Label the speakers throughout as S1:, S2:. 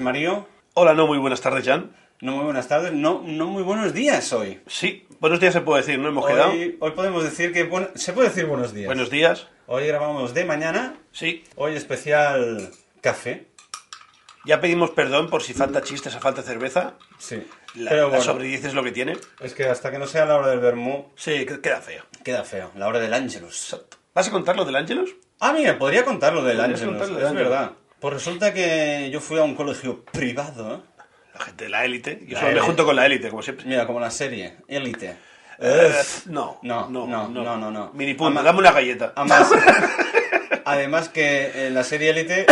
S1: Mario.
S2: Hola, no, muy buenas tardes, Jan.
S1: No muy buenas tardes, no, no muy buenos días hoy.
S2: Sí, buenos días se puede decir, ¿no? Hemos quedado.
S1: Hoy, hoy podemos decir que... bueno, se puede decir buenos días.
S2: Buenos días.
S1: Hoy grabamos de mañana,
S2: Sí,
S1: hoy especial café.
S2: ya pedimos perdón por si falta chistes o falta cerveza.
S1: Sí.
S2: La,
S1: Pero
S2: la
S1: bueno,
S2: sobrediez es lo que tiene.
S1: es que hasta que no sea la hora del vermú,
S2: Sí, que- queda feo.
S1: queda feo. La hora del Ángelus.
S2: ¿Vas a contar lo del Ángelus?
S1: Ah, mira, podría contar lo del
S2: Podrías
S1: Ángelus,
S2: contar
S1: es
S2: lo del Ángelus.
S1: verdad. Pues resulta que yo fui a un colegio privado, ¿eh?
S2: La gente de la élite. Yo
S1: La
S2: solo me
S1: élite.
S2: junto con la élite, como siempre.
S1: mira, como la serie, Élite.
S2: Eh, no,
S1: no, no, no, no, no.
S2: Minipunto,
S1: Ama-
S2: dame una galleta.
S1: Además, además que en la serie élite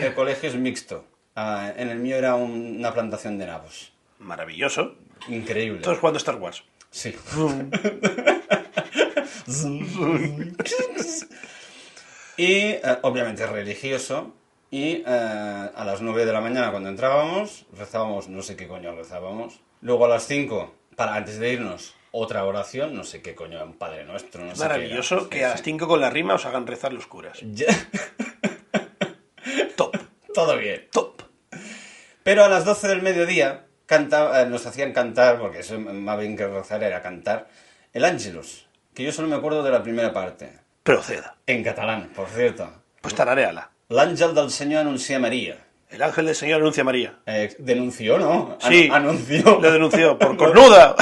S1: el colegio es mixto. Ah, en el mío era un- una plantación de nabos.
S2: Maravilloso.
S1: Increíble.
S2: Todos jugando a Star Wars.
S1: Sí. y eh, obviamente religioso. Y eh, a las 9 de la mañana cuando entrábamos, rezábamos, no sé qué coño rezábamos. Luego a las 5, para, antes de irnos, otra oración, no sé qué coño, un Padre Nuestro. No sé qué era.
S2: Maravilloso que
S1: Sí,
S2: a las
S1: sí.
S2: 5 con la rima os hagan rezar los curas. Top,
S1: Todo bien.
S2: top.
S1: Pero a las 12 del mediodía canta- eh, nos hacían cantar, porque eso más bien que rezar era cantar, el Ángelus, que yo solo me acuerdo de la primera parte.
S2: Proceda.
S1: En catalán, por cierto.
S2: Pues tarareala.
S1: L'àngel del Senyor anuncia a María.
S2: El ángel del Señor anuncia a María.
S1: Eh, denunció, ¿no? An-
S2: Sí.
S1: anunció.
S2: Lo denunció por cornuda.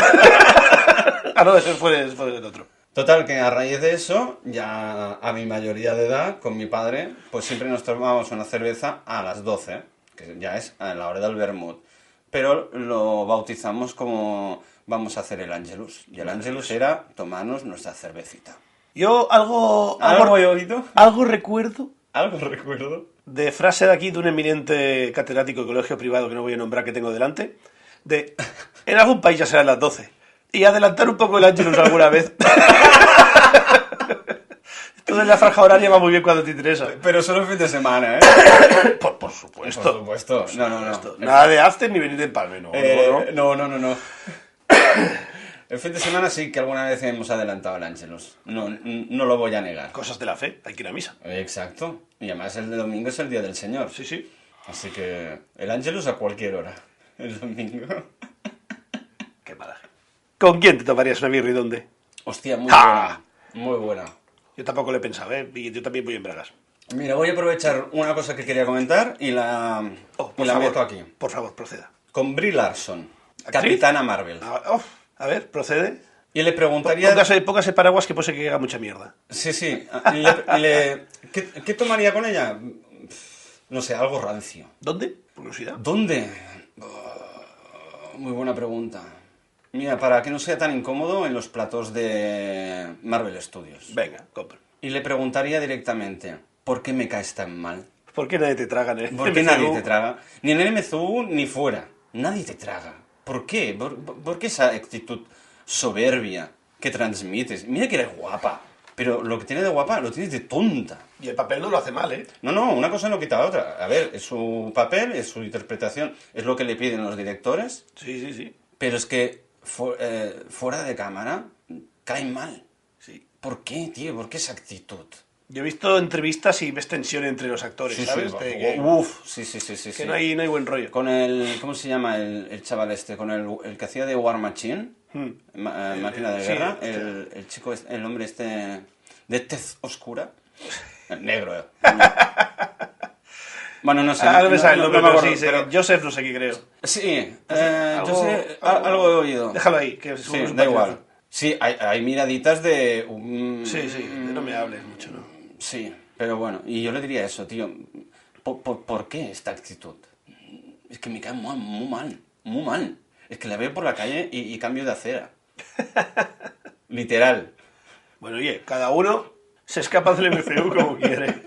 S2: ah, no, ese fue, ese fue el otro.
S1: Total, que a raíz de eso, ya a mi mayoría de edad, con mi padre, pues siempre nos tomábamos una cerveza a las 12, que ya es a la hora del vermut. Pero lo bautizamos como vamos a hacer el Angelus. Y el Angelus era tomarnos nuestra cervecita.
S2: Yo algo...
S1: ¿Algo
S2: Algo,
S1: he oído?
S2: algo recuerdo
S1: ¿Algo recuerdo?
S2: de frase de aquí de un eminente catedrático de colegio privado que no voy a nombrar que tengo delante. De... En algún país ya serán las 12. Y adelantar un poco el ángelus alguna vez. Entonces la franja horaria va muy bien cuando te interesa.
S1: Pero solo el fin de semana, ¿eh?
S2: Por, por
S1: Por
S2: supuesto.
S1: supuesto. No, no,
S2: Esto,
S1: no.
S2: Nada de after ni venir de empalme, no.
S1: Eh,
S2: no, no.
S1: no, no, no, no. El fin de semana sí que alguna vez hemos adelantado el Angelus. No, n- no lo voy a negar.
S2: Cosas de la fe, hay que ir a misa.
S1: Exacto. Y además el de domingo es el día del Señor.
S2: Sí, sí.
S1: Así que el Ángelus a cualquier hora. El domingo.
S2: Qué mala gente. ¿Con quién te tomarías una birra y dónde?
S1: Hostia, muy
S2: ¡Ah!
S1: buena. Muy buena.
S2: Yo tampoco le pensaba, ¿eh? Y yo también voy en bragas.
S1: Mira, voy a aprovechar una cosa que quería comentar y la,
S2: Oh,
S1: y
S2: por
S1: la
S2: favor, ¿Ah,
S1: meto aquí.
S2: Por favor, proceda.
S1: Con Brie Larson,
S2: ¿Actriz?
S1: Capitana Marvel.
S2: A, oh, a ver, procede.
S1: Y le preguntaría...
S2: Póngase, póngase paraguas que puede ser que haga mucha mierda.
S1: Sí, sí. Y le- y le- ¿qué, qué tomaría con ella? No sé, algo rancio.
S2: ¿Dónde? Por curiosidad.
S1: ¿Dónde? Oh, muy buena pregunta. Mira, para que no sea tan incómodo en los platos de Marvel Studios.
S2: Venga, compra.
S1: Y le preguntaría directamente, ¿por qué me caes tan mal?
S2: ¿Por qué nadie te traga en el
S1: ¿Por qué nadie
S2: MCU?
S1: te traga? Ni en el MCU ni fuera. Nadie te traga. ¿Por qué? ¿Por, por- por qué esa actitud soberbia que transmites? Mira que eres guapa, pero lo que tienes de guapa lo tienes de tonta.
S2: Y el papel no lo hace mal, ¿eh?
S1: No, no, una cosa no quita la otra. A ver, es su papel, es su interpretación, es lo que le piden los directores,
S2: Sí, sí, sí.
S1: pero es que fu- eh, fuera de cámara cae mal.
S2: sí.
S1: ¿Por qué, tío? ¿Por qué esa actitud?
S2: Yo he visto entrevistas y ves tensión entre los actores,
S1: Sí, sí,
S2: ¿sabes?
S1: va-
S2: De que
S1: Uf, sí, sí, sí, sí.
S2: que
S1: sí.
S2: no, hay, no hay buen rollo.
S1: Con el, ¿cómo se llama el, el chaval este? Con el, el que hacía de War Machine, ma- eh, máquina de
S2: Hmm. sí,
S1: guerra,
S2: hostia.
S1: el, el chico, es- el hombre este de tez oscura, el negro. eh. bueno, no sé.
S2: Ah, no me
S1: no-
S2: sale el
S1: no-
S2: nombre,
S1: no me
S2: pero
S1: acuerdo,
S2: sí, sí,
S1: pero-
S2: Joseph no sé qué creo.
S1: Sí, eh, yo
S2: Algo-
S1: sé, a- algo he oído.
S2: Déjalo ahí, que
S1: Sí,
S2: seguro que
S1: da
S2: es un
S1: igual.
S2: patriota.
S1: Sí, hay, hay miraditas de... mm,
S2: Sí, sí, no me hables mucho, ¿no?
S1: Sí, pero bueno, y yo le diría eso, tío. ¿Por, por, por qué esta actitud? Es que me cae muy, muy mal, muy mal. Es que la veo por la calle y, y cambio de acera. Literal.
S2: Bueno, oye, cada uno se escapa del MCU como quiere.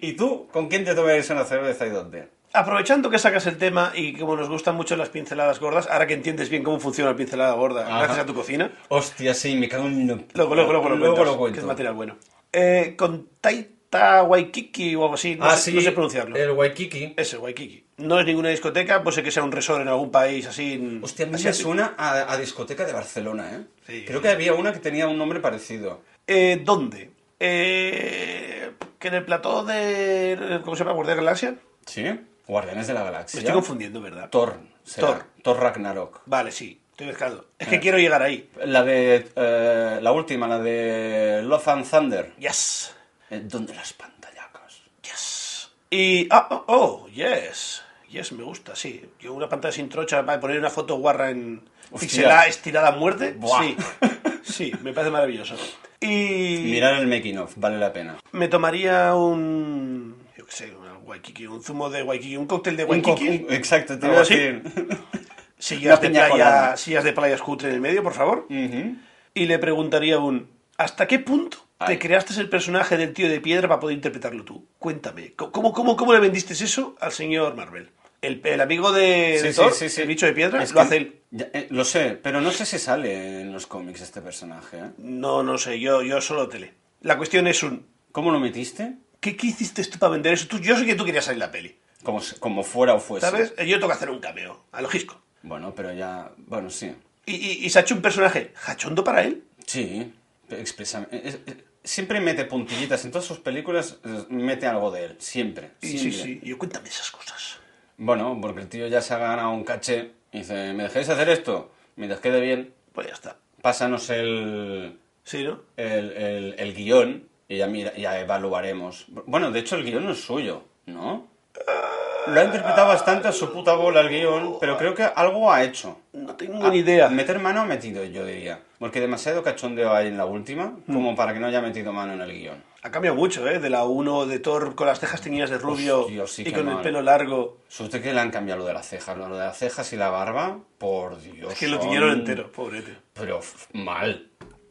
S1: ¿Y tú con quién te tomarías una cerveza y dónde?
S2: Aprovechando que sacas el tema y como nos gustan mucho las pinceladas gordas, ahora que entiendes bien cómo funciona la pincelada gorda,
S1: Ajá.
S2: gracias a tu cocina,
S1: Hostia, sí, me cago en...
S2: luego, luego, luego, lo,
S1: lo
S2: cuentas, que es
S1: cuento.
S2: material bueno. Eh, con Taita Waikiki o algo así, no,
S1: Ah,
S2: sé,
S1: sí,
S2: no sé pronunciarlo.
S1: El Waikiki.
S2: Ese, Waikiki. No es ninguna discoteca, puede ser que sea un resort en algún país así. en-
S1: Hostia, a mí me
S2: asiático.
S1: suena a, a discoteca de Barcelona, ¿eh?
S2: Sí.
S1: Creo que había una que tenía un nombre parecido.
S2: Eh, ¿Dónde? Eh, que en el plató de. ¿Cómo se llama? ¿Guardia Galaxia?
S1: ¿Sí? Guardianes de la Galaxia.
S2: Me estoy confundiendo, ¿verdad?
S1: Thor. será.
S2: Pues Thor.
S1: Thor Ragnarok.
S2: Vale, sí, estoy mezclando. Es
S1: Ah.
S2: que quiero llegar ahí.
S1: La de. eh, la última, la de Love and Thunder.
S2: Yes.
S1: El don de las pantallacas.
S2: Yes. Y. Ah, oh, oh, yes. Yes, me gusta, sí. Yo una pantalla sin trocha para poner una foto guarra en
S1: Hostia.
S2: pixelada estirada a muerte.
S1: Buah.
S2: Sí. Sí, me parece maravilloso. Y.
S1: Mirar el making of, vale la pena.
S2: Me tomaría un. Yo qué sé, un waikiki, un zumo de waikiki, un cóctel de
S1: Un co-
S2: waikiki.
S1: un- exacto, te
S2: ¿Algo
S1: iba a
S2: así?
S1: decir.
S2: sillas,
S1: Una
S2: de
S1: piña
S2: playa,
S1: colada.
S2: sillas de playa cutre en el medio, por
S1: Mm.
S2: favor.
S1: Ujú.
S2: Y le preguntaría un. ¿Hasta qué punto
S1: Ay.
S2: te creaste el personaje del tío de piedra para poder interpretarlo tú? Cuéntame, ¿cómo- ¿cómo, cómo, cómo le vendiste eso al señor Marvel? El, el amigo de, de Thor, el bicho de piedra,
S1: Es
S2: lo
S1: que-
S2: hace él.
S1: Ya, eh, lo sé, pero no sé si sale en los cómics este personaje. ¿eh?
S2: No, no sé, yo, yo solo tele. La cuestión es un.
S1: ¿Cómo lo metiste?
S2: ¿Qué, qué hiciste tú para vender eso? Tú, yo sé que tú querías salir en la peli.
S1: Como, se- como fuera o fuese.
S2: ¿Sabes? Yo tengo que hacer un cameo, a lo Hitchcock.
S1: Bueno, pero ya. Bueno, sí.
S2: Y, y- y se ha hecho un personaje hachondo para él.
S1: Sí, expresamente. es- es- eh, Siempre mete puntillitas en todas sus películas, eh, mete algo de él, siempre.
S2: Y sí,
S1: siempre.
S2: sí. Y yo cuéntame esas cosas.
S1: Bueno, porque el tío ya se ha ganado un caché y dice: ¿Me dejéis hacer esto? Mientras quede bien,
S2: Pues ya está.
S1: pásanos el,
S2: Sí, ¿no?
S1: el, el- el guión y ya, mira, ya evaluaremos. Bueno, de hecho el guión no es suyo, ¿no? Lo ha interpretado bastante a su puta bola el guión, pero creo que algo ha hecho.
S2: No tengo ni idea.
S1: Ah, Meter mano ha metido, yo diría. Porque demasiado cachondeo hay en la última
S2: Mm.
S1: como para que no haya metido mano en el guión.
S2: Ha cambiado mucho, ¿eh? De la 1 de Thor con las cejas teñidas de rubio
S1: Hostia, sí,
S2: y
S1: qué
S2: con el
S1: mal.
S2: pelo largo.
S1: Suerte que le han cambiado lo de las cejas, lo de las cejas y la barba, por Dios.
S2: Es que lo
S1: son-
S2: tiñeron entero, pobrete.
S1: Pero f- mal.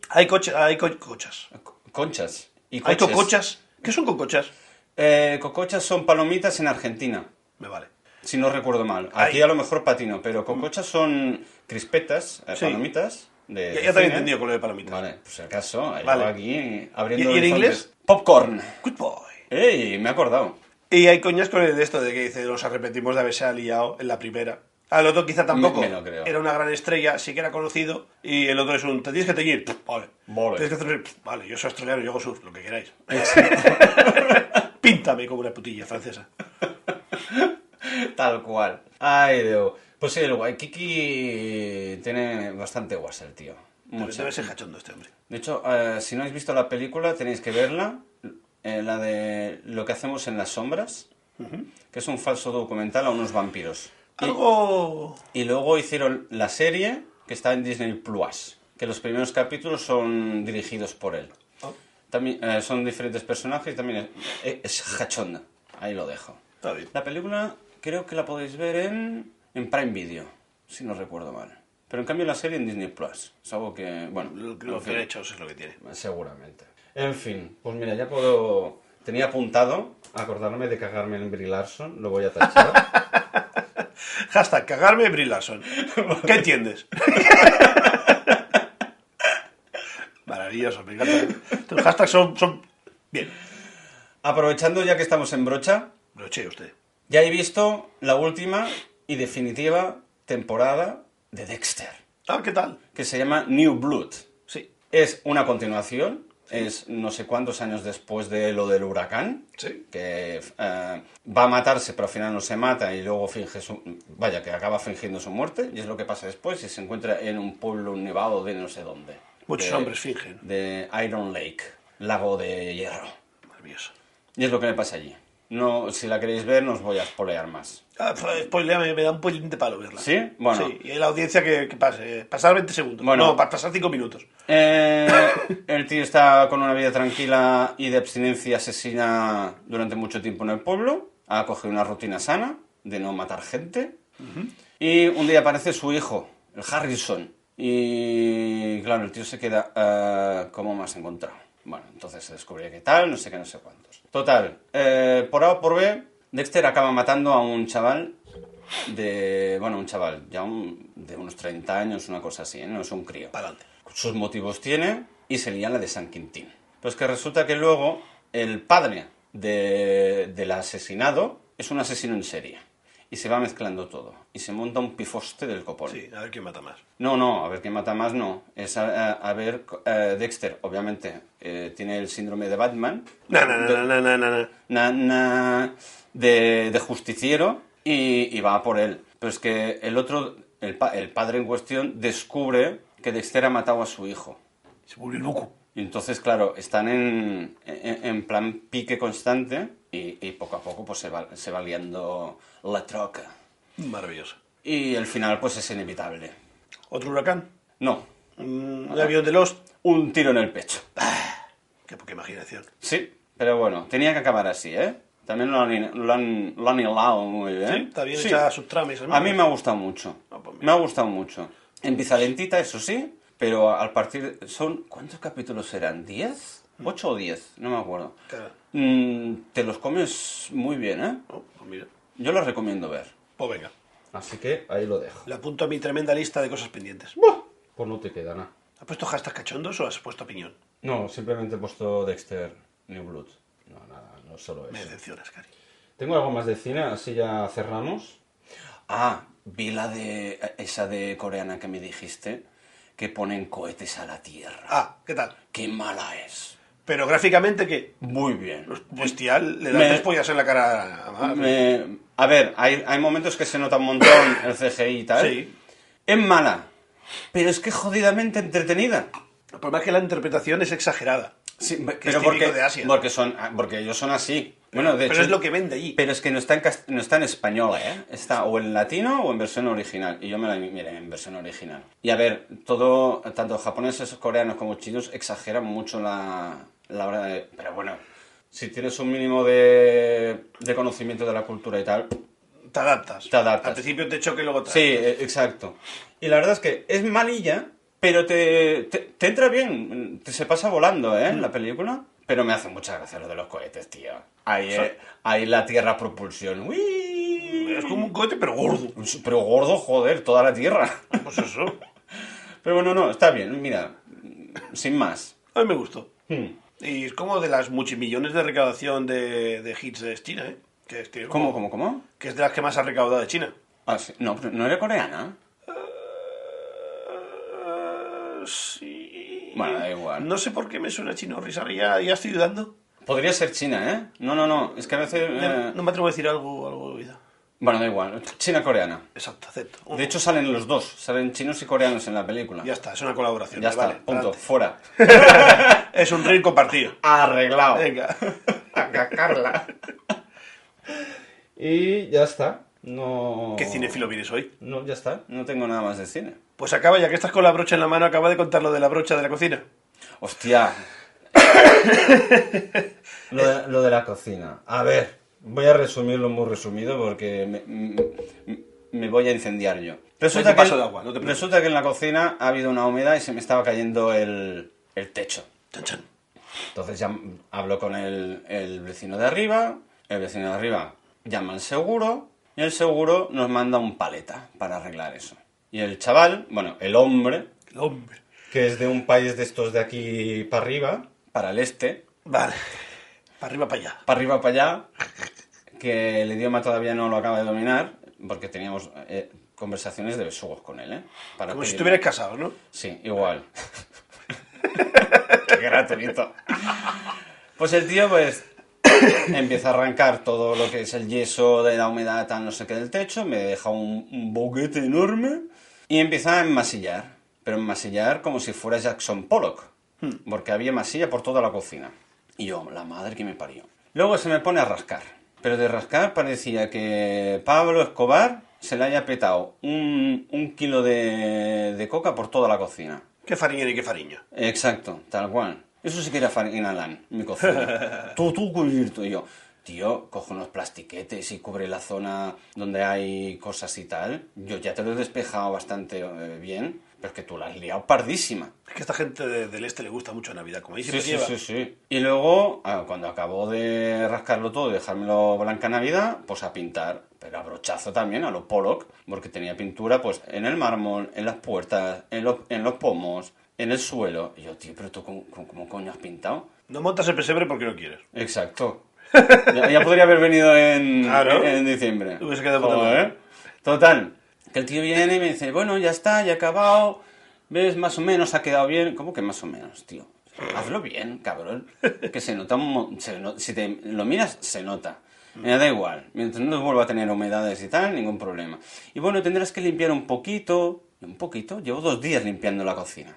S2: Hay coches, hay co- cochas.
S1: Co- Conchas. Y
S2: Hay
S1: coches.
S2: cocochas. ¿Qué son cocochas?
S1: Eh, cocochas son palomitas en Argentina.
S2: Me vale.
S1: Si no recuerdo mal. Aquí
S2: Ay.
S1: a lo mejor patino, pero cocochas son crispetas, eh,
S2: Sí.
S1: palomitas. De,
S2: Ya,
S1: de
S2: ya te había
S1: cine.
S2: entendido con lo de palomitas.
S1: Eh, Vale, pues si acaso, ahí
S2: Vale.
S1: va aquí abriendo
S2: ¿Y- y en
S1: horizontes.
S2: inglés?
S1: Popcorn.
S2: Good boy.
S1: ¡Ey! Me he acordado.
S2: Y hay coñas con el de esto de que dice, nos arrepentimos de haberse aliado en la primera. Al otro quizá tampoco.
S1: Me- me lo creo.
S2: Era una gran estrella, sí que era conocido. Y el otro es un, te tienes que teñir. Pff, Vale.
S1: Vale.
S2: Tienes que hacer- pff, Vale, yo soy australiano, yo hago surf, lo que queráis. Píntame como una putilla francesa.
S1: Tal cual. Ay, Dios. Pues sí, el Waikiki tiene bastante guasa el tío.
S2: Debe
S1: Mucha.
S2: debe ser cachondo este hombre.
S1: De hecho, eh, si no habéis visto la película, tenéis que verla. eh, la de Lo que hacemos en las sombras, que es un falso documental a unos vampiros.
S2: Algo...
S1: Y luego hicieron la serie que está en Disney Plus, que los primeros capítulos son dirigidos por él.
S2: Oh,
S1: También eh, son diferentes personajes y también es, eh, es hachonda. Ahí lo dejo.
S2: está bien.
S1: La película creo que la podéis ver en, en Prime Video, si no recuerdo mal. Pero en cambio la serie en Disney Plus. Es algo que, bueno,
S2: Lo,
S1: en
S2: lo que
S1: fin.
S2: he hecho es lo que tiene.
S1: Seguramente. En fin, pues mira, ya puedo. Tenía apuntado acordarme de cagarme en Brie Larson, lo voy a tachar.
S2: Hashtag cagarme Brie Larson. ¿Qué entiendes? Maravilloso, me encanta. Tus hashtags son, son... Bien,
S1: Aprovechando ya que estamos en brocha,
S2: broche usted.
S1: ya he visto la última y definitiva temporada de Dexter,
S2: Ah, ¿qué tal?
S1: que se llama New Blood.
S2: Sí,
S1: Es una continuación, es no sé cuántos años después de lo del huracán.
S2: sí.
S1: que eh, va a matarse pero al final no se mata y luego finge su... Vaya, que acaba fingiendo su muerte y es lo que pasa después y se encuentra en un pueblo nevado de no sé dónde.
S2: Muchos
S1: De-
S2: hombres fingen.
S1: De Iron Lake, lago de hierro.
S2: Maravilloso.
S1: Y es lo que me pasa allí. No, si la queréis ver, no os voy a spoilear más.
S2: Ah, pues, spoileame, me da un pelín de palo verla.
S1: ¿Sí? Bueno.
S2: Sí, y la audiencia que, que pase. eh, Pasar 20 segundos.
S1: Bueno.
S2: No, pa- pasar 5 minutos.
S1: Eh, el tío está con una vida tranquila y de abstinencia asesina durante mucho tiempo en el pueblo. Ha cogido una rutina sana de no matar gente. Y un día aparece su hijo, el Harrison. Y claro, el tío se queda, eh, ¿cómo me has encontrado? Bueno, entonces se descubre que tal, no sé qué, no sé cuántos. Total, eh, por A o por B, Dexter acaba matando a un chaval de, bueno, un chaval ya un- de unos 30 años, una cosa así, ¿eh? no es un crío
S2: Para adelante.
S1: sus motivos tiene y sería la de San Quintín. Pues que resulta que luego el padre de- del asesinado es un asesino en serie y se va mezclando todo y se monta un pifoste del copón.
S2: Sí, a ver quién mata más.
S1: No, no, a ver quién mata más, no. Es a, a- a ver, eh, Dexter, obviamente, eh, tiene el síndrome de Batman,
S2: No, no, no, no, no, no, no.
S1: na- na- de, de justiciero y, y va por él. Pero es que el otro, el, pa- el padre en cuestión, descubre que Dexter ha matado a su hijo.
S2: Se volvió loco.
S1: Y entonces, claro, están en, en, en plan pique constante y, y poco a poco pues, se, va, se va liando la troca.
S2: Maravilloso.
S1: Y el final pues es inevitable.
S2: Otro huracán.
S1: No,
S2: Mm, Un avión de Lost.
S1: un tiro en el pecho.
S2: Qué poca imaginación.
S1: Sí, pero bueno, tenía que acabar así, ¿eh? También lo han, in- lo han, lo han hilado muy bien.
S2: Sí, ¿Eh? está bien
S1: Sí.
S2: hecha sus trames.
S1: A mí me ha gustado mucho.
S2: Ah, pues mira.
S1: Me ha gustado mucho. Empieza lentita, eso sí, pero al partir... son ¿Cuántos capítulos serán? ¿10? ¿8 o 10? No me acuerdo.
S2: Claro.
S1: Mm, te los comes muy bien, ¿eh?
S2: Oh, pues mira.
S1: Yo los recomiendo ver.
S2: Pues venga.
S1: Así que ahí lo dejo.
S2: Le apunto a mi tremenda lista de cosas pendientes.
S1: Pues no te queda nada.
S2: ¿Has puesto hashtag cachondos o has puesto opinión?
S1: No, simplemente he puesto Dexter New Blood. No, nada, no solo
S2: Me decepcionas, Cari.
S1: ¿Tengo algo más de cine? Así ya cerramos. Ah, vi la de. esa de coreana que me dijiste, que ponen cohetes a la tierra.
S2: Ah, ¿qué tal?
S1: ¡Qué mala es!
S2: Pero gráficamente, ¿qué?
S1: Muy bien.
S2: Bestia, le da
S1: Me-
S2: tres pollas en la cara a Mar.
S1: Me- a ver, hay, hay momentos que se nota un montón el CGI y tal.
S2: Sí.
S1: Es mala, pero es que es jodidamente entretenida.
S2: El problema es que la interpretación es exagerada.
S1: Sí,
S2: que es
S1: pero
S2: típico
S1: porque,
S2: de Asia.
S1: porque son, porque ellos son así. Bueno, de
S2: Pero
S1: hecho,
S2: es lo que vende allí.
S1: Pero es que no está en, cast- no está en español, ¿eh? Está o en latino o en versión original. Y yo me la miré en versión original. Y a ver, todo, tanto japoneses, coreanos como chinos exageran mucho la, la hora de... Pero bueno, si tienes un mínimo de, de conocimiento de la cultura y tal...
S2: Te adaptas.
S1: Te adaptas.
S2: Al principio te choque y luego te
S1: Sí, eh, exacto. Y la verdad es que es malilla, pero te, te, te entra bien. Te se pasa volando, ¿eh? La película. Pero me hace mucha gracia lo de los cohetes, tío. Ahí, eh, ahí la tierra propulsión. ¡Uii!
S2: Es como un cohete, pero gordo.
S1: Pero gordo, joder, toda la tierra.
S2: Pues eso.
S1: Pero bueno, no, está bien, mira, sin más.
S2: A mí me gustó.
S1: Hmm.
S2: Y es como de las muchimillones de recaudación de, de hits de China, ¿eh? Que es, que es
S1: ¿Cómo,
S2: como-
S1: cómo, cómo?
S2: que es de las que más ha recaudado de China.
S1: Ah, sí, No, pero no era coreana.
S2: Eh, sí.
S1: Bueno, da igual.
S2: No sé por qué me suena chino, Risaría. Ya estoy dudando.
S1: Podría ser China, ¿eh? No, no, no, es que a veces... eh,
S2: No me atrevo a decir algo, algo de vida.
S1: Bueno, da igual, China-coreana.
S2: Exacto, acepto.
S1: De hecho, salen los dos, salen chinos y coreanos en la película.
S2: ya está, es una colaboración.
S1: Ya
S2: me
S1: está,
S2: vale,
S1: punto, fuera.
S2: adelante. Es un reel compartido.
S1: Arreglado.
S2: Venga.
S1: Carla. y ya está. No.
S2: ¿Qué cinefilo vienes hoy?
S1: No, ya está. No tengo nada más de cine.
S2: Pues acaba, ya que estás con la brocha en la mano, acaba de contar lo de la brocha de la cocina.
S1: Hostia. lo, de, lo de la cocina. A ver, voy a resumirlo muy resumido porque me, me- me voy a incendiar yo.
S2: Vete
S1: Resulta
S2: un
S1: que,
S2: vaso de agua, no te preocupes.
S1: resulta que en la cocina ha habido una humedad y se me estaba cayendo el, el techo.
S2: Chan, chan.
S1: Entonces ya hablo con el, el vecino de arriba, el vecino de arriba llama al seguro y el seguro nos manda un paleta para arreglar eso. Y el chaval, bueno, el hombre,
S2: El hombre.
S1: que es de un país de estos de aquí para arriba, para el este,
S2: Vale. Para arriba, para allá.
S1: para arriba, para allá, que el idioma todavía no lo acaba de dominar, porque teníamos eh, conversaciones de besugos con él, ¿eh? Para
S2: Como si
S1: pedirle-
S2: estuvieras casado, ¿no?
S1: Sí, igual. Qué gratuito. Pues el tío, pues, empieza a arrancar todo lo que es el yeso de la humedad, tal, no sé qué, del techo, me deja un, un boquete enorme y empieza a enmasillar. Pero enmasillar como si fuera Jackson Pollock, porque había masilla por toda la cocina. Y yo, la madre que me parió. Luego se me pone a rascar. Pero de rascar parecía que Pablo Escobar se le haya petado un, un kilo de- de coca por toda la cocina.
S2: Qué fariña ni qué fariña.
S1: Exacto, tal cual. Eso sí que era farina LAN, mi cocina. tú, tú, cubierto. Y yo, tío, coge unos plastiquetes y cubre la zona donde hay cosas y tal. Yo ya te lo he despejado bastante eh, bien, pero es que tú la has liado pardísima.
S2: Es que esta gente de- del este le gusta mucho Navidad, como ahí
S1: Sí,
S2: siempre
S1: sí,
S2: lleva.
S1: sí, sí. Y luego, ah, cuando acabó de rascarlo todo y dejármelo blanca Navidad, pues a pintar. Pero a brochazo también, a lo Pollock, porque tenía pintura pues en el mármol, en las puertas, en los, en los pomos, en el suelo. Y yo, tío, pero tú, ¿cómo, cómo- cómo coño has pintado?
S2: No montas el pesebre porque no quieres.
S1: Exacto. ya, ya podría haber venido en,
S2: Claro.
S1: en, en diciembre.
S2: Hubiese quedado puta madre.
S1: Joder. Total, que el tío viene y me dice, bueno, ya está, ya he acabado. ¿Ves? Más o menos ha quedado bien. ¿Cómo que más o menos, tío? Hazlo bien, cabrón. Que se nota un mo- se no- Si te lo miras, se nota. Me da igual. Mientras no vuelva a tener humedades y tal, ningún problema. Y bueno, tendrás que limpiar un poquito. Un poquito. Llevo dos días limpiando la cocina.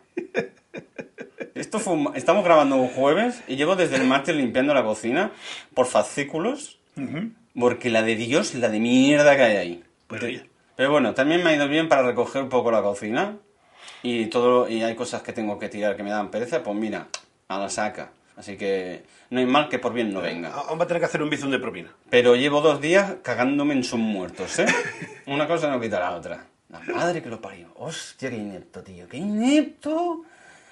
S1: Esto fue un- Estamos grabando un jueves y llevo desde el martes limpiando la cocina por fascículos. Porque la de Dios, la de mierda que hay ahí.
S2: Pues
S1: Te-
S2: oye.
S1: Pero bueno, también me ha ido bien para recoger un poco la cocina. Y todo y hay cosas que tengo que tirar que me dan pereza, pues mira, a la saca. Así que no hay mal que por bien no venga.
S2: Ah, Vamos a tener que hacer un bizum de propina.
S1: Pero llevo dos días cagándome en sus muertos, ¿eh? Una cosa no quita la otra. La madre que lo parió. Hostia, qué inepto, tío. ¡Qué inepto!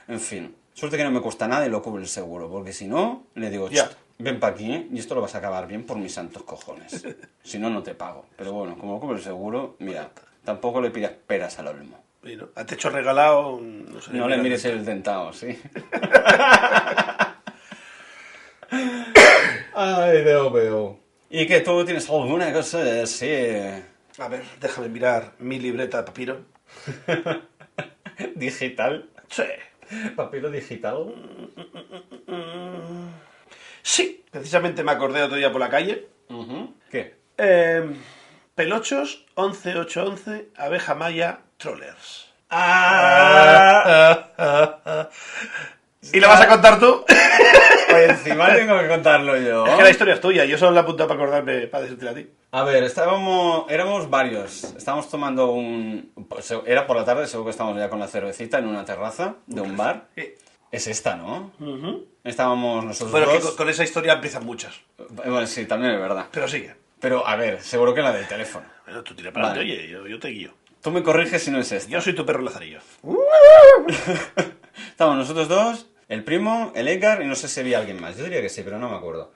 S1: En fin. Suerte que no me cuesta nada y lo cubre el seguro, porque si no, le digo,
S2: Ya.
S1: "Chut, ven para aquí ¿eh? y esto lo vas a acabar bien por mis santos cojones. Si no, no te pago. Pero bueno, como lo cubre el seguro, mira, tampoco le pidas peras al olmo.
S2: Y no- A techo regalado. No, sé,
S1: No le mires el dentado, sí. Ay, veo, veo. ¿Y que tú tienes alguna cosa así?
S2: A ver, déjame mirar mi libreta de papiro.
S1: ¿Digital?
S2: Sí.
S1: ¿Papiro digital?
S2: Sí, precisamente me acordé otro día por la calle.
S1: ¿Qué?
S2: Eh, pelochos, 11811, abeja maya, trollers.
S1: Ah.
S2: Ah. ¿Y la vas a contar tú? Es
S1: Pues encima tengo que contarlo yo.
S2: que la historia es tuya, yo solo la he apuntado para acordarme, para decirte a ti.
S1: A ver, estábamos, éramos varios. Estábamos tomando un... pues, Era por la tarde, seguro que estábamos ya con la cervecita en una terraza de un bar.
S2: Eh,
S1: Es esta, ¿no?
S2: ujú.
S1: Estábamos nosotros
S2: Bueno, que
S1: dos.
S2: con, con esa historia empiezan muchas,
S1: Bueno, sí, también es verdad.
S2: pero sigue.
S1: Pero, a ver, seguro que la del teléfono.
S2: Bueno, tú tira para
S1: Vale.
S2: adelante, oye, yo, yo te guío.
S1: Tú me corriges si no es esta.
S2: Yo soy tu perro Lazarillo.
S1: Estamos nosotros dos, el primo, el Edgar y no sé si había alguien más. Yo diría que sí, pero no me acuerdo.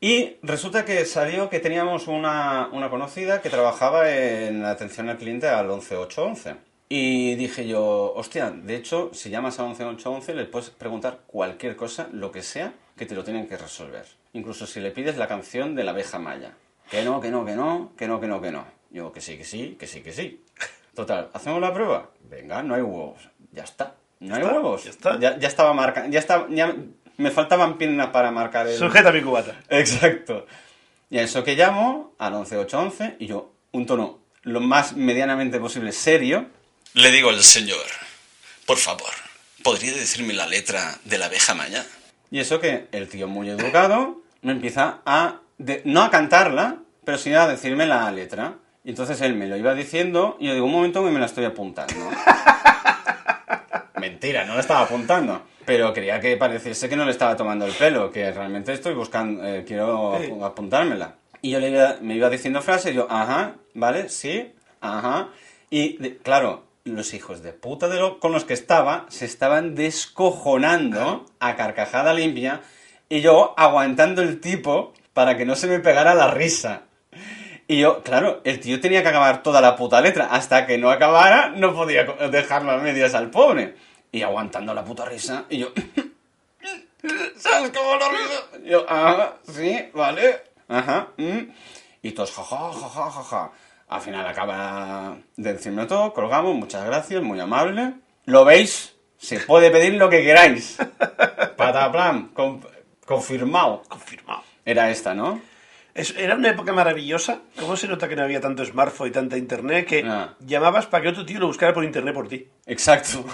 S1: Y resulta que salió que teníamos una, una conocida que trabajaba en la atención al cliente al 11811. Y dije yo, hostia, de hecho, si llamas al 11811 le puedes preguntar cualquier cosa, lo que sea, que te lo tienen que resolver. Incluso si le pides la canción de la abeja maya. Que no, que no, que no, que no, que no, que no. Yo, que sí, que sí, que sí, que sí. Total, ¿hacemos la prueba? Venga, no hay huevos. Ya está. No hay
S2: está,
S1: huevos.
S2: ya está.
S1: Ya, ya estaba marca, ya estaba, ya me faltaban piernas para marcar el...
S2: Sujeta mi cubata.
S1: Exacto. Y a eso que llamo, al 11811, y yo, un tono lo más medianamente posible serio, le digo al señor, por favor, ¿podría decirme la letra de la abeja maya? Y eso que el tío muy educado me empieza a, de- no a cantarla, pero sí a decirme la letra. Y entonces él me lo iba diciendo y yo digo, un momento que me la estoy apuntando. Mentira, no la estaba apuntando. Pero quería que pareciese que no le estaba tomando el pelo, que realmente estoy buscando, eh, quiero
S2: Sí.
S1: apu- apuntármela. Y yo le iba- me iba diciendo frases, yo, ajá, vale, sí, ajá. Y de- claro, los hijos de puta de lo- con los que estaba se estaban descojonando a carcajada limpia y yo aguantando el tipo para que no se me pegara la risa. Y yo, claro, el tío tenía que acabar toda la puta letra. Hasta que no acabara, no podía co- dejarlo a medias al pobre. Y aguantando la puta risa, y yo... ¿Sabes cómo lo risa? Yo, ah, sí, vale. Ajá, mm. Y todos, jaja, jaja, jaja. Al final acaba de decirme todo, colgamos, muchas gracias, muy amable. ¿Lo veis? Se puede pedir lo que queráis. Pataplan, conf- confirmado.
S2: Confirmado.
S1: Era esta, ¿no?
S2: Es- era una época maravillosa. ¿Cómo se nota que no había tanto smartphone y tanta internet que
S1: Ah.
S2: llamabas para que otro tío lo buscara por internet por ti?
S1: Exacto.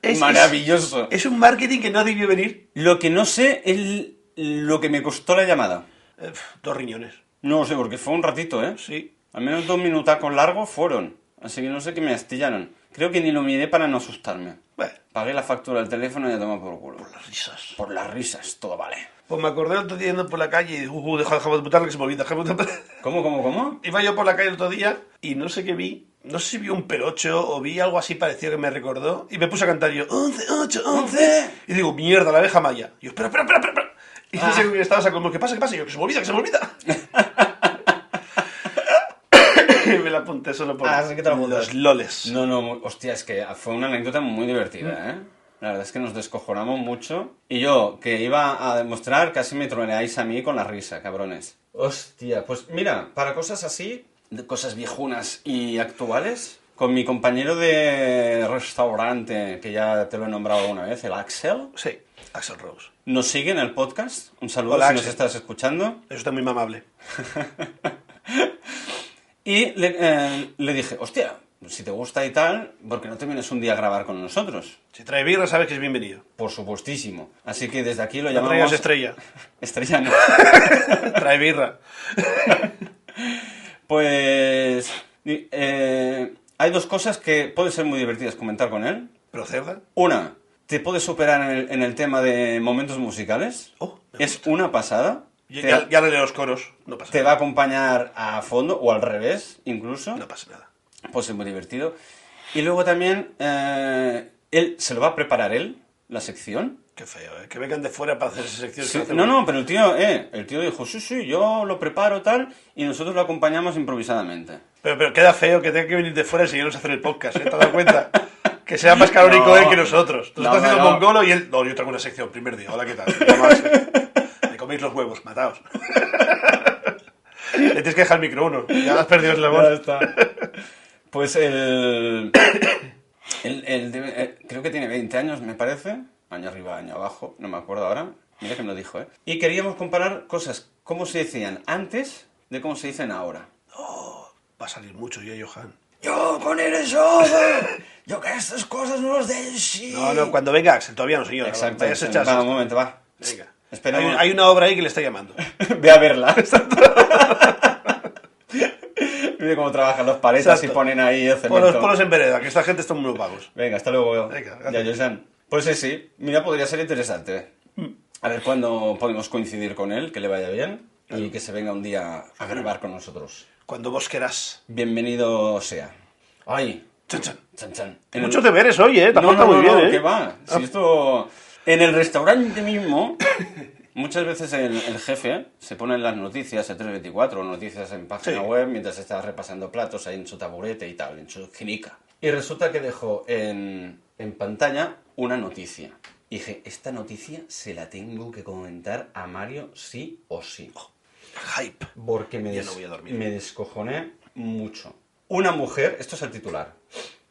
S2: Es-
S1: Maravilloso.
S2: Es un marketing que no debió venir.
S1: Lo que no sé es lo que me costó la llamada.
S2: Eh, pf, dos riñones.
S1: No sé, porque fue un ratito, ¿eh?
S2: Sí.
S1: Al menos dos minutacos largos fueron. Así que no sé qué me astillaron. Creo que ni lo miré para no asustarme.
S2: Bueno,
S1: Pagué la factura del teléfono y a tomar por culo.
S2: las risas.
S1: Por las risas, todo vale.
S2: Pues me acordé el otro día yendo por la calle y dije, uh, uh, deja, deja de putarle que se me olvida. deja de putarle".
S1: ¿Cómo, cómo, cómo?
S2: Iba yo por la calle el otro día y no sé qué vi. No sé si vi un pelocho o vi algo así parecido que me recordó. Y me puse a cantar yo, 11, 8, 11. Y digo, mierda, la abeja maya. Y yo, espera, espera, espera, espera, espera. Y no
S1: Ah.
S2: sé con quién estaba, como, ¿qué pasa, qué pasa? Y yo, que se me olvida, que se me olvida. y me la apunté solo por
S1: Ah, sí que te la apuntaste.
S2: los loles.
S1: No, no, mu- hostia, es que fue una anécdota muy
S2: Mm.
S1: divertida, ¿eh? La verdad es que nos descojonamos mucho. Y yo, que iba a demostrar, casi me troleáis a mí con la risa, cabrones. Hostia, pues mira, para cosas así, de cosas viejunas y actuales, con mi compañero de restaurante, que ya te lo he nombrado una vez, el Axel,
S2: Sí. Axel Rose.
S1: Nos sigue en el podcast. Un saludo
S2: Hola,
S1: si nos
S2: Axel.
S1: estás escuchando.
S2: Eso está muy mamable.
S1: Y le, eh, le dije, hostia, si te gusta y tal, ¿por qué no te vienes un día a grabar con nosotros?
S2: Si trae birra, sabes que es bienvenido.
S1: Por supuestísimo. Así que desde aquí lo
S2: No traigas
S1: llamamos...
S2: estrella.
S1: Estrella no.
S2: Trae birra.
S1: Pues... di- eh, hay dos cosas que pueden ser muy divertidas comentar con él.
S2: Pero cerda.
S1: Una, te puede superar en el, en el tema de momentos musicales.
S2: Oh, me
S1: es una pasada.
S2: Ya,
S1: te,
S2: ya, ya le leo los coros. No pasa
S1: te
S2: nada.
S1: va a acompañar a fondo o al revés, incluso.
S2: No pasa nada.
S1: Puede ser muy divertido. Y luego también, eh, él se lo va a preparar él, la sección.
S2: Qué feo, ¿eh? Que vengan de fuera para hacer esa sección.
S1: Sí,
S2: Se hace
S1: no,
S2: muy-
S1: no, pero el tío, eh, el tío dijo, sí, sí, yo lo preparo tal, y nosotros lo acompañamos improvisadamente.
S2: Pero, pero queda feo que tenga que venir de fuera y seguirnos a hacer el podcast, ¿eh? ¿Te has dado cuenta? Que sea más calórico
S1: No.
S2: él que nosotros. Tú
S1: No,
S2: estás haciendo
S1: no.
S2: mongolo y él... No, yo tengo una sección, primer día. Hola, ¿qué tal? Me llamo Axel. Me coméis los huevos, mataos. Le tienes que dejar el micro uno. Ya has perdido el labor.
S1: Pues el, el- el de- eh, Creo que tiene 20 años, me parece. Año arriba, año abajo, no me acuerdo ahora. Mira que me lo dijo, ¿eh? Y queríamos comparar cosas, cómo se decían antes de cómo se dicen ahora.
S2: Va a salir mucho yo, Johan.
S1: Yo con el software, yo que estas cosas no las sí.
S2: No, no, cuando venga Axel, todavía no, señor.
S1: Exacto.
S2: Vayas a echar-
S1: Va, un momento, va.
S2: Venga.
S1: Espera
S2: Hay,
S1: un-
S2: hay una obra ahí que le está llamando.
S1: Ve a verla. Mira cómo trabajan los paletas
S2: Exacto.
S1: y ponen ahí el
S2: Polos,
S1: cemento.
S2: polos en vereda, que esta gente está muy vagos.
S1: Venga, hasta luego.
S2: Venga,
S1: ya,
S2: gracias. Mm.
S1: Josan. Pues sí, sí. Mira, podría ser interesante. A ver cuándo podemos coincidir con él, que le vaya bien y que se venga un día a grabar con nosotros.
S2: Cuando vos querás.
S1: Bienvenido sea. Ay,
S2: Chan, chan.
S1: chan chan. En el-
S2: Muchos deberes hoy, ¿eh? Te
S1: No,
S2: has
S1: no,
S2: portado
S1: no,
S2: muy bien,
S1: no,
S2: ¿eh?
S1: que va. Si esto... En el restaurante mismo, muchas veces el, el jefe se pone en las noticias, en 324, noticias en página
S2: Sí.
S1: web, mientras está repasando platos ahí en su taburete y tal, en su ginica. Y resulta que dejó en, en pantalla una noticia. Y dije, esta noticia se la tengo que comentar a Mario sí o sí.
S2: Hype.
S1: Porque me,
S2: Ya
S1: des-
S2: no voy a dormir.
S1: me descojoné mucho. Una mujer, esto es el titular.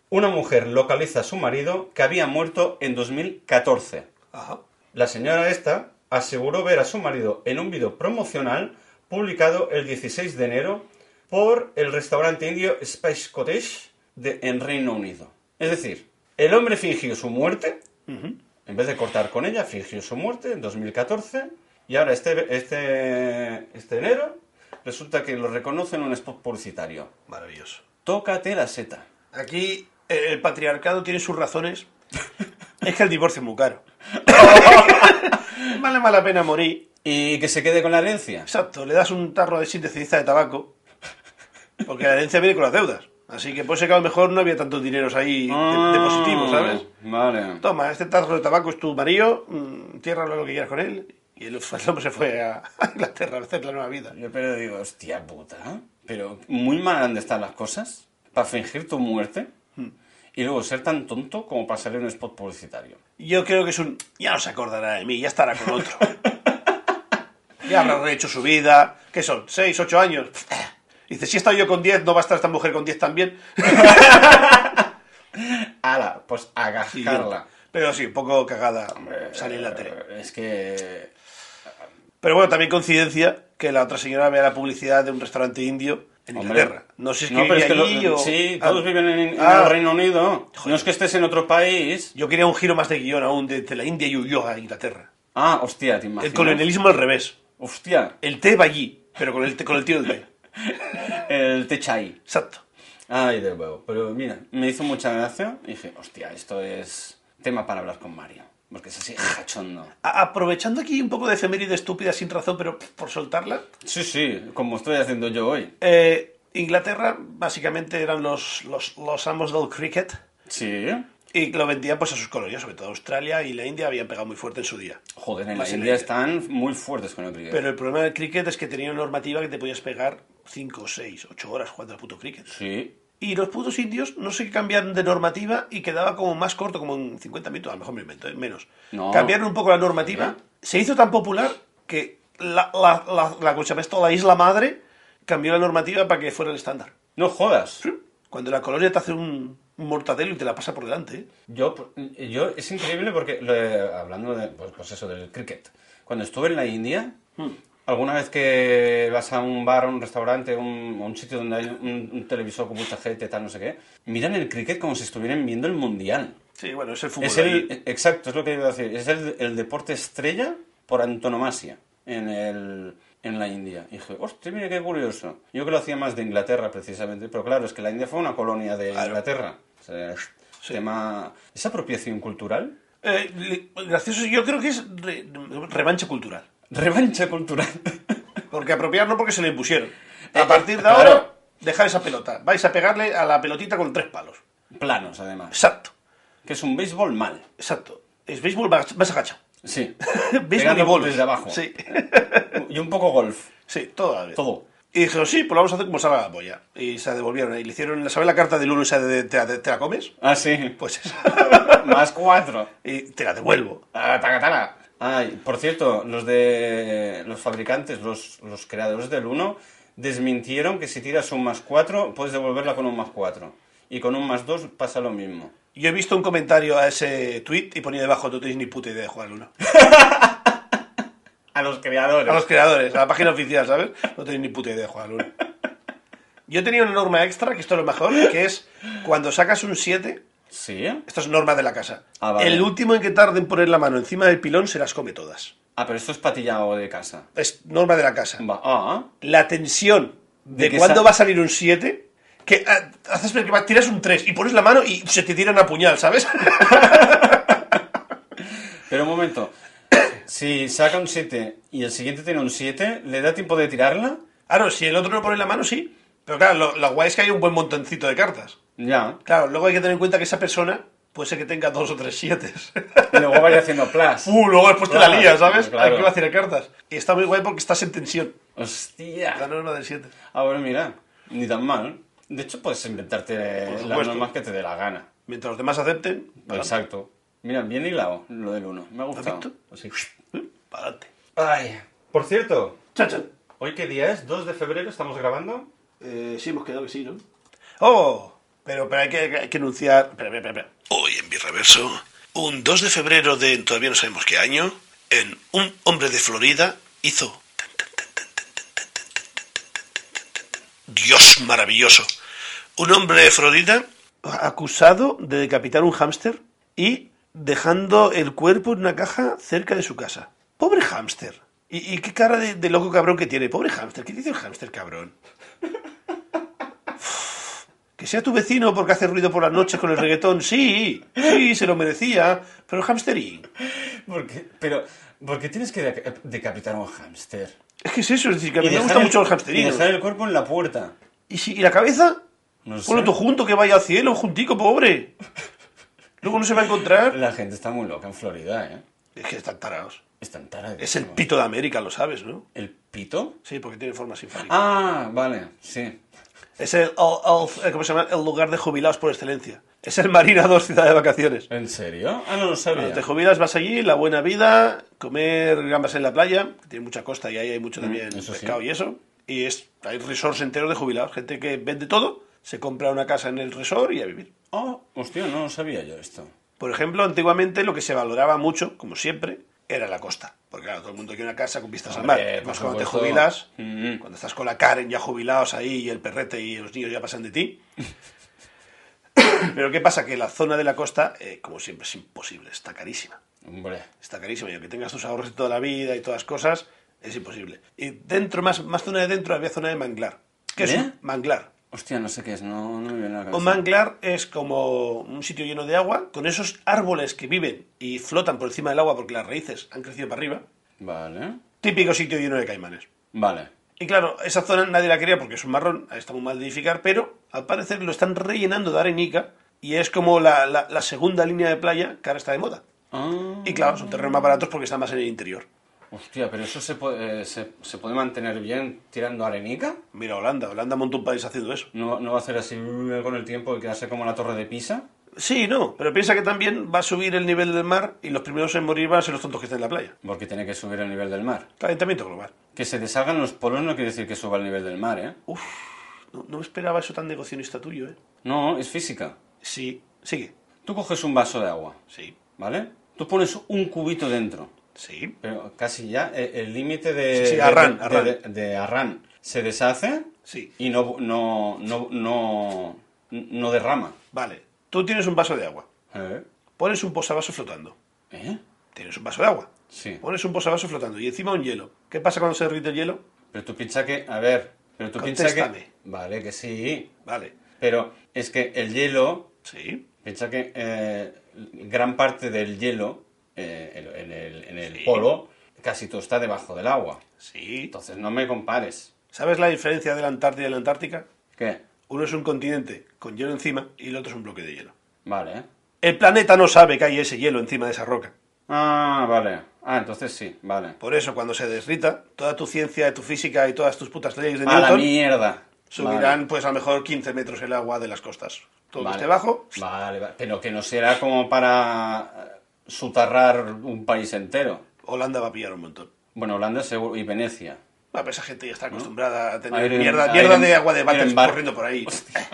S1: Una mujer localiza a su marido que había muerto en 2014.
S2: Ajá.
S1: La señora esta aseguró ver a su marido en un vídeo promocional publicado el 16 de enero por el restaurante indio Spice Cottage de, en Reino Unido. Es decir, el hombre fingió su muerte, en vez de cortar con ella, fingió su muerte en 2014 y ahora este, este, este enero resulta que lo reconoce en un spot publicitario.
S2: Maravilloso.
S1: Tócate la seta.
S2: Aquí eh, el patriarcado tiene sus razones. es que el divorcio es muy caro. vale mala pena morir.
S1: Y que se quede con la herencia.
S2: Exacto, le das un tarro de sin de ceniza de tabaco. Porque la herencia viene con las deudas. Así que puede ser que a lo mejor no había tantos dineros ahí de, de positivo, ¿sabes?
S1: Ah, Vale.
S2: Toma, este tarro de tabaco es tu marido, mm, tiérralo lo que quieras con él. Y el, el hombre se fue a a Inglaterra a hacer la nueva vida.
S1: Yo pero digo, hostia puta, pero muy mal han de estar las cosas para fingir tu muerte
S2: Hmm.
S1: y luego ser tan tonto como para salir en un spot publicitario.
S2: Yo creo que es un. Ya no se acordará de mí, ya estará con otro. ya habrá rehecho su vida. ¿Qué son? ¿Seis, ocho años? Dice, si he estado yo con 10, no va a estar esta mujer con 10 también.
S1: ¡Hala! Pues
S2: Y-
S1: agajarla.
S2: Pero sí, un poco cagada salir en la tele.
S1: Eh, Es que...
S2: Pero bueno, también coincidencia que la otra señora vea la publicidad de un restaurante indio en
S1: hombre,
S2: Inglaterra. No sé si es
S1: no,
S2: que
S1: pero
S2: vivía
S1: es que
S2: allí
S1: lo-
S2: o...
S1: Sí,
S2: Ah,
S1: todos viven en, en
S2: Ah.
S1: el Reino Unido. No es que estés en otro país.
S2: Yo quería un giro más de guión aún, de, de la India y huyó a Inglaterra.
S1: Ah, hostia, te
S2: El
S1: imaginas.
S2: colonialismo al revés.
S1: Hostia,
S2: El té va allí, pero con el, té- con el tío del té.
S1: el techai.
S2: Exacto.
S1: Ay, de huevo. Pero mira, me hizo mucha gracia y dije, hostia, esto es tema para hablar con Mario. Porque es así, jachondo.
S2: A- Aprovechando aquí un poco de efeméride estúpida sin razón, pero pff, por soltarla.
S1: Sí, sí, como estoy haciendo yo hoy.
S2: eh, Inglaterra básicamente eran los, los, los amos del cricket
S1: Sí.
S2: y lo vendían pues a sus colonias, sobre todo Australia y la India habían pegado muy fuerte en su día.
S1: Joder, en la
S2: Más Pues en la
S1: India
S2: India.
S1: están muy fuertes con el cricket.
S2: Pero el problema del cricket es que tenía una normativa que te podías pegar 5, 6, 8 horas jugando al puto cricket.
S1: Sí.
S2: Y los putos indios no sé qué cambiaron de normativa y quedaba como más corto, como en 50 minutos, a lo mejor me invento, ¿eh? menos.
S1: No. ¿Eh?
S2: Cambiaron un poco la normativa. Se hizo tan popular que la, la, la, la, ¿cómo se llama esto? la isla madre cambió la normativa para que fuera el estándar.
S1: No jodas.
S2: Cuando la colonia te hace un, un mortadelo y te la pasa por delante. ¿eh?
S1: Yo, yo es increíble porque lo de- hablando de, pues, pues eso, del cricket. Cuando estuve en la India, alguna vez que vas a un bar, a un restaurante, un, a un sitio donde hay un, un televisor con mucha gente, tal, no sé qué, miran el cricket como si estuvieran viendo el mundial.
S2: Sí, bueno, es el fútbol.
S1: Es
S2: ahí.
S1: el, exacto, es lo que iba a decir. Es el, el deporte estrella por antonomasia en, el, en la India. Y dije, hostia, mira qué curioso. Yo que lo hacía más de Inglaterra, precisamente. Pero claro, es que la India fue una colonia de
S2: Claro.
S1: Inglaterra. O sea, es
S2: Sí.
S1: tema... ¿Es apropiación cultural?
S2: Eh, le- gracioso, yo creo que es re- revancha cultural.
S1: Revancha cultural.
S2: Porque apropiar no porque se lo impusieron.
S1: Eh,
S2: A partir de
S1: claro.
S2: ahora, dejad esa pelota. Vais a pegarle a la pelotita con tres palos.
S1: Planos, además.
S2: Exacto,
S1: Que es un béisbol mal.
S2: exacto. Es béisbol, vas vas agachado.
S1: Sí.
S2: Béisbol y
S1: Pegando
S2: bolos.
S1: desde abajo.
S2: Sí,
S1: Y un poco golf.
S2: sí, todo a la vez.
S1: Todo.
S2: Y dijeron, sí, pues lo vamos a hacer como salga la polla. Y se devolvieron. Y le hicieron, ¿sabes la carta del uno esa de te, la- te la comes?
S1: Ah, sí.
S2: Pues esa.
S1: Más cuatro.
S2: y te la devuelvo.
S1: Ah, tacatala. Ay, por cierto, los de los fabricantes, los, los creadores del 1, desmintieron que si tiras un más 4, puedes devolverla con un más 4. Y con un más 2 pasa lo mismo.
S2: Yo he visto un comentario a ese tweet y ponía debajo, no tenéis ni puta idea de jugar al uno.
S1: A los
S2: A los
S1: creadores.
S2: creadores, a la página oficial, ¿sabes? No tenéis ni puta idea de jugar al uno. Yo tenía una norma extra, que esto es lo mejor, que es cuando sacas un 7,
S1: ¿Sí?
S2: esto es norma de la casa.
S1: Ah, vale.
S2: El último en que tarden en poner la mano encima del pilón se las come todas.
S1: Ah, pero esto es patillado de casa.
S2: Es norma de la casa.
S1: Va, ah,
S2: la tensión
S1: De
S2: de,
S1: que
S2: cuándo
S1: sa-
S2: va a salir un 7, que ah, haces ver que va- tiras un 3 y pones la mano y se te tiran a puñal, ¿sabes?
S1: Pero un momento. Si saca un 7 y el siguiente tiene un 7, ¿le da tiempo de tirarla?
S2: ah, no, si el otro no pone la mano, sí. Pero claro, lo, lo guay es que hay un buen montoncito de cartas.
S1: Ya.
S2: Claro, luego hay que tener en cuenta que esa persona puede ser que tenga dos o tres siete.
S1: Y luego vaya haciendo plas.
S2: ¡Uh! Luego después te la
S1: Claro,
S2: lías, ¿sabes?
S1: claro.
S2: Hay que vaciar cartas. Y está muy guay porque estás en tensión.
S1: Hostia.
S2: La norma del 7.
S1: Ah, bueno, mira, ni tan mal. De hecho, puedes inventarte
S2: Por
S1: las
S2: supuesto.
S1: normas que te dé la gana.
S2: Mientras los demás acepten,
S1: Exacto. Mira, bien hilado lo del uno. Me ha gustado. Así.
S2: para adelante.
S1: Ay, por cierto,
S2: Chan, chan.
S1: ¿hoy qué día es? ¿2 de febrero estamos grabando?
S2: Eh, sí, hemos quedado que sí, ¿no? ¡Oh! Pero, pero hay, que, hay que anunciar. Espera, espera, espera, espera. Hoy en Birreverso, un 2 de febrero de todavía no sabemos qué año, en un hombre de Florida hizo. Dios maravilloso. Un hombre de Florida acusado de decapitar un hámster y dejando el cuerpo en una caja cerca de su casa. Pobre hámster. ¿Y, y qué cara de, de loco cabrón que tiene? Pobre hámster. ¿Qué dice el hámster cabrón? Que sea tu vecino porque hace ruido por las noches con el reggaetón, sí, sí, se lo merecía, pero hamsterín.
S1: ¿Por qué? Pero, ¿por qué tienes que deca- decapitar a un hámster?
S2: Es que es eso, es decir, que a mí
S1: Y
S2: me
S1: dejar
S2: gustan
S1: el-
S2: mucho los
S1: Y
S2: hamsterinos.
S1: dejar el cuerpo en la puerta.
S2: ¿Y, si, ¿Y la cabeza?
S1: No sé.
S2: Ponlo tú junto, que vaya al cielo, juntico, pobre. Luego no se va a encontrar.
S1: La gente está muy loca en Florida, ¿eh?
S2: Es que están tarados.
S1: Están tarados.
S2: Es el pito de América, lo sabes, ¿no?
S1: ¿El pito?
S2: Sí, porque tiene forma sinfónica.
S1: Ah, vale, sí.
S2: Es el, el- el- ¿cómo se llama? el lugar de jubilados por excelencia. Es el Marina 2, ciudad de vacaciones.
S1: ¿En serio? Ah, no lo
S2: Cuando
S1: sabía.
S2: te jubilas vas allí, la buena vida, comer gambas en la playa, que tiene mucha costa y ahí hay mucho también
S1: Mm, eso sí.
S2: pescado y eso. Y es, hay resorts enteros de jubilados, gente que vende todo, se compra una casa en el resort y a vivir.
S1: Oh, hostia, no lo sabía yo esto.
S2: Por ejemplo, antiguamente lo que se valoraba mucho, como siempre, era la costa. Porque claro, todo el mundo quiere una casa con vistas
S1: Hombre,
S2: al mar.
S1: por
S2: Más cuando te
S1: supuesto.
S2: jubilas,
S1: Mm.
S2: cuando estás con la Karen ya jubilados ahí y el perrete y los niños ya pasan de ti. Pero ¿qué pasa? Que la zona de la costa, eh, como siempre, es imposible, está carísima
S1: Hombre.
S2: está carísimo. Y aunque tengas tus ahorros de toda la vida y todas las cosas, es imposible. Y dentro, más, más zona de dentro, había zona de manglar. ¿Qué es
S1: ¿Eh? Ah,
S2: un manglar?
S1: Hostia, no sé qué es, no, no me viene a la cabeza.
S2: Un manglar es como un sitio lleno de agua, con esos árboles que viven y flotan por encima del agua porque las raíces han crecido para arriba.
S1: Vale.
S2: Típico sitio lleno de caimanes.
S1: Vale.
S2: Y claro, esa zona nadie la quería porque es un marrón, ahí está muy mal de edificar, pero al parecer lo están rellenando de arenica y es como la, la- la segunda línea de playa que ahora está de moda.
S1: Ah,
S2: Y claro, son terrenos más baratos porque están más en el interior.
S1: hostia, pero eso se puede, eh, se, se puede mantener bien tirando arenica.
S2: Mira Holanda, Holanda montó un país haciendo eso.
S1: ¿No, no va a hacer así uh, con el tiempo y quedarse como la torre de Pisa.
S2: Sí, no, pero piensa que también va a subir el nivel del mar y los primeros en morir van a ser los tontos que estén en la playa.
S1: Porque tiene que subir el nivel del mar.
S2: Calentamiento global.
S1: Que se deshagan los polos no quiere decir que suba el nivel del mar, ¿eh?
S2: Uf, no, no me esperaba eso tan negocionista tuyo, ¿eh?
S1: No, es física.
S2: Sí, sigue.
S1: Tú coges un vaso de agua,
S2: Sí,
S1: ¿vale? Tú pones un cubito dentro,
S2: sí.
S1: pero casi ya eh, el límite de,
S2: Sí, sí,
S1: de-
S2: arran,
S1: de-
S2: arran.
S1: de- de arran se deshace
S2: Sí,
S1: y no, no, no, no, no derrama.
S2: vale. Tú tienes un vaso de agua.
S1: ¿Eh?
S2: Pones un posavasos flotando.
S1: ¿Eh?
S2: Tienes un vaso de agua.
S1: Sí.
S2: Pones un posavasos flotando y encima un hielo. ¿Qué pasa cuando se derrite el hielo?
S1: Pero tú piensa que, a ver, pero tú piensa que...
S2: Contéstame.
S1: Vale, que sí.
S2: Vale.
S1: Pero es que el hielo,
S2: Sí.
S1: piensa que eh, gran parte del hielo eh, en, en el, en el
S2: Sí.
S1: polo casi todo está debajo del agua.
S2: Sí.
S1: Entonces no me compares.
S2: ¿Sabes la diferencia de la Antártida y la Antártica?
S1: ¿Qué?
S2: Uno es un continente con hielo encima y el otro es un bloque de hielo.
S1: Vale.
S2: El planeta no sabe que hay ese hielo encima de esa roca.
S1: Ah, vale. Ah, entonces sí, vale.
S2: Por eso, cuando se derrita, toda tu ciencia, tu física y todas tus putas leyes de
S1: A la
S2: Newton
S1: mierda.
S2: subirán, pues a lo mejor 15 metros el agua de las costas. Todo
S1: Vale.
S2: este bajo,
S1: Vale, vale. Pero que no será como para eh, soterrar un país entero.
S2: Holanda va a pillar un montón.
S1: Bueno, Holanda seguro y Venecia.
S2: Ah, pero esa gente ya está acostumbrada a tener
S1: Aire-
S2: mierda,
S1: aire-
S2: mierda de agua de váter
S1: Airenbar-
S2: corriendo por ahí.
S1: Hostia.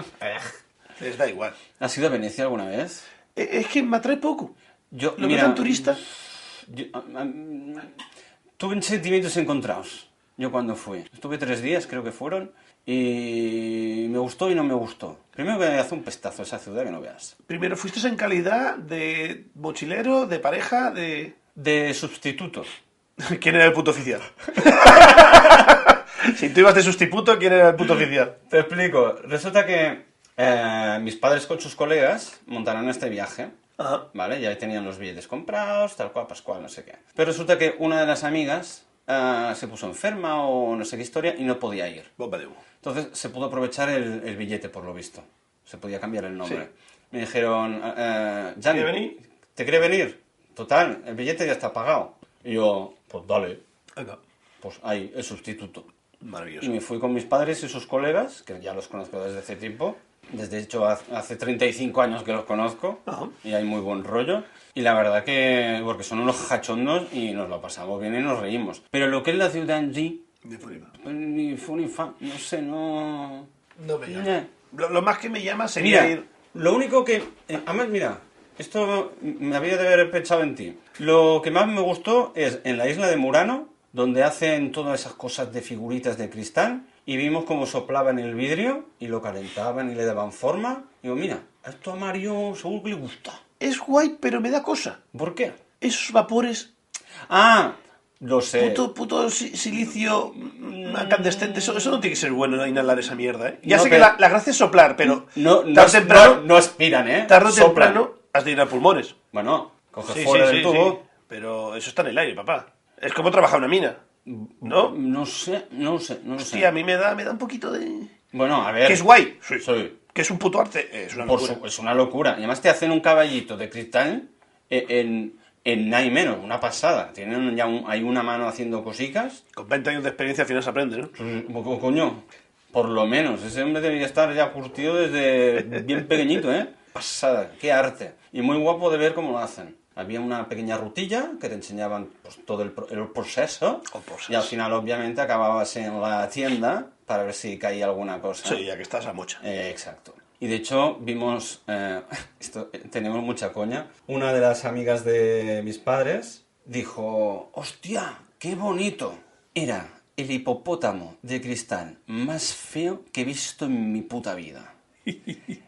S2: Les da igual.
S1: ¿Has ido a Venecia alguna vez?
S2: Eh, Es que me atrae poco.
S1: Yo,
S2: Lo
S1: mira,
S2: que tan turista.
S1: yo, ah, ah, tuve sentimientos encontrados. Yo cuando fui. Estuve tres días, creo que fueron, y me gustó y no me gustó. Primero que hace un pestazo esa ciudad que no veas.
S2: Primero, fuiste en calidad de mochilero, de pareja, de.
S1: De sustituto.
S2: ¿Quién era el puto oficial? si tú ibas de sustituto, ¿quién era el puto oficial?
S1: Te explico. Resulta que eh, mis padres con sus colegas montaron este viaje.
S2: Ajá.
S1: ¿Vale? Ya tenían los billetes comprados, tal cual, pascual, no sé qué. Pero resulta que una de las amigas eh, se puso enferma o no sé qué historia y no podía ir.
S2: Bomba de humo.
S1: Entonces se pudo aprovechar el, el billete, por lo visto. Se podía cambiar el nombre.
S2: Sí.
S1: Me dijeron, eh, eh, Jan,
S2: ¿Quiere venir?
S1: ¿te quiere venir? Total, el billete ya está pagado. Y yo, pues dale,
S2: Venga.
S1: pues ahí, el sustituto. Y
S2: Maravilloso.
S1: me fui con mis padres y sus colegas, que ya los conozco desde hace tiempo. Desde hecho, haz- hace 35 años que los conozco.
S2: Ajá.
S1: Y hay muy buen rollo. Y la verdad que, porque son unos jachondos y nos lo pasamos bien y nos reímos. Pero lo que es la ciudad en sí, pues,
S2: De Furima.
S1: ni fu ni fa, no sé, no...
S2: No me llama.
S1: Ya.
S2: Lo, lo más que me llama sería
S1: Eh, Mira,
S2: ir.
S1: lo único que... eh, además, mira, esto me había de haber pensado en ti. Lo que más me gustó es en la isla de Murano, donde hacen todas esas cosas de figuritas de cristal, y vimos cómo soplaban el vidrio y lo calentaban y le daban forma. digo, mira, a esto a Mario seguro que le gusta.
S2: Es guay, pero me da cosa.
S1: ¿Por qué?
S2: Esos vapores,
S1: Ah, lo sé.
S2: puto, puto si- silicio mm, incandescente, eso, eso no tiene que ser bueno inhalar esa mierda, ¿eh? Ya
S1: No,
S2: sé que
S1: pero-
S2: la, la gracia es soplar, pero
S1: No,
S2: tarde
S1: no,
S2: o temprano,
S1: no- no aspiran, ¿eh?
S2: tarde o
S1: Soplan.
S2: temprano has de ir a pulmones.
S1: Bueno, coges fuera del tubo.
S2: Pero eso está en el aire, papá. Es como trabajar una mina, ¿no?
S1: No sé, no sé, no
S2: Sí,
S1: sé.
S2: a mí me da, me da un poquito de...
S1: Bueno, a ver.
S2: Que es guay, sí.
S1: Er- Sí.
S2: Que es un puto arte, eh, es una
S1: Por
S2: locura.
S1: su- es una locura. Y además te hacen un caballito de cristal en, en, en nada y menos, una pasada. Tienen ya un- hay una mano haciendo cositas.
S2: Con 20 años de experiencia al final se aprende, ¿no?
S1: Co- co- Coño, por lo menos. Ese hombre debería estar ya curtido desde bien pequeñito, ¿eh? Pasada, qué arte. Y muy guapo de ver cómo lo hacen. Había una pequeña rutilla que te enseñaban pues, todo el, pro- el proceso.
S2: El proceso.
S1: Y al final, obviamente, acababas en la tienda para ver si caía alguna cosa.
S2: Sí, ya que estás a mocha.
S1: Eh, exacto. Y de hecho vimos, eh, esto, eh, tenemos mucha coña, una de las amigas de mis padres dijo, hostia, qué bonito. Era el hipopótamo de cristal más feo que he visto en mi puta vida.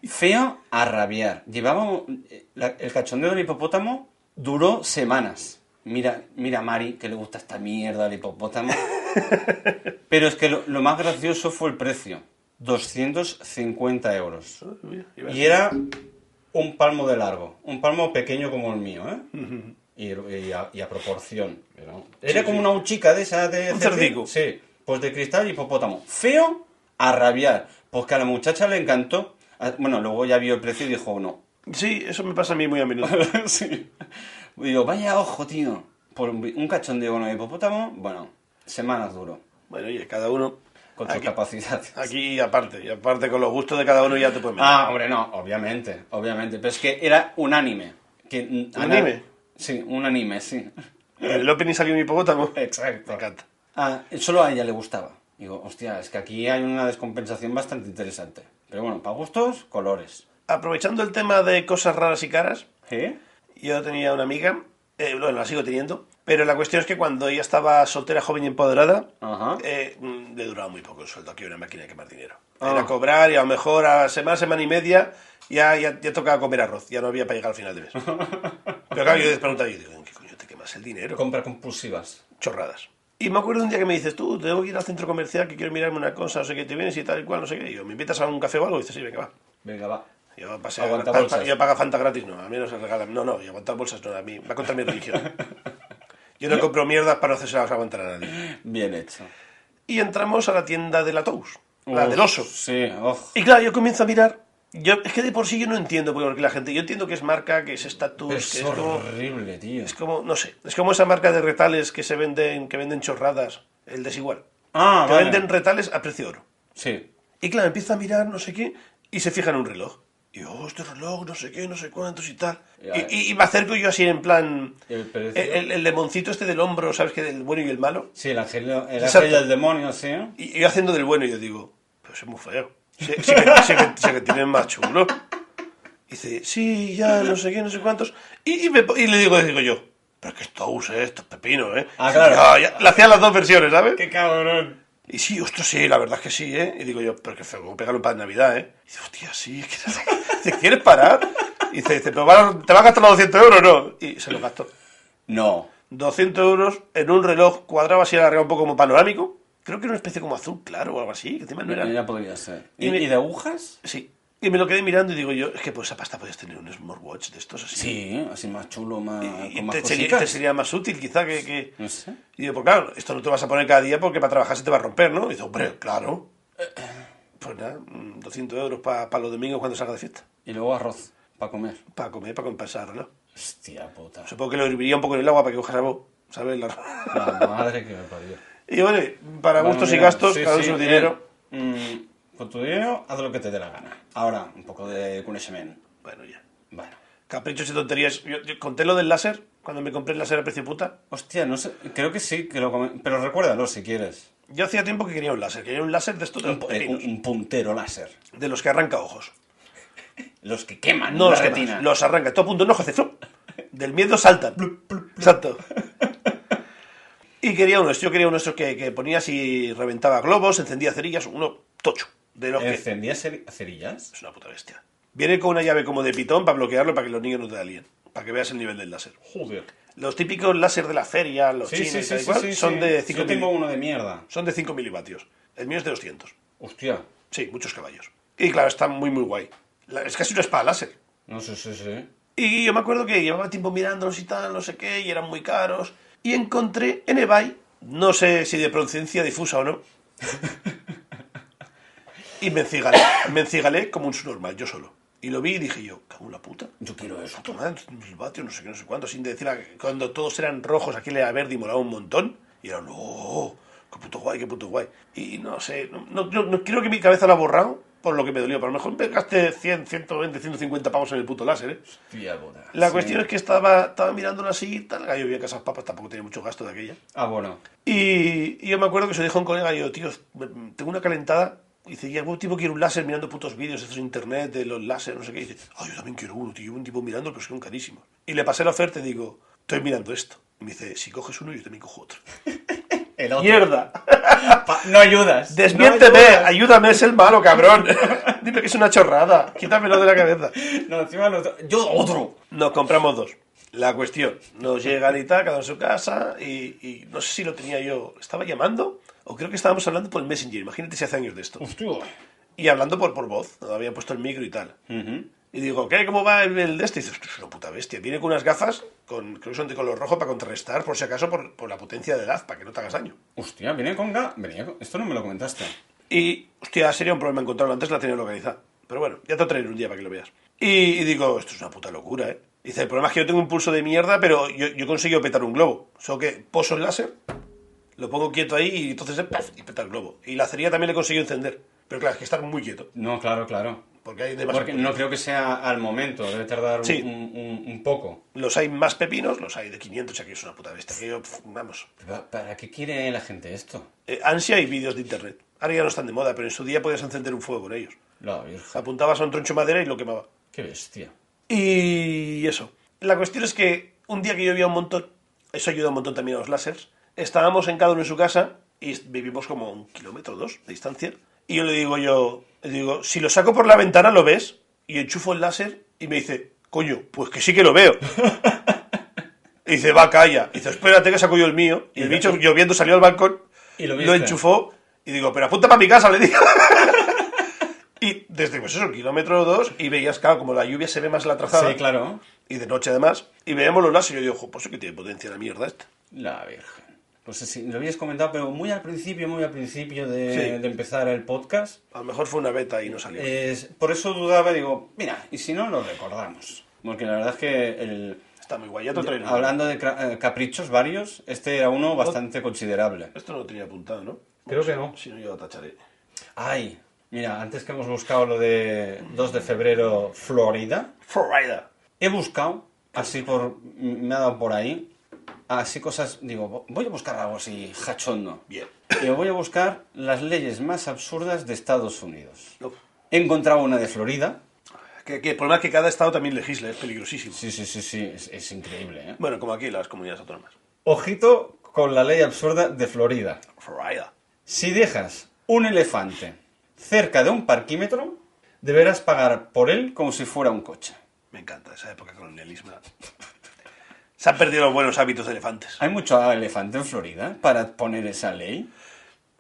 S1: Feo a rabiar. Llevaba eh, la- el cachondeo del hipopótamo duró semanas. Mira, mira a Mari, que le gusta esta mierda del hipopótamo. Pero es que lo, lo más gracioso fue el precio. 250 euros. Y era un palmo de largo. Un palmo pequeño como el mío, ¿eh? Y, y a, y a proporción. Era, era como una chica de esa de...
S2: Un
S1: de-
S2: cerdico.
S1: Sí. Pues de cristal y hipopótamo. Feo a rabiar. Pues que a la muchacha le encantó. Ah, Bueno, luego ya vio el precio y dijo, no,
S2: Sí, eso me pasa a mí muy a menudo.
S1: sí. Digo, vaya ojo, tío. Por un un cachondeo con el hipopótamo, bueno, semanas duro.
S2: Bueno, oye, cada uno.
S1: Con sus
S2: Aquí,
S1: capacidades.
S2: aquí aparte, y aparte con los gustos de cada uno ya te puedes meter.
S1: Ah, hombre, no, obviamente, obviamente. Pero es que era un anime. Que, ¿Un
S2: anime?
S1: Sí, un anime, sí.
S2: En el opening salió un hipopótamo.
S1: Exacto.
S2: Me encanta.
S1: Ah, solo a ella le gustaba. Digo, hostia, es que aquí hay una descompensación bastante interesante. Pero bueno, para gustos, colores.
S2: aprovechando el tema de cosas raras y caras,
S1: ¿Eh?
S2: yo tenía una amiga, eh, bueno, la sigo teniendo, pero la cuestión es que cuando ella estaba soltera, joven y empoderada,
S1: Ajá.
S2: eh, mm, le duraba muy poco el sueldo, aquí era una máquina de quemar dinero.
S1: Ah.
S2: Era cobrar y a lo mejor a semana, semana y media ya, ya, ya tocaba comer arroz, ya no había para llegar al final de mes. Pero claro, yo les preguntaba, yo digo, ¿en qué coño te quemas el dinero?
S1: Compra compulsivas.
S2: chorradas. Y me acuerdo un día que me dices, tú, tengo que ir al centro comercial, que quiero mirarme una cosa, no sé qué, te vienes y tal y cual, no sé qué. Y yo, ¿me invitas a un café o algo? Y dices, sí, venga, va.
S1: Venga, va.
S2: Yo pasé
S1: Aguanta
S2: pa-
S1: bolsas.
S2: pa- yo pago Fanta gratis, no, a mí no se regalan. No, no, yo aguantar bolsas no, a mí va contra mi religión. Yo no compro mierdas para no hacerse las aguantar a nadie.
S1: Bien hecho.
S2: Y entramos a la tienda de la Tous,
S1: Oh.
S2: la del oso.
S1: Sí, uf.
S2: Y claro, yo comienzo a mirar. Yo, es que de por sí yo no entiendo por qué la gente. Yo entiendo que es marca, que es estatus, que
S1: Es eh.
S2: es como.
S1: horrible, tío.
S2: Es como, no sé, es como esa marca de retales que se venden, que venden chorradas, el desigual.
S1: Ah,
S2: que
S1: vale.
S2: venden retales a precio de oro.
S1: Sí.
S2: Y claro, empieza a mirar no sé qué y se fija en un reloj. Y yo, oh, este reloj, no sé qué, no sé cuántos y tal.
S1: Ya,
S2: Y,
S1: ya.
S2: y- y me acerco yo así en plan...
S1: El
S2: el,
S1: precio.
S2: el- el demoncito este del hombro, ¿sabes qué? Del bueno y el malo.
S1: Sí, el ángel, el
S2: Exacto.
S1: ángel del demonio, sí.
S2: Y y yo haciendo del bueno y yo digo, pues es muy feo. Sí, sí que, sí que- sí que tienen más chulo. Y dice, sí, ya, no sé qué, no sé cuántos. Y, y me po- y le digo, digo yo, pero es que esto usa estos pepinos, ¿eh?
S1: Ah, claro.
S2: Ya, ya, le hacía las dos versiones, ¿sabes?
S1: ¡Qué cabrón!
S2: Y sí, ostras, sí, la verdad es que sí, ¿eh? Y digo yo, pero que feo, como pegar un pan de Navidad, ¿eh? Y dice, hostia, sí, es que... ¿Te quieres parar? Y dice, dice, pero va- ¿te vas a gastar los 200 euros no? Y se lo gastó.
S1: No.
S2: 200 euros en un reloj cuadrado así alargado un poco como panorámico. Creo que era una especie como azul claro o algo así, que encima no
S1: Ya,
S2: era...
S1: podría ser.
S2: Y
S1: ¿Y,
S2: me-
S1: y de agujas?
S2: Sí. Y me lo quedé mirando y digo yo, es que por esa pasta podías tener un smartwatch de estos así.
S1: Sí, así más chulo, más,
S2: Y
S1: con más
S2: te sería,
S1: cositas.
S2: te sería más útil quizá que... que-
S1: No sé.
S2: Y digo, pues claro, esto no te vas a poner cada día porque para trabajar se te va a romper, ¿no? Y dice, hombre, claro. Pues nada, mm, 200 euros para los domingos cuando salga de fiesta.
S1: Y luego arroz, para comer.
S2: Para comer, para compensarlo.
S1: Hostia puta.
S2: Supongo que lo herviría un poco en el agua para que coja vos ¿sabes? La-
S1: La madre que me parió.
S2: Y bueno, para
S1: Bueno,
S2: gustos y
S1: mira,
S2: gastos,
S1: sí,
S2: cada uno
S1: sí,
S2: su
S1: eh,
S2: dinero.
S1: mm, con tu dinero, haz lo que te dé la gana. Ahora, un poco de conocimiento.
S2: Bueno, ya.
S1: Bueno.
S2: Caprichos y tonterías. Yo, yo conté lo del láser, cuando me compré el láser a precio puta.
S1: Hostia, no sé, creo que sí, que lo come- pero recuérdalo si quieres.
S2: Yo hacía tiempo que quería un láser, quería un láser de estos de los,
S1: Eh, un,
S2: pepinos,
S1: un puntero láser.
S2: de los que arranca ojos.
S1: Los que queman,
S2: No
S1: la
S2: los
S1: retina.
S2: quemas, los arranca. Todo punto en ojo, hace flop. Del miedo saltan. Exacto. Y quería uno, yo quería uno de estos que, que ponías y reventaba globos, encendía cerillas, uno tocho. De los que. Es
S1: ¿Encendía ceri- cerillas?
S2: una puta bestia. Viene con una llave como de pitón para bloquearlo para que los niños no te alien. Para que veas el nivel del láser.
S1: Joder.
S2: Los típicos láser de la feria, los
S1: Sí,
S2: chinos
S1: sí,
S2: y
S1: sí,
S2: tal y
S1: sí,
S2: cual,
S1: sí,
S2: son,
S1: sí.
S2: De 5
S1: Yo tengo uno de mierda.
S2: son de 5 milivatios. El mío es de 200.
S1: Hostia.
S2: Sí, muchos caballos. Y claro, está muy, muy guay. La- Es casi una espada láser.
S1: No sé, sí, sí.
S2: Y yo me acuerdo que llevaba tiempo mirándolos y tal, no sé qué, y eran muy caros. Y encontré en eBay, no sé si de procedencia difusa o no, y me encigalé, me encigalé como un normal, yo solo. Y lo vi y dije yo, cago en la puta.
S1: Yo quiero eso.
S2: Puta madre, el vatio, Pues, no sé qué, no sé cuánto, sin decir, a- cuando todos eran rojos, aquí le era verde y molaba un montón. Y era, no, qué puto guay, qué puto guay. Y no sé, no, no, no- no- creo que mi cabeza lo ha borrado por lo que me dolió. Pero a lo mejor me gasté 100, 120, 150 pavos en el puto láser, ¿eh?
S1: Hostia puta.
S2: La
S1: Sí.
S2: cuestión es que estaba, estaba mirándolo así y tal. Yo vivía en Casas Papas, tampoco tenía mucho gasto de aquella.
S1: Ah, bueno.
S2: Y, y yo me acuerdo que se lo dijo a un colega, yo, tío, me- tengo una calentada. Y dice, ya, un tipo quiere un láser mirando putos vídeos, estos de internet, de los láser, no sé qué. Y dice, ah, yo también quiero uno, tío, un tipo mirando, pero son carísimos. Y le pasé la oferta y digo, estoy mirando esto. Y me dice, si coges uno, yo también cojo otro.
S1: El otro.
S2: ¡Mierda!
S1: Pa- no ayudas.
S2: Desmiénteme,
S1: No ayudas.
S2: ayúdame, es el malo, cabrón. Dime que es una chorrada, quítamelo de la cabeza.
S1: No, encima el otro. Yo otro.
S2: Nos compramos dos. La cuestión, nos llegan y tal, cada uno en su casa, y, y no sé si lo tenía yo. ¿Estaba llamando? O creo que estábamos hablando por el Messenger, imagínate si hace años de esto.
S1: Hostia.
S2: Y hablando por, por voz, no había puesto el micro y tal. Y digo, ¿qué? ¿Cómo va el, el de este? Y dices, es una puta bestia. Viene con unas gafas, con, creo que son de color rojo, para contrarrestar, por si acaso, por, por la potencia de edad, para que no te hagas daño.
S1: Hostia, viene con ga. Venía con- Esto no me lo comentaste.
S2: Y, hostia, sería un problema encontrarlo antes, la tenía localizada. Pero bueno, ya te traeré un día para que lo veas. Y, y digo, esto es una puta locura, ¿eh? Dice, el problema es que yo tengo un pulso de mierda, pero yo, yo he conseguido petar un globo. Solo que poso el láser, lo pongo quieto ahí y entonces, eh, ¡paf! y peta el globo. Y la cerilla también le he conseguido encender. Pero claro, es que estar muy quieto,
S1: No, claro, claro.
S2: porque hay demasiado
S1: Porque no creo que sea al momento, debe tardar un-
S2: Sí.
S1: un, un- un poco.
S2: Los hay más pepinos, los hay de 500, ya que es una puta bestia. Que yo, pf, vamos,
S1: ¿Pa- ¿Para qué quiere la gente esto?
S2: Eh, ansia y vídeos de internet. Ahora ya no están de moda, pero en su día podías encender un fuego con ellos.
S1: La Virgen.
S2: Apuntabas a un troncho de madera y lo quemaba.
S1: Qué bestia.
S2: Y eso. La cuestión es que un día que llovía un montón, eso ayuda un montón también a los lásers, estábamos en cada uno en su casa y vivimos como a un kilómetro o dos de distancia. Y yo le digo yo, le digo, si lo saco por la ventana, ¿lo ves? Y enchufo el láser y me dice, coño, pues que sí que lo veo. y dice, va, calla. Y dice, espérate que saco yo el mío. Y el bicho lloviendo salió al balcón,
S1: Y lo
S2: lo,
S1: viste.
S2: enchufó y digo, pero apunta para mi casa, le digo. y desde, pues eso, un kilómetro o dos, y veías, claro, como la lluvia se ve más la trazada.
S1: Sí, claro.
S2: Y de noche además. Y veíamos los láser y yo digo, "Jo, pues sí que tiene potencia la mierda esta.
S1: La Virgen. No sé si lo habías comentado, pero muy al principio, muy al principio de,
S2: Sí.
S1: de empezar el podcast.
S2: A lo mejor fue una beta y no salió.
S1: es- por eso dudaba, digo, mira, y si no, lo recordamos. Porque la verdad es que el,
S2: Está muy guay, ya te lo traigo.
S1: hablando de cra- eh, caprichos varios, este era uno bastante considerable.
S2: Esto no lo tenía apuntado, ¿no?
S1: Creo
S2: Bueno,
S1: que
S2: si-
S1: no.
S2: Si no, yo lo tacharé.
S1: Ay, mira, antes que hemos buscado lo de 2 de febrero, Florida,
S2: Florida.
S1: he buscado, así por, me ha dado por ahí, así cosas, digo, voy a buscar algo así, hachondo.
S2: Bien.
S1: Y voy a buscar las leyes más absurdas de Estados Unidos.
S2: No.
S1: He encontrado una de Florida.
S2: Que, que el problema es que cada estado también legisla, es peligrosísimo.
S1: Sí, sí, sí, sí, es, es increíble, ¿eh?
S2: Bueno, como aquí las comunidades autónomas.
S1: Ojito con la ley absurda de Florida.
S2: Florida.
S1: Si dejas un elefante cerca de un parquímetro, deberás pagar por él como si fuera un coche.
S2: Me encanta esa época colonialismo. Se han perdido los buenos hábitos de elefantes.
S1: ¿Hay mucho elefante en Florida para poner esa ley?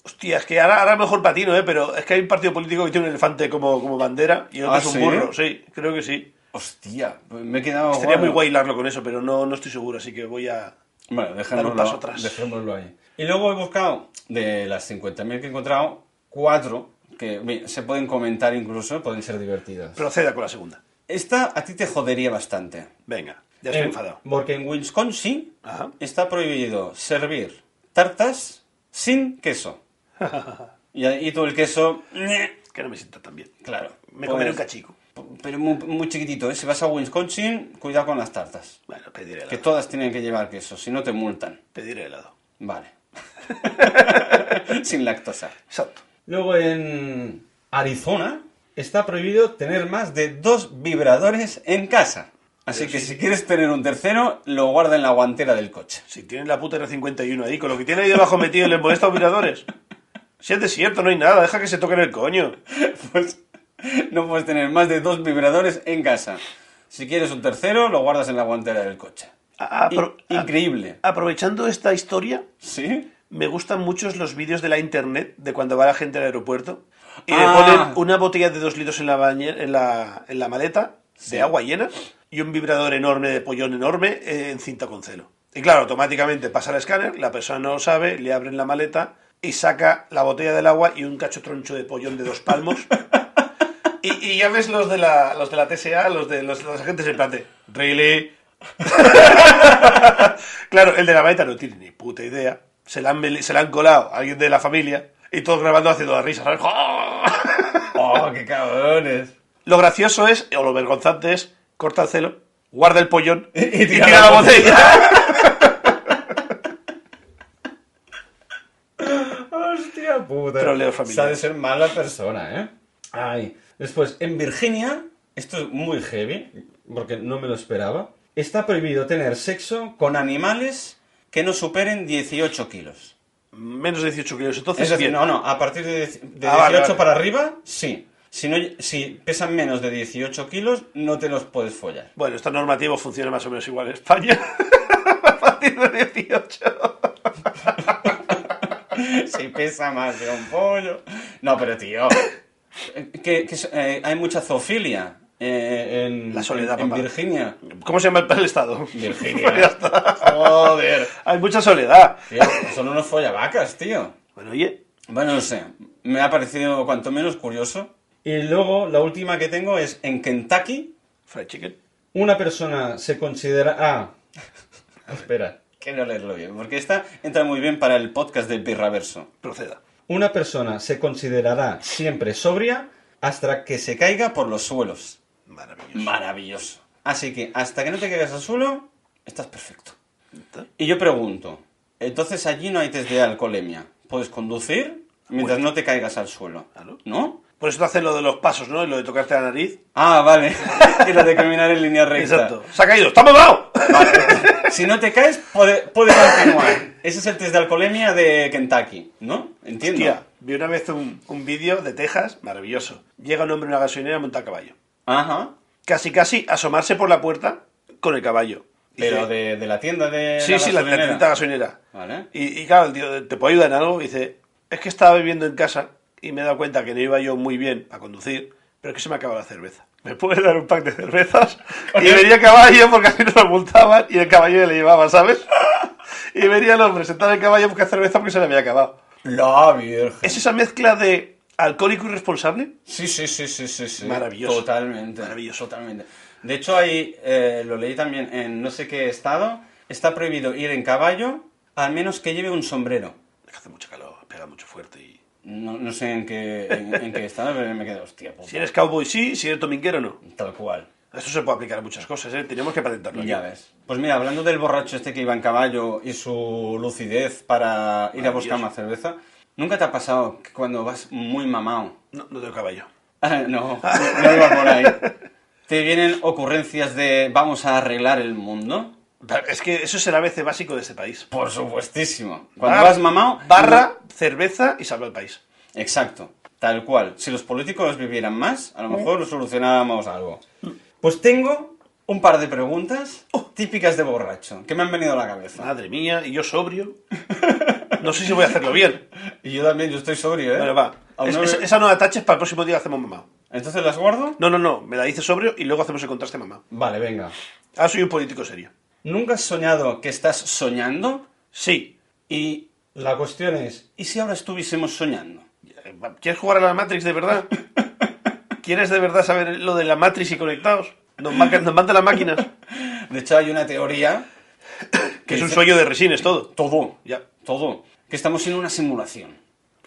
S2: Hostia, es que ahora, ahora mejor patino, ¿eh? Pero es que hay un partido político que tiene un elefante como, como bandera y el otro
S1: Ah,
S2: es un
S1: ¿sí?
S2: burro. Sí, creo que sí.
S1: Hostia, me he quedado...
S2: Estaría muy guay hilarlo con eso, pero no, no estoy seguro, así que voy a...
S1: Bueno,
S2: Dar un paso
S1: dejémoslo,
S2: atrás.
S1: dejémoslo ahí. Y luego he buscado, de las 50.000 que he encontrado, cuatro que mira, se pueden comentar incluso, pueden ser divertidas.
S2: Proceda con la segunda.
S1: Esta a ti te jodería bastante.
S2: Venga, ya estoy
S1: Eh,
S2: enfadado.
S1: Porque en Wisconsin
S2: Ajá.
S1: está prohibido servir tartas sin queso. y, y tú el queso, ñe,
S2: Que no me sienta tan bien.
S1: claro.
S2: Me
S1: pues,
S2: comeré un cachico.
S1: Pero muy, muy chiquitito, ¿eh? Si vas a Wisconsin, cuidado con las tartas.
S2: Bueno, pediré
S1: Que
S2: helado.
S1: todas tienen que llevar queso, si no te multan.
S2: Pediré helado.
S1: Vale. sin lactosa.
S2: Exacto.
S1: Luego en Arizona está prohibido tener más de dos vibradores en casa. Así que si quieres tener un tercero, lo guarda en la guantera del coche.
S2: Si tienen la puta R51 ahí, con lo que tiene ahí debajo metido, les molesta a operadores. Si es desierto, no hay nada, deja que se toquen el coño.
S1: Pues no puedes tener más de dos vibradores en casa. Si quieres un tercero, lo guardas en la guantera del coche.
S2: A- a-
S1: I-
S2: pro- a-
S1: Increíble.
S2: Aprovechando esta historia,
S1: ¿Sí?
S2: me gustan mucho los vídeos de la internet de cuando va la gente al aeropuerto y le
S1: Ah.
S2: ponen una botella de dos litros en la, bañe- en la, en la maleta de agua llena y un vibrador enorme de pollón enorme eh, en cinta con celo. Y claro, automáticamente pasa el escáner, la persona no lo sabe, le abren la maleta y saca la botella del agua y un cacho troncho de pollón de dos palmos. y, y ya ves los de la, los de la TSA, los de los, los agentes en plan de, ¿really? Claro, el de la maleta no tiene ni puta idea. Se la han, meli- se la han colado a alguien de la familia y todos grabando haciendo la risa, ¿sabes?
S1: ¡Oh, qué cabrones!
S2: Lo gracioso es, o lo vergonzante es, corta el celo, guarda el pollón y,
S1: Y
S2: tira,
S1: tira
S2: la
S1: la
S2: botella.
S1: Hostia puta.
S2: Troleo familiar.
S1: Se ha de ser mala persona, ¿eh? Ay. Después, en Virginia, esto es muy heavy, porque no me lo esperaba. Está prohibido tener sexo con animales que no superen 18 kilos.
S2: Menos de 18 kilos, entonces
S1: Es decir,
S2: bien.
S1: no, no, a partir de, dieci- de
S2: Ah, vale,
S1: 18
S2: vale.
S1: para arriba, sí. Si, no, si pesan menos de 18 kilos, no te los puedes follar.
S2: Bueno, esta normativa funciona más o menos igual en España. A partir de 18.
S1: si pesa más de un pollo. No, pero tío. eh, Que, que es- eh, hay mucha zoofilia eh, en,
S2: La soledad,
S1: en, en
S2: papá.
S1: Virginia.
S2: ¿Cómo se llama el, el estado? Pues
S1: Virginia.
S2: Ya está.
S1: Joder.
S2: Hay mucha soledad.
S1: Tío, son unos follavacas, tío.
S2: Bueno, oye,
S1: Bueno, no sé. Me ha parecido cuanto menos curioso. Y luego, la última que tengo es en Kentucky.
S2: fried chicken.
S1: Una persona se considera. Ah. Espera. Quiero leerlo bien, porque esta entra muy bien para el podcast de Pirraverso.
S2: Proceda.
S1: Una persona se considerará siempre sobria hasta que se caiga por los suelos.
S2: Maravilloso.
S1: Maravilloso. Así que hasta que no te caigas al suelo, estás perfecto.
S2: ¿Está?
S1: Y yo pregunto, entonces allí no hay test de alcoholemia. Puedes conducir mientras no te caigas al suelo.
S2: Claro.
S1: ¿No?
S2: Por eso te hacen lo de los pasos, ¿no? Y lo de tocarte la nariz.
S1: Ah, vale. y la de caminar en línea recta.
S2: Exacto. Se ha caído. ¡Está mamado!
S1: Vale. Si no te caes, puede, puede continuar. Ese es el test de alcoholemia de Kentucky, ¿no? Entiendo.
S2: Tía, vi una vez un, un vídeo de Texas, maravilloso. Llega un hombre a una gasolinera y monta a caballo.
S1: Ajá.
S2: Casi, casi asomarse por la puerta con el caballo. Y
S1: Pero
S2: dice,
S1: de, de la tienda de.
S2: Sí, sí, la de la
S1: gasolinera.
S2: tienda gasolinera.
S1: Vale.
S2: Y, y claro, el tío, ¿te puedo ayudar en algo? Y dice, es que estaba viviendo en casa y me he dado cuenta que no iba yo muy bien a conducir, pero es que se me acaba la cerveza. ¿Me puedes dar un pack de cervezas? Y venía a caballo porque así no lo multaban y el caballo le llevaba, ¿sabes? Y venía el hombre sentado en el caballo a buscar cerveza porque se le había acabado.
S1: La Virgen.
S2: Es esa mezcla de alcohólico irresponsable.
S1: Sí, sí, sí, sí, sí, sí.
S2: Maravilloso.
S1: Totalmente.
S2: Maravilloso.
S1: Totalmente. De hecho, ahí eh, lo leí también en no sé qué estado. Está prohibido ir en caballo al menos que lleve un sombrero.
S2: Es que hace mucho calor, pega mucho fuerte y...
S1: No, no sé en qué, en, en qué estado, pero me quedo, hostia, puta.
S2: Si eres cowboy sí, si eres dominguero no.
S1: Tal cual.
S2: Esto se puede aplicar a muchas cosas, ¿eh? Tenemos que patentarlo.
S1: Ya
S2: aquí.
S1: ves. Pues mira, hablando del borracho este que iba en caballo y su lucidez para ir a buscar
S2: Maravilloso.
S1: más cerveza, ¿nunca te ha pasado que cuando vas muy mamao
S2: No, no tengo caballo.
S1: Ah, No, no iba por ahí. ¿Te vienen ocurrencias de vamos a arreglar el mundo?
S2: Es que eso es el ABC básico de este país.
S1: Por supuestísimo. Cuando
S2: Bar-
S1: vas mamao...
S2: Barra, cerveza y salva el país.
S1: Exacto, tal cual. Si los políticos vivieran más, a lo mejor solucionábamos algo. Pues tengo un par de preguntas típicas de borracho que me han venido a la cabeza.
S2: Madre mía, y yo sobrio. No sé si voy a hacerlo bien.
S1: Y yo también, yo estoy sobrio, ¿eh?
S2: Bueno, va.
S1: Aún
S2: Es-
S1: no
S2: es-
S1: me-
S2: esa no la taches para el próximo día hacemos mamá.
S1: Entonces las guardo.
S2: No, no, no. Me la dices sobrio y luego hacemos el contraste mamá.
S1: Vale, venga.
S2: Ahora soy un político serio.
S1: ¿Nunca has soñado que estás soñando?
S2: Sí.
S1: Y la cuestión es, ¿y si ahora estuviésemos soñando?
S2: ¿Quieres jugar a la Matrix de verdad? ¿Quieres de verdad saber lo de la Matrix y conectados? Nos, marcan- nos manda la máquina.
S1: De hecho, hay una teoría
S2: Que es un sueño de resines todo.
S1: todo,
S2: Ya.
S1: todo, que estamos en una simulación.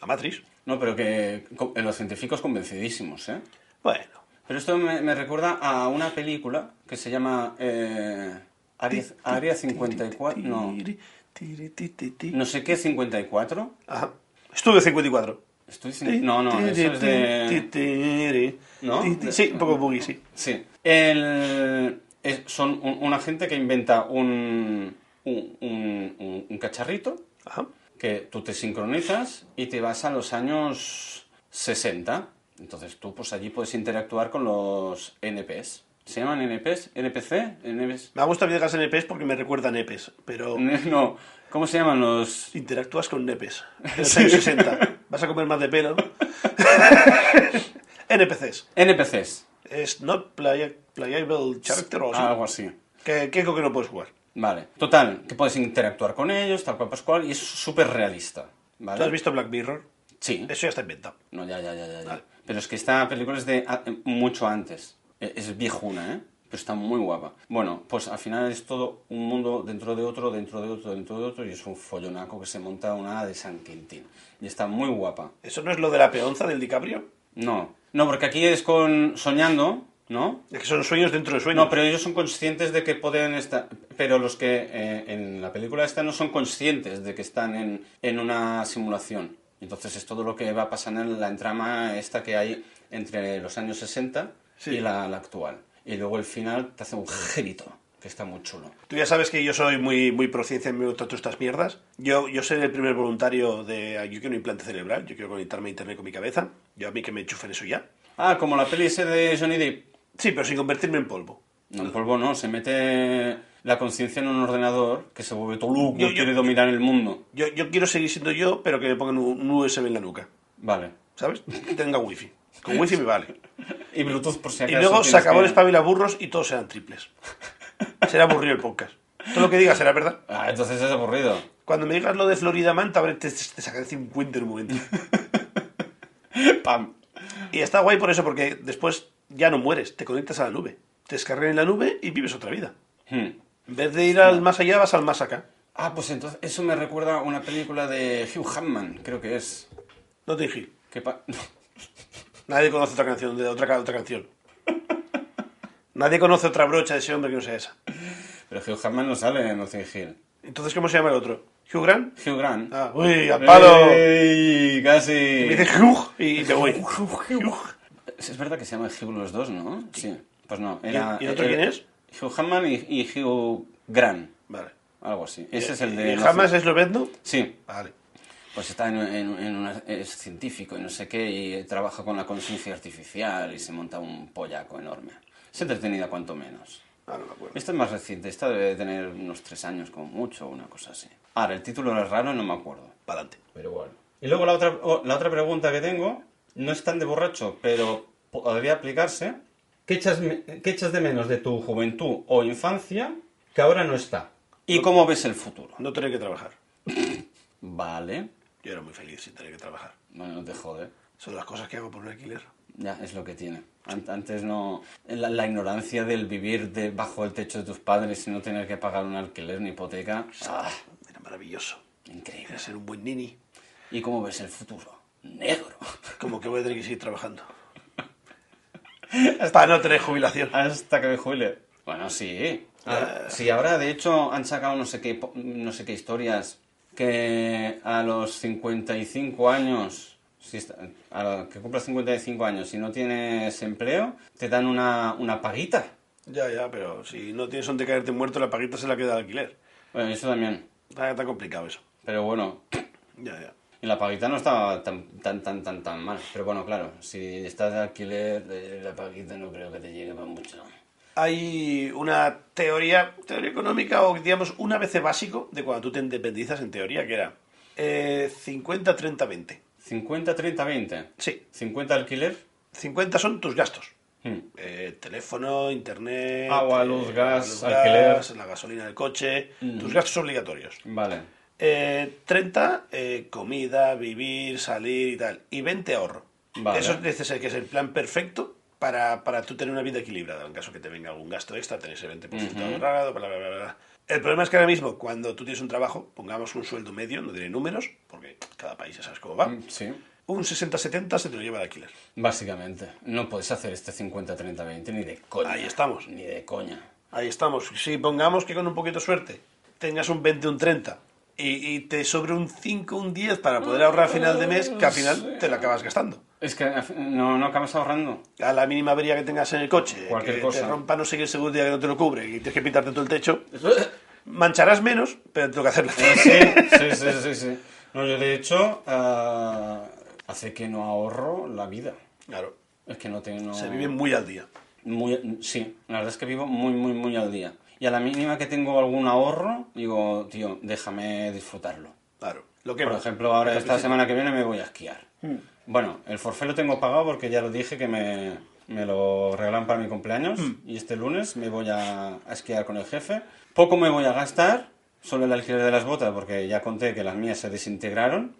S2: La Matrix.
S1: No, pero que co- eh, los científicos convencidísimos, ¿eh?
S2: Bueno.
S1: Pero esto me, me recuerda a una película que se llama eh, Área, Área 54, no,
S2: Tiri, tiri, ti, ti, ti.
S1: no sé qué 54.
S2: Ajá. Estudio 54.
S1: Estoy sin- No, no, eso es de... ¿No?
S2: Sí, un poco buggy, sí.
S1: Sí. El- es- son un, un agente que inventa un, un, un- un- un cacharrito
S2: Ajá.
S1: que tú te sincronizas y te vas a los años 60. Entonces tú pues allí puedes interactuar con los NPs. ¿Se llaman NPs? ¿NPC? ¿NPs?
S2: Me ha gustado que digas nepes porque me recuerdan nepes, pero
S1: No, ¿cómo se llaman los...?
S2: interactúas con nepes. En los
S1: Sí.
S2: años 60. Vas a comer más de pelo. NPCs.
S1: NPCs.
S2: Es not playa- playable character o algo
S1: Ah, Algo así.
S2: así. Que, que es lo que no puedes jugar.
S1: Vale. Total, que puedes interactuar con ellos, tal cual, pascual, y es súper realista. ¿Vale?
S2: ¿Tú has visto Black Mirror?
S1: Sí.
S2: Eso ya está inventado.
S1: No, ya, ya, ya, ya. ya.
S2: Vale.
S1: Pero es que esta película es de a- mucho antes. E- Es viejuna, ¿eh? Pero está muy guapa. Bueno, pues al final es todo un mundo dentro de otro, dentro de otro, dentro de otro, y es un follonaco que se monta una de San Quintín. Y está muy guapa.
S2: ¿Eso no es lo de la peonza del DiCaprio?
S1: No, no, porque aquí es con soñando, ¿no?
S2: Es que son sueños dentro de sueños.
S1: No, pero ellos son conscientes de que pueden estar. Pero los que eh, en la película esta no son conscientes de que están en, en una simulación. Entonces es todo lo que va pasando en la entrama esta que hay entre los años 60
S2: Sí.
S1: y la, la actual. Y luego el final te hace un grito, que está muy chulo.
S2: Tú ya sabes que yo soy muy, muy pro ciencia y me gustan todas estas mierdas. Yo, yo seré el primer voluntario de. Yo quiero un implante cerebral, yo quiero conectarme a internet con mi cabeza. Yo a mí que me enchufen eso ya.
S1: Ah, como la peli ese de Johnny Depp.
S2: Sí, pero sin convertirme en polvo.
S1: No, en polvo no, se mete la conciencia en un ordenador que se vuelve todo loco
S2: Yo-
S1: y
S2: yo-
S1: quiere dominar el mundo.
S2: Yo, yo quiero seguir siendo yo, pero que me pongan un un USB en la nuca.
S1: Vale.
S2: ¿Sabes? Que tenga wifi. Con wifi me vale.
S1: Y Bluetooth por si
S2: Y
S1: acaso.
S2: luego se
S1: tienes
S2: acabó
S1: que-
S2: el espabila burros y todos serán triples. Será aburrido el podcast. Todo lo que digas será verdad.
S1: Ah, entonces es aburrido.
S2: Cuando me digas lo de Florida Manta, te, te, te sacaré 50 en un momento.
S1: Pam.
S2: Y está guay por eso, porque después ya no mueres, te conectas a la nube. Te descargas en la nube y vives otra vida.
S1: Hmm.
S2: En vez de ir al más allá, vas al más acá.
S1: Ah, pues entonces eso me recuerda a una película de Hugh Hammond, creo que es.
S2: No te dije.
S1: Que pa-
S2: Nadie conoce otra canción de otra, ca- otra canción. Nadie conoce otra brocha de ese hombre que no sea esa.
S1: Pero Hugh Hammond no sale en Notting Hill.
S2: Entonces, ¿cómo se llama el otro? Hugh Grant.
S1: Hugh Grant.
S2: Ah, uy,
S1: Eh.
S2: al palo.
S1: ¡Ey! Casi.
S2: Me dice Hugh y me voy.
S1: Es verdad que se llaman Hugh los dos, ¿no? Sí. Pues no. Era,
S2: ¿Y el otro quién es?
S1: Hugh Hammond y, y Hugh Grant.
S2: Vale.
S1: Algo así. Ese es el de.
S2: ¿Y jamás es Lobezno?
S1: Sí.
S2: Vale.
S1: Pues está en, en- en una- es científico y no sé qué, y trabaja con la conciencia artificial y se monta un pollaco enorme. Es entretenida cuanto menos.
S2: Ah, no me acuerdo.
S1: Esta es más reciente, esta debe tener unos tres años como mucho, una cosa así. Ahora, el título es raro, no me acuerdo.
S2: Para adelante.
S1: Pero bueno. Y luego la otra, o- la otra pregunta que tengo, no es tan de borracho, pero podría aplicarse. ¿Qué echas, me- qué echas de menos de tu juventud o infancia que ahora no está? ¿Y cómo ves el futuro?
S2: No tener que trabajar.
S1: Vale.
S2: Yo era muy feliz sin tener que trabajar.
S1: Bueno, no te jode.
S2: Son las cosas que hago por un alquiler.
S1: Ya, es lo que tiene. An- Antes no... La, la ignorancia del vivir de- bajo el techo de tus padres y no tener que pagar un alquiler ni hipoteca. Ah,
S2: Era maravilloso.
S1: increíble.
S2: Era ser un buen nini.
S1: ¿Y cómo ves el futuro? Negro.
S2: Como que voy a tener que seguir trabajando. Para no tener jubilación.
S1: Hasta que me jubile. Bueno, sí. Ah, sí, ahora de hecho han sacado no sé qué, po- no sé qué historias que a los 55 años, si está- a lo que cumplas 55 años y no tienes empleo, te dan una, una paguita.
S2: Ya, ya, pero si no tienes donde caerte muerto, la paguita se la queda al alquiler.
S1: Bueno, eso también.
S2: Está, está complicado eso.
S1: Pero bueno,
S2: Ya, ya.
S1: Y la paguita no estaba tan, tan, tan, tan, tan mal. Pero bueno, claro, si estás de alquiler, eh, la paguita no creo que te llegue para mucho.
S2: Hay una teoría, teoría económica o digamos un ABC básico de cuando tú te independizas en teoría, que era eh, 50, 30, 20.
S1: 50, 30, 20.
S2: Sí,
S1: 50 alquiler.
S2: 50 son tus gastos.
S1: Hmm.
S2: Eh, teléfono, internet,
S1: Agua, luz,
S2: eh,
S1: gas, Mm.
S2: agua, luz, gas, la gasolina del coche, tus gastos obligatorios.
S1: Vale.
S2: Eh, 30, eh, comida, vivir, salir y tal. Y 20, ahorro.
S1: Vale.
S2: Eso es, que es el plan perfecto para, para tú tener una vida equilibrada. En caso que te venga algún gasto extra, tener ese 20% ahorrado, bla, bla, bla, bla. El problema es que ahora mismo, cuando tú tienes un trabajo, pongamos un sueldo medio, no diré números, porque cada país ya sabes cómo va,
S1: Mm, Sí.
S2: un 60-70 se te lo lleva de alquiler.
S1: Básicamente, no puedes hacer este 50, 30, 20 ni de coña.
S2: Ahí estamos.
S1: Ni de coña.
S2: Ahí estamos. Si pongamos que con un poquito de suerte tengas un 20, un 30 y, y te sobre un 5, un 10 para poder ahorrar a final de mes, que al final te lo acabas gastando.
S1: Es que al fin- no, no acabas ahorrando.
S2: A la mínima avería que tengas en el coche,
S1: Cualquier
S2: que te
S1: cosa.
S2: rompa no sé qué seguridad que no te lo cubre y tienes que pintarte todo el techo, mancharás menos, pero tengo que hacerlo.
S1: Ah, Sí, sí, sí, sí, sí. No, yo de hecho, ah, hace que no ahorro la vida.
S2: Claro,
S1: Es que no tengo...
S2: se vive muy al día.
S1: Muy, sí, la verdad es que vivo muy, muy, muy al día. Y a la mínima que tengo algún ahorro, digo, tío, déjame disfrutarlo.
S2: Claro. Lo que
S1: Por ejemplo, ahora esta semana que viene me voy a esquiar. Bueno, el forfait lo tengo pagado porque ya lo dije que me, me lo regalan para mi cumpleaños y este lunes me voy a, a esquiar con el jefe. Poco me voy a gastar, solo el alquiler de las botas porque ya conté que las mías se desintegraron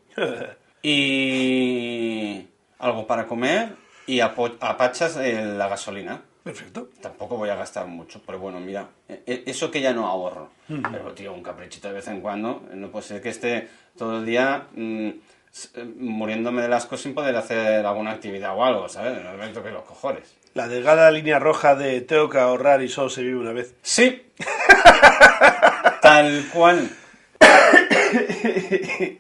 S1: y algo para comer y a, po- a pachas eh, la gasolina
S2: Perfecto.
S1: tampoco voy a gastar mucho, pero bueno, mira, e- e- eso que ya no ahorro. Pero, tío, un caprichito de vez en cuando, no puede ser que esté todo el día mm, s- eh, muriéndome de asco sin poder hacer alguna actividad o algo, ¿sabes? No me toque los cojones.
S2: La delgada línea roja de tengo que ahorrar y solo se vive una vez.
S1: Sí. tal cual.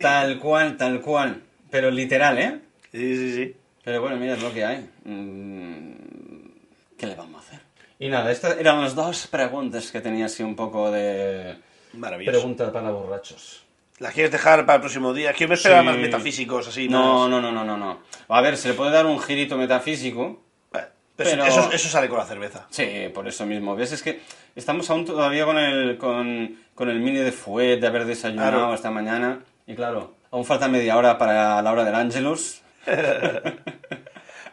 S1: tal cual, tal cual. Pero literal, ¿eh?
S2: Sí, sí, sí.
S1: Pero bueno, mira, es lo que hay. Mm, ¿Qué le vamos a hacer? Y nada, estas eran las dos preguntas que tenía así un poco de...
S2: Maravilloso.
S1: Pregunta para borrachos.
S2: ¿Las quieres dejar para el próximo día? Es que yo me esperaba más metafísicos así.
S1: No,
S2: más-
S1: no, no, no, no, no. A ver, se le puede dar un girito metafísico.
S2: Bueno, pero eso-
S1: Pero-
S2: Eso, eso sale con la cerveza.
S1: Sí, por eso mismo. ¿Ves? Es que estamos aún todavía con el, con, con el mini de fuet de haber desayunado
S2: Claro.
S1: esta mañana. Y claro, aún falta media hora para la hora del Angelus.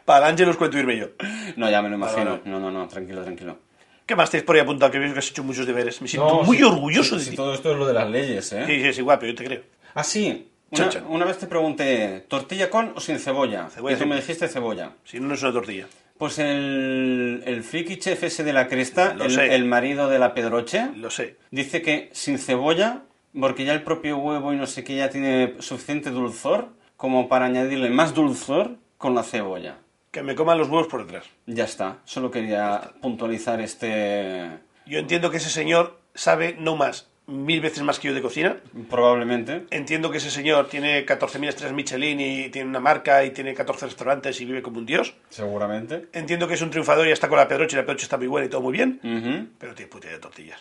S2: Para Ángel os cuento irme yo.
S1: No, ya me lo
S2: Vale,
S1: imagino.
S2: vale.
S1: No, no, no, tranquilo, tranquilo.
S2: ¿Qué más tenéis por ahí apuntado? Que veo que has hecho muchos deberes. Me siento muy orgulloso de
S1: si
S2: ti.
S1: todo esto es lo de las leyes, ¿eh?
S2: Sí, sí, es igual, pero yo te creo.
S1: Ah, sí. Una,
S2: Chacha.
S1: una vez te pregunté, ¿tortilla con o sin cebolla?
S2: Cebolla
S1: y tú me
S2: siempre.
S1: dijiste cebolla.
S2: Si no, no es una tortilla.
S1: Pues el, el friki chef ese de la cresta,
S2: Lo
S1: el,
S2: sé.
S1: el marido de la Pedroche,
S2: Lo sé.
S1: dice que sin cebolla, porque ya el propio huevo y no sé qué ya tiene suficiente dulzor, como para añadirle más dulzor con la cebolla.
S2: Que me coman los huevos por detrás.
S1: Ya está, solo quería puntualizar este...
S2: Yo entiendo que ese señor sabe no más mil veces más que yo de cocina.
S1: Probablemente.
S2: Entiendo que ese señor tiene 14.000 estrellas Michelin y tiene una marca y tiene 14 restaurantes y vive como un dios.
S1: Seguramente.
S2: Entiendo que es un triunfador y está con la Pedroche y la Pedroche está muy buena y todo muy bien,
S1: Ujú.
S2: pero tiene puta idea de tortillas.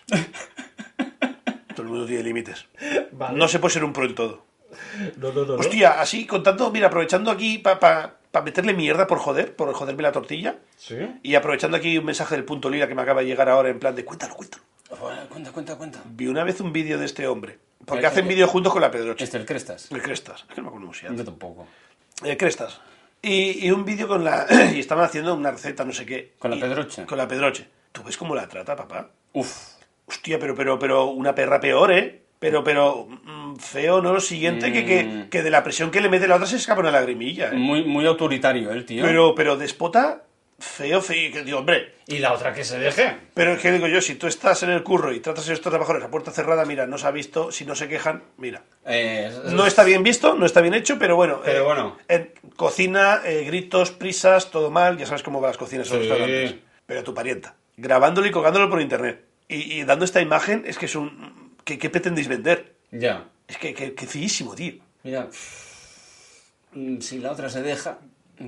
S2: todo el mundo tiene límites.
S3: Vale.
S2: No se puede ser un pro en todo.
S3: No, no, no. no.
S2: Hostia, así contando, mira, aprovechando aquí para meterle mierda por joder, por joderme la tortilla.
S3: Sí.
S2: Y aprovechando aquí un mensaje del punto lila que me acaba de llegar ahora en plan de cuéntalo, cuéntalo.
S1: Cuenta, cuenta, cuenta.
S2: Vi una vez un vídeo de este hombre. Porque
S1: Eh,
S2: hacen
S1: eh,
S2: vídeos juntos con la Pedroche.
S1: Este, el Crestas.
S2: El Crestas. Es que no me acuerdo cómo se llama.
S1: Yo tampoco.
S2: Eh, Crestas. Y, y un vídeo con la... y estaban haciendo una receta, no sé qué.
S1: Con la
S2: Y-
S1: Pedroche.
S2: Con la Pedroche. ¿Tú ves cómo la trata, papá?
S1: Uf.
S2: Hostia, pero, pero, pero, una perra peor, ¿eh? Pero, pero, mm, feo, ¿no? Lo siguiente, que, que, que de la presión que le mete la otra se escapa una lagrimilla, ¿eh?
S1: Muy, muy autoritario el tío.
S2: Pero, pero despota, feo, feo, que digo, hombre,
S1: Y la otra que se deje.
S2: Pero es que digo yo, si tú estás en el curro y tratas a estos trabajadores a puerta cerrada, mira, no se ha visto, si no se quejan, mira.
S1: Eh,
S2: No está bien visto, no está bien hecho, pero bueno.
S1: Pero bueno.
S2: eh, cocina, eh, gritos, prisas, todo mal, ya sabes cómo van las cocinas en los
S1: Sí.
S2: restaurantes. Pero tu parienta, grabándolo y colgándolo por internet. Y, y dando esta imagen, es que es un. ¿Qué, qué pretendéis vender?
S1: Ya.
S2: Es que, que, que feísimo, tío.
S1: Mira. mm, Si la otra se deja.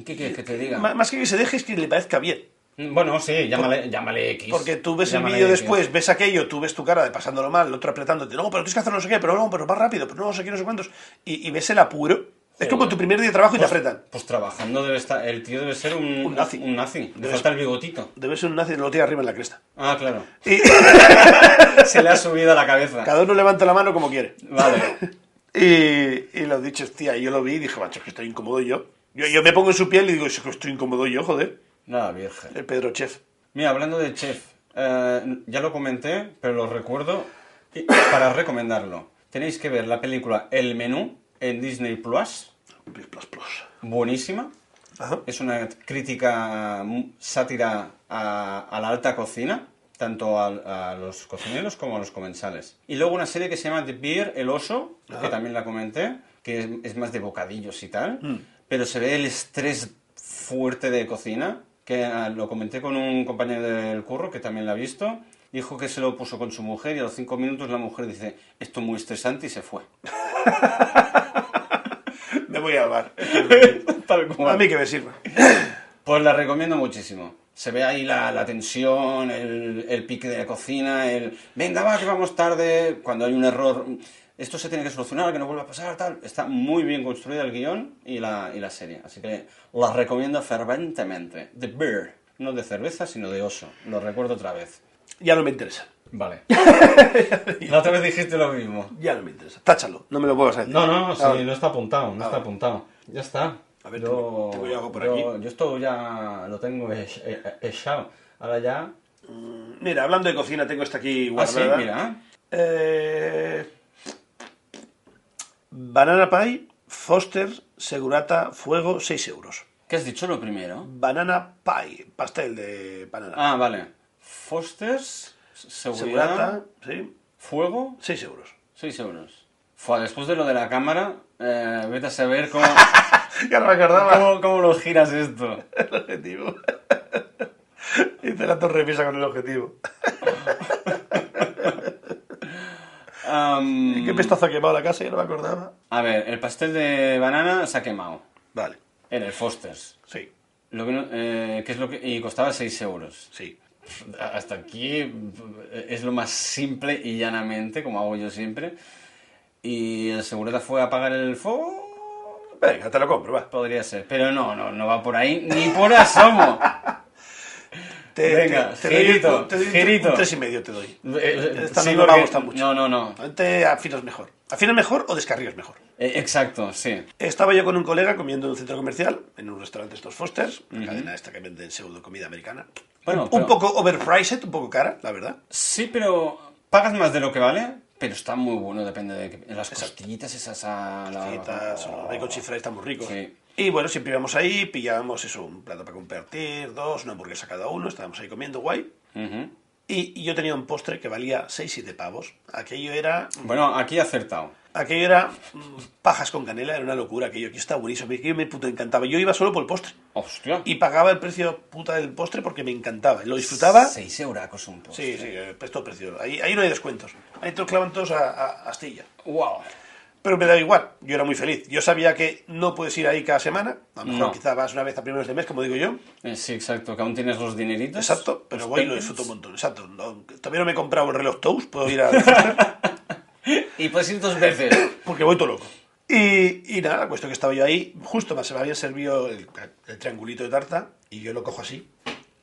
S1: ¿Qué quieres que te diga?
S2: Má- Más que que se deje, es que le parezca bien.
S1: Bueno, sí, llámale, llámale X.
S2: Porque tú ves el
S1: Llámale
S2: vídeo
S1: X.
S2: después, ves aquello, tú ves tu cara de pasándolo mal, el otro apretándote, no, pero tienes que hacer no sé qué, pero no, pero más rápido, pero no sé qué, no sé cuántos. Y, y ves el apuro. Es como tu primer día de trabajo y te apretan.
S1: Pues trabajando debe estar. El tío debe ser un,
S2: Un nazi.
S1: Un nazi. Le
S2: Debe
S1: falta el bigotito.
S2: Debe ser un nazi y lo tira arriba en la cresta.
S1: Ah, claro.
S2: Y
S1: Se le ha subido a la cabeza.
S2: cada uno levanta la mano como quiere.
S1: Vale.
S2: Y, y lo dicho, hostia, yo lo vi y dije, macho, es que estoy incómodo yo. Yo, yo me pongo en su piel y digo, es que estoy incómodo yo, joder.
S1: Nada, virgen.
S2: El Pedro Chef.
S1: Mira, hablando de chef, eh, ya lo comenté, pero lo recuerdo y- para recomendarlo. Tenéis que ver la película El Menú en Disney Plus,
S2: Plis, plas, plos.
S1: buenísima.
S2: Ajá.
S1: Es una crítica mm, sátira a, a la alta cocina, tanto al- a, los cocineros como a los comensales. Y luego una serie que se llama The Beer, El Oso, que también la comenté, que es, es más de bocadillos y tal, pero se ve el estrés fuerte de cocina, que ah, lo comenté con un compañero del curro que también la ha visto. Dijo que se lo puso con su mujer y a los cinco minutos la mujer dice, esto es muy estresante y se fue.
S2: Me voy al bar.
S1: Tal cual.
S2: A mí que me sirva.
S1: Pues la recomiendo muchísimo. Se ve ahí la, la tensión, el, el pique de la cocina, el venga, va, que vamos tarde, cuando hay un error, esto se tiene que solucionar, que no vuelva a pasar, tal. Está muy bien construido el guión y la, y la serie. Así que la recomiendo ferventemente. The Beer. No de cerveza, sino de oso. Lo recuerdo otra vez.
S2: Ya no me interesa.
S1: Vale. la otra vez dijiste lo mismo.
S2: Ya no me interesa. Táchalo, no me lo vuelvas a decir.
S1: No, no, no, sí,
S2: Ahora.
S1: no está apuntado, no está
S2: Ahora.
S1: apuntado. Ya está.
S2: A ver, tengo- tengo yo algo por
S1: yo, yo esto ya lo tengo hech- he- he- echado. Ahora ya.
S2: Mira, hablando de cocina, tengo esta aquí
S1: Ah, sí,
S2: guardada.
S1: mira.
S2: Eh, Banana Pie, Foster, Segurata, Fuego, 6 euros.
S1: ¿Qué has dicho lo primero?
S2: Banana Pie, pastel de banana.
S1: Ah, vale. Fosters, seguridad,
S2: Segurata, ¿sí?
S1: fuego,
S2: 6 euros.
S1: 6 euros. Fua, después de lo de la cámara, eh, vete a saber cómo,
S2: Ya no me acordaba
S1: cómo, cómo lo giras esto.
S2: el objetivo. Hice la torre pisa con el objetivo.
S1: Am,
S2: ¿Qué pestazo ha quemado la casa? Ya no me acordaba.
S1: a ver, el pastel de banana se ha quemado.
S2: Vale,
S1: En el Fosters.
S2: sí,
S1: Lo que no- eh, que es lo que, y costaba 6 euros.
S2: sí.
S1: Hasta aquí es lo más simple y llanamente, como hago yo siempre. Y el segurata fue a apagar el fuego.
S2: Venga, te lo compro, va.
S1: Podría ser, pero no, no, no va por ahí ni por asomo.
S2: Te,
S1: Venga, girito,
S2: un- te doy un-
S1: girito.
S2: Un 3 y medio te doy.
S1: Eh, eh,
S2: Esta
S1: sí,
S2: no me va a
S1: porque-
S2: gustar mucho.
S1: No, no, no.
S2: Antes afinas mejor. Afinas mejor o descarrías mejor.
S1: Eh, exacto, sí.
S2: Estaba yo con un colega comiendo en un centro comercial, en un restaurante estos Fosters, una cadena esta que vende pseudo comida americana.
S1: Bueno,
S2: un,
S1: pero-
S2: un poco overpriced, un poco cara, la verdad.
S1: Sí, pero pagas más de lo que vale, pero está muy bueno, depende de que- las costillitas esas a la...
S2: Galletas, los bacon chifra están muy ricos.
S1: Ah. Sí.
S2: Y bueno, siempre íbamos ahí, pillábamos eso, un plato para compartir, dos, una hamburguesa cada uno, estábamos ahí comiendo guay.
S1: Ujú.
S2: Y, y yo tenía un postre que valía 6-7 pavos. Aquello era
S1: Bueno, aquí he acertado.
S2: Aquello era mm, pajas con canela, era una locura aquello. Aquí está buenísimo, aquello me puto encantaba. Yo iba solo por el postre
S1: Hostia.
S2: y pagaba el precio puta del postre porque me encantaba. Lo disfrutaba. Sí,
S1: 6 euracos un poco.
S2: sí, eh, pues todo precio. Ahí, ahí no hay descuentos. Ahí te lo clavan todos a, a- astilla.
S1: Wow.
S2: Pero me da igual, yo era muy feliz. Yo sabía que no puedes ir ahí cada semana. A lo mejor
S1: No.
S2: quizá vas una vez a primeros de mes, como digo yo.
S1: Eh, Sí, exacto, que aún tienes los dineritos.
S2: Exacto, pero voy y lo disfruto un montón. Exacto. No, todavía no me he comprado el reloj Toast, puedo ir a...
S1: Y puedes ir dos veces.
S2: porque voy todo loco. Y, y nada, la cuestión que estaba yo ahí, justo me se me había servido el, el triangulito de tarta y yo lo cojo así,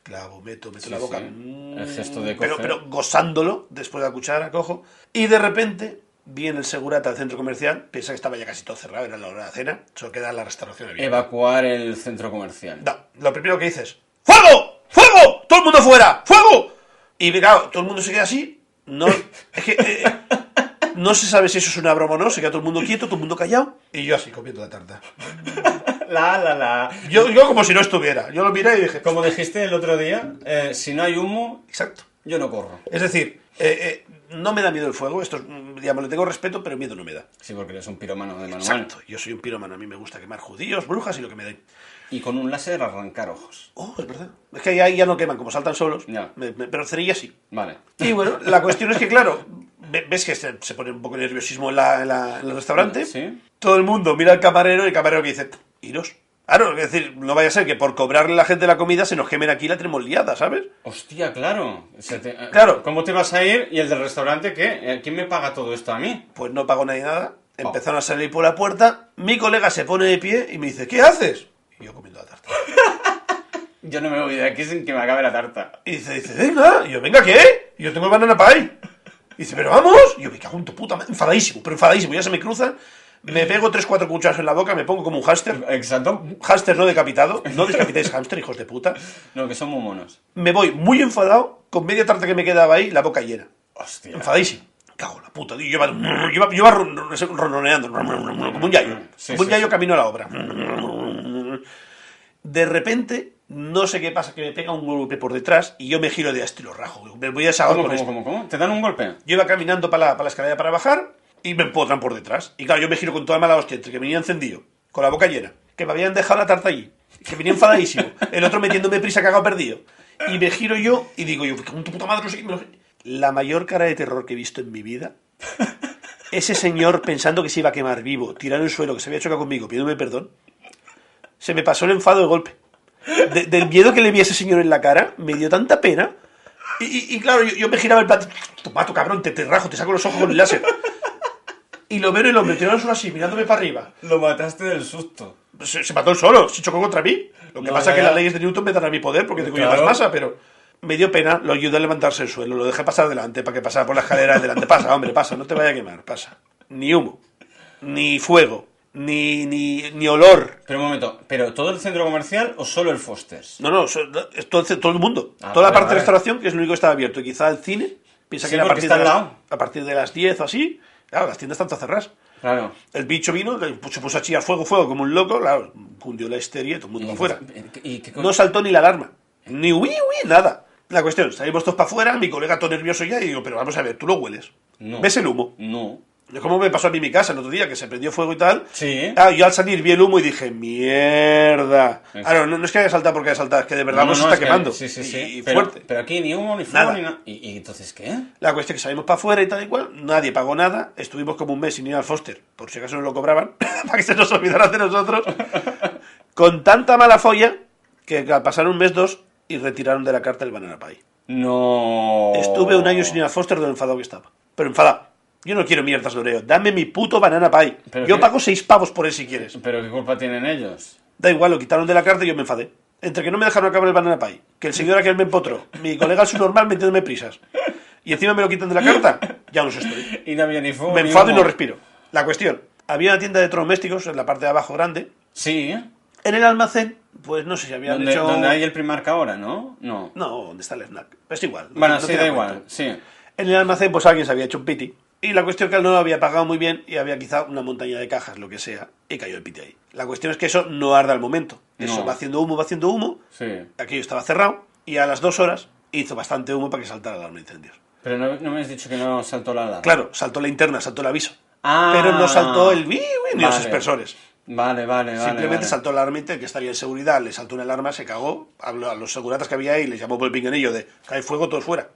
S2: clavo, meto, meto
S1: Sí,
S2: la boca.
S1: sí,
S2: mm,
S1: el gesto de
S2: pero,
S1: coger.
S2: pero gozándolo después de la cuchara, cojo. Y de repente viene el segurata del centro comercial, piensa que estaba ya casi todo cerrado, era la hora de la cena, solo queda la restauración abierta.
S1: Evacuar el centro comercial.
S2: No, lo primero que dices, ¡Fuego! ¡Fuego! ¡Todo el mundo fuera! ¡Fuego! Y claro, todo el mundo se queda así. No, es que eh, no se sabe si eso es una broma o no. Se queda todo el mundo quieto, todo el mundo callado. Y yo así comiendo la tarta.
S1: La, la, la.
S2: Yo, yo como si no estuviera. Yo lo miré y dije,
S1: Como dijiste el otro día, eh, si no hay humo,
S2: exacto.
S1: yo no corro.
S2: Es decir, eh, eh, no me da miedo el fuego. Esto, es, mm, digamos, le tengo respeto, pero miedo no me da.
S1: Sí, porque eres un piromano de manual.
S2: Exacto. Yo soy un piromano. A mí me gusta quemar judíos, brujas y lo que me den.
S1: Y con un láser arrancar ojos.
S2: Oh, es verdad. Es que ahí- ahí ya no queman, como saltan solos.
S1: Ya.
S2: Me- me- pero cerilla sí.
S1: Vale.
S2: Y bueno, la cuestión es que, claro, ve- ves que se, se pone un poco de nerviosismo en, la- en la- en el restaurante.
S1: Sí.
S2: Todo el mundo mira al camarero y el camarero que dice, iros. Claro, es decir, no vaya a ser que por cobrarle a la gente la comida se nos quemen aquí y la tenemos liada, ¿sabes?
S1: Hostia, claro. Se te- eh,
S2: Claro.
S1: ¿Cómo te vas a ir? ¿Y el del restaurante qué? Eh, ¿Quién me paga todo esto a mí?
S2: Pues no pagó nadie nada. Empezaron a salir por la puerta. Mi colega se pone de pie y me dice, ¿qué haces? Y yo comiendo la tarta.
S1: Yo no me voy de aquí sin que me acabe la tarta.
S2: Y dice, dice, venga. Y yo, venga, ¿qué? Y yo tengo el banana pie. Y dice, pero vamos. Y yo, me cago en tu puta madre. Enfadadísimo, pero enfadadísimo. Ya se me cruzan. Me pego tres, cuatro cucharas en la boca, me pongo como un hámster.
S1: Exacto.
S2: Hámster no decapitado. No decapitéis hámster, hijos de puta.
S1: No, que son muy monos.
S2: Me voy muy enfadado, con media tarta que me quedaba ahí, la boca llena.
S1: Hostia.
S2: Enfadadísimo. Cago en la puta, tío. Yo iba, yo iba- yo iba ron- ron- ronroneando, como un yayo.
S1: Sí,
S2: como un
S1: sí,
S2: yayo
S1: sí.
S2: camino a la obra. De repente, no sé qué pasa, que me pega un golpe por detrás y yo me giro de estilo rajo. Me voy a desahogar
S1: ¿Cómo,
S2: con este.
S1: cómo,
S2: esto.
S1: cómo, cómo? ¿Te dan un golpe?
S2: Yo iba caminando para la, pa' la escalera para bajar y me empotran por detrás. Y claro, yo me giro con toda mala hostia, entre que venía encendido, con la boca llena, que me habían dejado la tarta allí, que venía enfadadísimo, el otro metiéndome prisa cagado perdido. Y me giro yo y digo yo, con tu puta madre, no sé qué, me lo- La mayor cara de terror que he visto en mi vida. Ese señor pensando que se iba a quemar vivo, tirado en el suelo, que se había chocado conmigo, pidiéndome perdón. Se me pasó el enfado de golpe. De- del miedo que le vi a ese señor en la cara, me dio tanta pena. Y, y- y claro, yo, yo me giraba el plato. Te mato, cabrón, te, te rajo, te saco los ojos con el láser. Y lo veo en el hombre, tirado al suelo así, mirándome para arriba.
S1: Lo mataste del susto.
S2: Se, se mató el solo, se chocó contra mí. Lo que
S1: No,
S2: pasa es que
S1: ya.
S2: las leyes de Newton me dan a mi poder porque tengo yo
S1: Claro.
S2: más masa, pero. Me dio pena, lo ayudé a levantarse del suelo, lo dejé pasar adelante para que pasara por la escalera adelante. Pasa, hombre, pasa, no te vaya a quemar, pasa. Ni humo, ni fuego, ni, ni, ni olor,
S1: Pero un momento, ¿pero todo el centro comercial o solo el Fosters?
S2: No, no, so- es todo, todo el mundo.
S1: Ah,
S2: Toda la
S1: vale,
S2: parte de
S1: vale.
S2: restauración, que es lo único que estaba abierto. Y quizá el cine, piensa
S1: Sí,
S2: que era a
S1: porque
S2: partir,
S1: está
S2: de
S1: al
S2: las,
S1: lado.
S2: a partir de las 10 o así. Claro, las tiendas están todas cerradas.
S1: Claro.
S2: El bicho vino, le- se puso a chillar fuego, fuego, como un loco. Claro, cundió la histeria y todo el mundo para afuera.
S1: ¿Y qué co-
S2: No saltó ni la alarma. Ni uy, uy, nada. La cuestión, salimos todos para afuera, mi colega todo nervioso ya, y digo, pero vamos a ver, tú lo hueles.
S1: No.
S2: ¿Ves el humo?
S1: No.
S2: Como me pasó a mí en mi casa el otro día, que se prendió fuego y tal.
S1: Sí.
S2: Ah, yo al salir vi el humo y dije, mierda.
S1: Exacto.
S2: Claro, no, no es que haya saltado porque haya saltado, es que de verdad
S1: No,
S2: nos
S1: no, no,
S2: está
S1: es que-
S2: Ah, quemando.
S1: Sí, sí,
S2: Y-
S1: sí.
S2: Y,
S1: pero,
S2: fuerte.
S1: pero aquí ni humo, ni fuego,
S2: Nada.
S1: ni nada. ¿Y, y entonces qué?
S2: La cuestión es que salimos para afuera y tal y cual, nadie pagó nada, estuvimos como un mes sin ir al Foster, por si acaso nos lo cobraban, para que se nos olvidara de nosotros, con tanta mala folla que al pasar un mes, dos, y retiraron de la carta el Banana Pie.
S1: No.
S2: Estuve un año sin ir al Foster de lo enfadado que estaba. Pero enfadado. Yo no quiero mierdas de Oreo. Dame mi puto banana pie.
S1: Pero
S2: yo
S1: que-
S2: pago seis pavos por él si quieres.
S1: ¿Pero qué culpa tienen ellos?
S2: Da igual, lo quitaron de la carta y yo me enfadé. Entre que no me dejaron acabar el banana pie, que el señor aquel me empotró, mi colega su normal metiéndome prisas, y encima me lo quitan de la carta, ya no sé estoy.
S1: Y no había ni fuego.
S2: Me
S1: ni
S2: enfado y
S1: humo.
S2: no respiro. La cuestión, había una tienda de electrodomésticos en la parte de abajo grande.
S1: Sí. ¿eh?
S2: En el almacén, pues no sé si habían
S1: Donde,
S2: hecho...
S1: donde hay el Primark ahora, ¿no? No.
S2: No, donde está el snack. Es igual.
S1: Bueno,
S2: no
S1: sí,
S2: tiene
S1: da
S2: cuento.
S1: igual. Sí.
S2: En el almacén, pues alguien se había hecho un piti. Y la cuestión es que él no lo había pagado muy bien y había quizá una montaña de cajas, lo que sea, y cayó el piti ahí. La cuestión es que eso no arda al momento. Eso
S1: No.
S2: va haciendo humo, va haciendo humo.
S1: Sí.
S2: Aquello estaba cerrado y a las dos horas hizo bastante humo para que saltara la alarma de incendios.
S1: Pero no, no me has dicho que no saltó la alarma.
S2: Claro, saltó la interna, saltó el aviso.
S1: Ah.
S2: pero no saltó el bi ni los
S1: Vale.
S2: aspersores.
S1: Vale, vale, vale.
S2: Simplemente
S1: vale.
S2: saltó la alarma inter- que estaría en seguridad, le saltó una alarma, se cagó, habló a los seguratas que había ahí, les llamó por el pinganillo de cae fuego, todos fuera.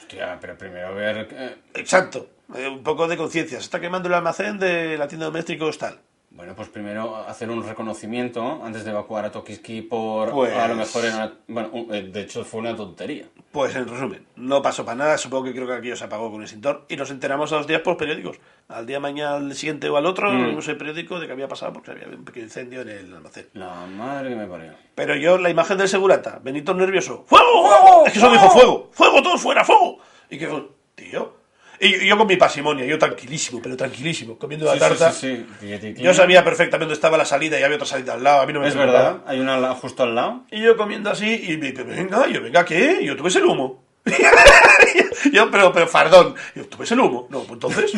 S1: Hostia, pero primero ver. eh,
S2: Exacto. Eh, un poco de conciencia. Se está quemando el almacén de la tienda de domésticos tal.
S1: Bueno, pues primero hacer un reconocimiento antes de evacuar a Tokiski por.
S2: Pues-
S1: A lo mejor era. una- Bueno, un- eh, de hecho fue una tontería.
S2: Pues en resumen, no pasó para nada, supongo que creo que aquello se apagó con un extintor y nos enteramos a los días por periódicos. Al día mañana al siguiente o al otro,
S1: Mm.
S2: no sé, periódico de que había pasado porque había un pequeño incendio en el almacén.
S1: La madre que me parió.
S2: Pero yo, la imagen del segurata, Benito nervioso, ¡fuego, fuego! Es que eso dijo fuego, fuego, todo fuera, fuego. Y que, tío. Y yo, yo con mi pasimonia, yo tranquilísimo, pero tranquilísimo, comiendo la
S1: Sí, sí,
S2: tarta.
S1: sí, sí. Tiquitiqui.
S2: Yo sabía perfectamente dónde estaba la salida y había otra salida al lado, a mí no me
S1: Es
S2: preocupaba.
S1: verdad, hay una la- justo al lado.
S2: Y yo comiendo así, y me dice, venga, yo, venga, ¿qué? Yo, ¿tú ves el humo? yo, pero, pero, fardón. Yo, ¿tú ves el humo? No, pues entonces.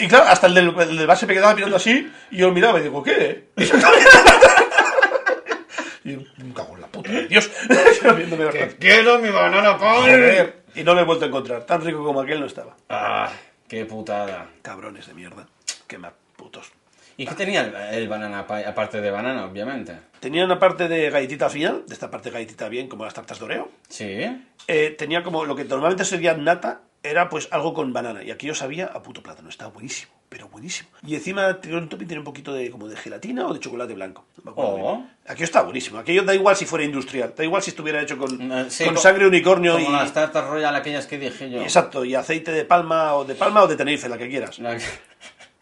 S2: y claro, hasta el del, el del base me quedaba mirando así, y yo miraba y digo, ¿qué? Y se acaba. y yo, me cago en la puta, de Dios. Yo viéndome los brazos.
S1: ¡Quiero mi banana pobre!
S2: Joder. Y no lo he vuelto a encontrar, tan rico como aquel no estaba.
S1: ¡Ah! ¡Qué putada!
S2: Cabrones de mierda. Qué más putos.
S1: ¿Y qué tenía el, el banana pie, aparte de banana, obviamente?
S2: Tenía una parte de galletita final, de esta parte de galletita bien, como las tartas de Oreo.
S1: Sí.
S2: Eh, tenía como lo que normalmente sería nata, era pues algo con banana. Y aquí yo sabía a puto plátano, estaba buenísimo, pero buenísimo. Y encima tenía un topping, tenía un poquito de como de gelatina o de chocolate blanco. No me acuerdo
S1: Oh.
S2: bien. Aquello estaba buenísimo. Aquello da igual si fuera industrial, da igual si estuviera hecho con,
S1: Eh, sí,
S2: con
S1: co-
S2: sangre unicornio y,
S1: Como las tartas royal aquellas que dije yo.
S2: y exacto, y aceite de palma o de palma o de Tenerife, la que quieras.
S1: La-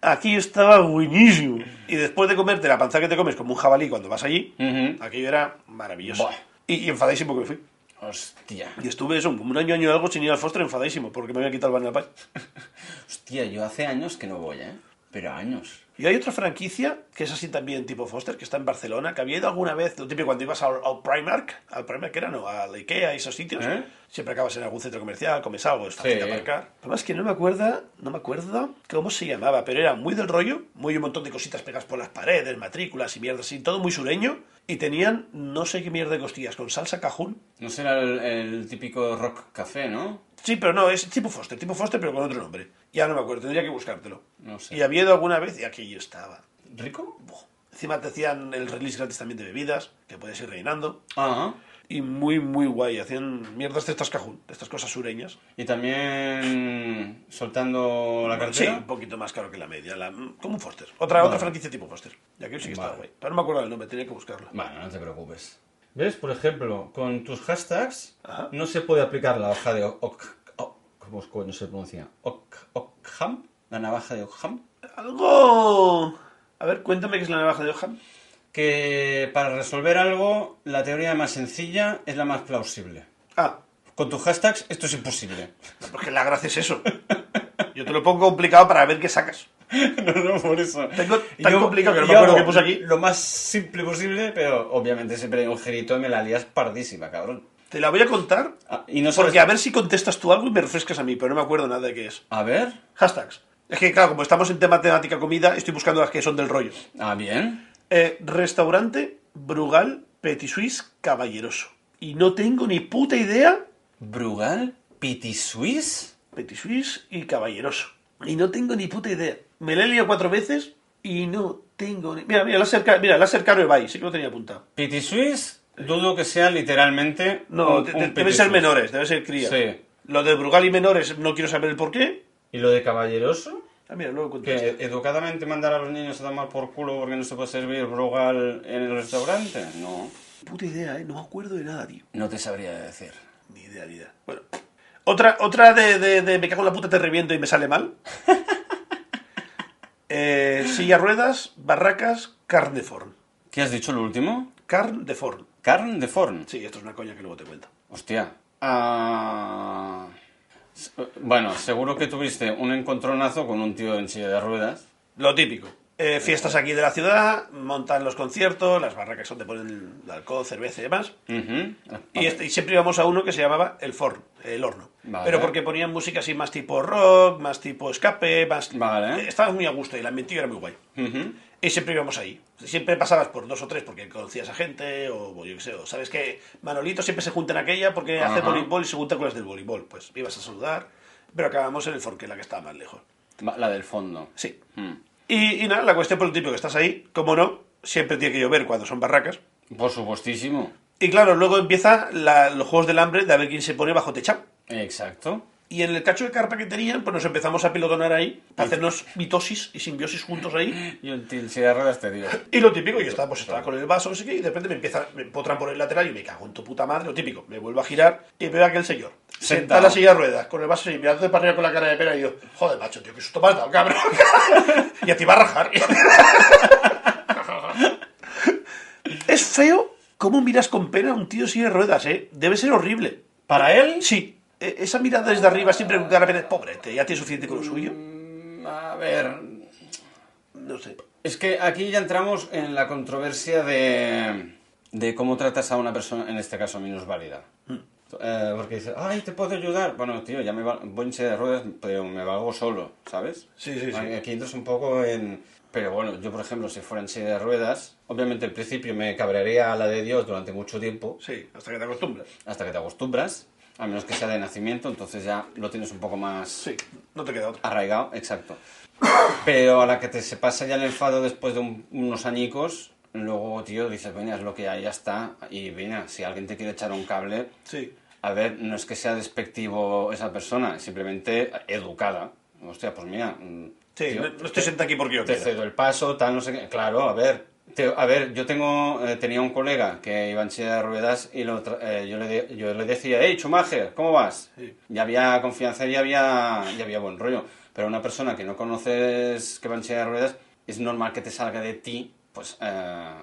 S2: Aquí estaba buenísimo. Y después de comerte la panza que te comes como un jabalí cuando vas allí,
S1: Ujú.
S2: aquello era maravilloso.
S1: Mm. Buah.
S2: Y, y enfadísimo que me fui.
S1: Hostia.
S2: Y estuve eso, como un año, año y algo sin ir al Foster enfadísimo, porque me había quitado el Banana Pie.
S1: Hostia, yo hace años que no voy, ¿eh? Pero años.
S2: Y hay otra franquicia, que es así también tipo Foster, que está en Barcelona, que había ido alguna vez, lo típico cuando ibas al, al Primark, al Primark era, no, al Ikea y esos sitios,
S1: ¿Eh?
S2: siempre acabas en algún centro comercial, comes algo, es fácil
S1: Sí.
S2: aparcar. Además que no me acuerdo, no me acuerdo cómo se llamaba, pero era muy del rollo, muy un montón de cositas pegadas por las paredes, matrículas y mierdas así, todo muy sureño, y tenían no sé qué mierda de costillas, con salsa cajún.
S1: No será el, el típico rock café, ¿no?
S2: Sí, pero no, es tipo Foster, tipo Foster, pero con otro nombre. Ya no me acuerdo, tendría que buscártelo.
S1: No sé.
S2: Y había ido alguna vez y aquí yo estaba.
S1: ¿Rico?
S2: Encima te hacían el release gratis también de bebidas, que puedes ir rellenando.
S1: Ah.
S2: Y muy, muy guay. Hacían mierdas de estas cajún, de estas cosas sureñas.
S1: Y también soltando la
S2: Sí,
S1: cartera.
S2: un poquito más caro que la media. la- como un Foster. Otra, otra franquicia tipo Foster. Ya que sí que estaba
S1: Vale.
S2: guay. Pero no me acuerdo del nombre, tenía que buscarla.
S1: Bueno, no te preocupes. ¿Ves? Por ejemplo, con tus hashtags
S2: Ajá.
S1: no se puede aplicar la hoja de Ock... Ock- ¿Cómo coño se pronuncia? Ock- Ockham. La navaja de Ockham.
S2: Algo... A ver, cuéntame qué es la navaja de Ojan.
S1: Que para resolver algo, la teoría más sencilla es la más plausible.
S2: Ah,
S1: Con tus hashtags esto es imposible.
S2: porque la gracia es eso. Yo te lo pongo complicado para ver qué sacas.
S1: no, no, por eso.
S2: Tengo tan complicado que no me acuerdo qué puse aquí.
S1: Lo más simple posible, pero obviamente siempre hay un gerito y me la lías pardísima, cabrón.
S2: Te la voy a contar
S1: Ah, y no sabes...
S2: porque a ver si contestas tú algo y me refrescas a mí, pero no me acuerdo nada de qué es.
S1: A ver.
S2: Hashtags. Es que, claro, como estamos en tema temática comida, estoy buscando las que son del rollo.
S1: Ah, bien.
S2: Eh, restaurante Brugal Petit Suisse Caballeroso. Y no tengo ni puta idea.
S1: Brugal, Petit Suisse.
S2: Petit Suisse y Caballeroso. Y no tengo ni puta idea. Me la he leído cuatro veces y no tengo ni. Mira, mira, la cerca, mira, la cerca Bay, sí que lo tenía apuntado.
S1: Petit Suisse, dudo que sea literalmente.
S2: No,
S1: un-
S2: de-
S1: un
S2: de-
S1: Petit
S2: debe ser
S1: Suisse.
S2: menores, debe ser cría.
S1: Sí.
S2: Lo de Brugal y menores, no quiero saber el por qué.
S1: ¿Y lo de caballeroso?
S2: Ah, mira, luego contesto.
S1: Que educadamente mandar a los niños a tomar por culo porque no se puede servir brugal en el restaurante. No.
S2: Puta idea, ¿eh? No me acuerdo de nada, tío.
S1: No te sabría decir.
S2: Ni idea, ni idea. Bueno. Otra, otra de, de- de me cago en la puta, te reviento y me sale mal. Eh, silla ruedas, barracas, carne de forn.
S1: ¿Qué has dicho el último?
S2: Carne de forn.
S1: Carne de forn.
S2: Sí, esto es una coña que luego te cuento.
S1: Hostia. Ah. S- Bueno, seguro que tuviste un encontronazo con un tío en silla de ruedas.
S2: Lo típico. Eh, fiestas aquí de la ciudad, montan los conciertos, las barracas donde ponen el alcohol, cerveza y demás.
S1: Ujú. Ah,
S2: Y, este- y siempre íbamos a uno que se llamaba el forn, el horno.
S1: Vale.
S2: Pero porque ponían música así más tipo rock, más tipo escape, más...
S1: Vale.
S2: Estaba muy a gusto y el ambientillo era muy guay.
S1: Ujú.
S2: Y siempre íbamos ahí. Siempre pasabas por dos o tres porque conocías a gente o bueno, yo qué sé. o Sabes que Manolito siempre se junta en aquella porque hace
S1: Ajá.
S2: voleibol y se junta con las del voleibol. Pues ibas a saludar, pero acabamos en el Forquela que estaba más lejos.
S1: Va- La del fondo.
S2: Sí.
S1: Mm.
S2: Y, y nada, la cuestión por lo típico que estás ahí, como no, siempre tiene que llover cuando son barracas.
S1: Por supuestísimo.
S2: Y claro, luego empieza la- los juegos del hambre de a ver quién se pone bajo techado.
S1: Exacto.
S2: Y en el cacho de carpa que tenían, pues nos empezamos a pilotonar ahí, a hacernos mitosis y simbiosis juntos ahí.
S1: Y el tilsi de ruedas te digo.
S2: Y lo típico, yo estaba, pues estaba con el vaso, no sé qué, y de repente me empieza, me potran por el lateral y me cago en tu puta madre, lo típico. Me vuelvo a girar y veo a aquel señor. Sentado en la silla de ruedas, con el vaso y mirando de para arriba con la cara de pena y yo, joder, macho, tío, qué susto me has dado, cabrón. y a ti va a rajar. es feo cómo miras con pena a un tío en silla de ruedas, ¿eh? Debe ser horrible.
S1: ¿Para él?
S2: Sí, e- esa mirada desde arriba siempre con cara de pena, pobrete, ya tiene suficiente con lo suyo.
S1: Mm, A ver.
S2: No sé.
S1: Es que aquí ya entramos en la controversia de, de cómo tratas a una persona, en este caso minusválida. Eh, porque dices, ay, te puedo ayudar. Bueno, tío, ya me val- voy en silla de ruedas, pero me valgo solo, ¿sabes?
S2: Sí, sí, sí.
S1: Aquí- Aquí entras un poco en. Pero bueno, yo por ejemplo, si fuera en silla de ruedas, obviamente al principio me cabrearía a la de Dios durante mucho tiempo,
S2: Sí, hasta que te acostumbras.
S1: hasta que te acostumbras, a menos que sea de nacimiento, entonces ya lo tienes un poco más
S2: Sí, no te queda otra.
S1: arraigado, exacto. Pero a la que te se pasa ya el enfado después de un- unos añicos, luego, tío, dices, venga, es lo que hay, ya está. Y venga, si alguien te quiere echar un cable,
S2: Sí.
S1: a ver, no es que sea despectivo esa persona, es simplemente educada. Hostia, pues mira, mm,
S2: Sí,
S1: tío,
S2: no, no estoy sentado aquí porque yo
S1: te
S2: quiera.
S1: cedo el paso, tal, no sé qué. Claro, a ver. te- a ver, yo tengo, eh, tenía un colega que iba en silla de ruedas y lo tra- eh, yo, le de- yo le decía, hey, Schumacher, ¿cómo vas?
S2: Sí.
S1: Ya había confianza y ya había, ya había buen rollo. Pero una persona que no conoces que va en silla de ruedas, es normal que te salga de ti, pues, eh, a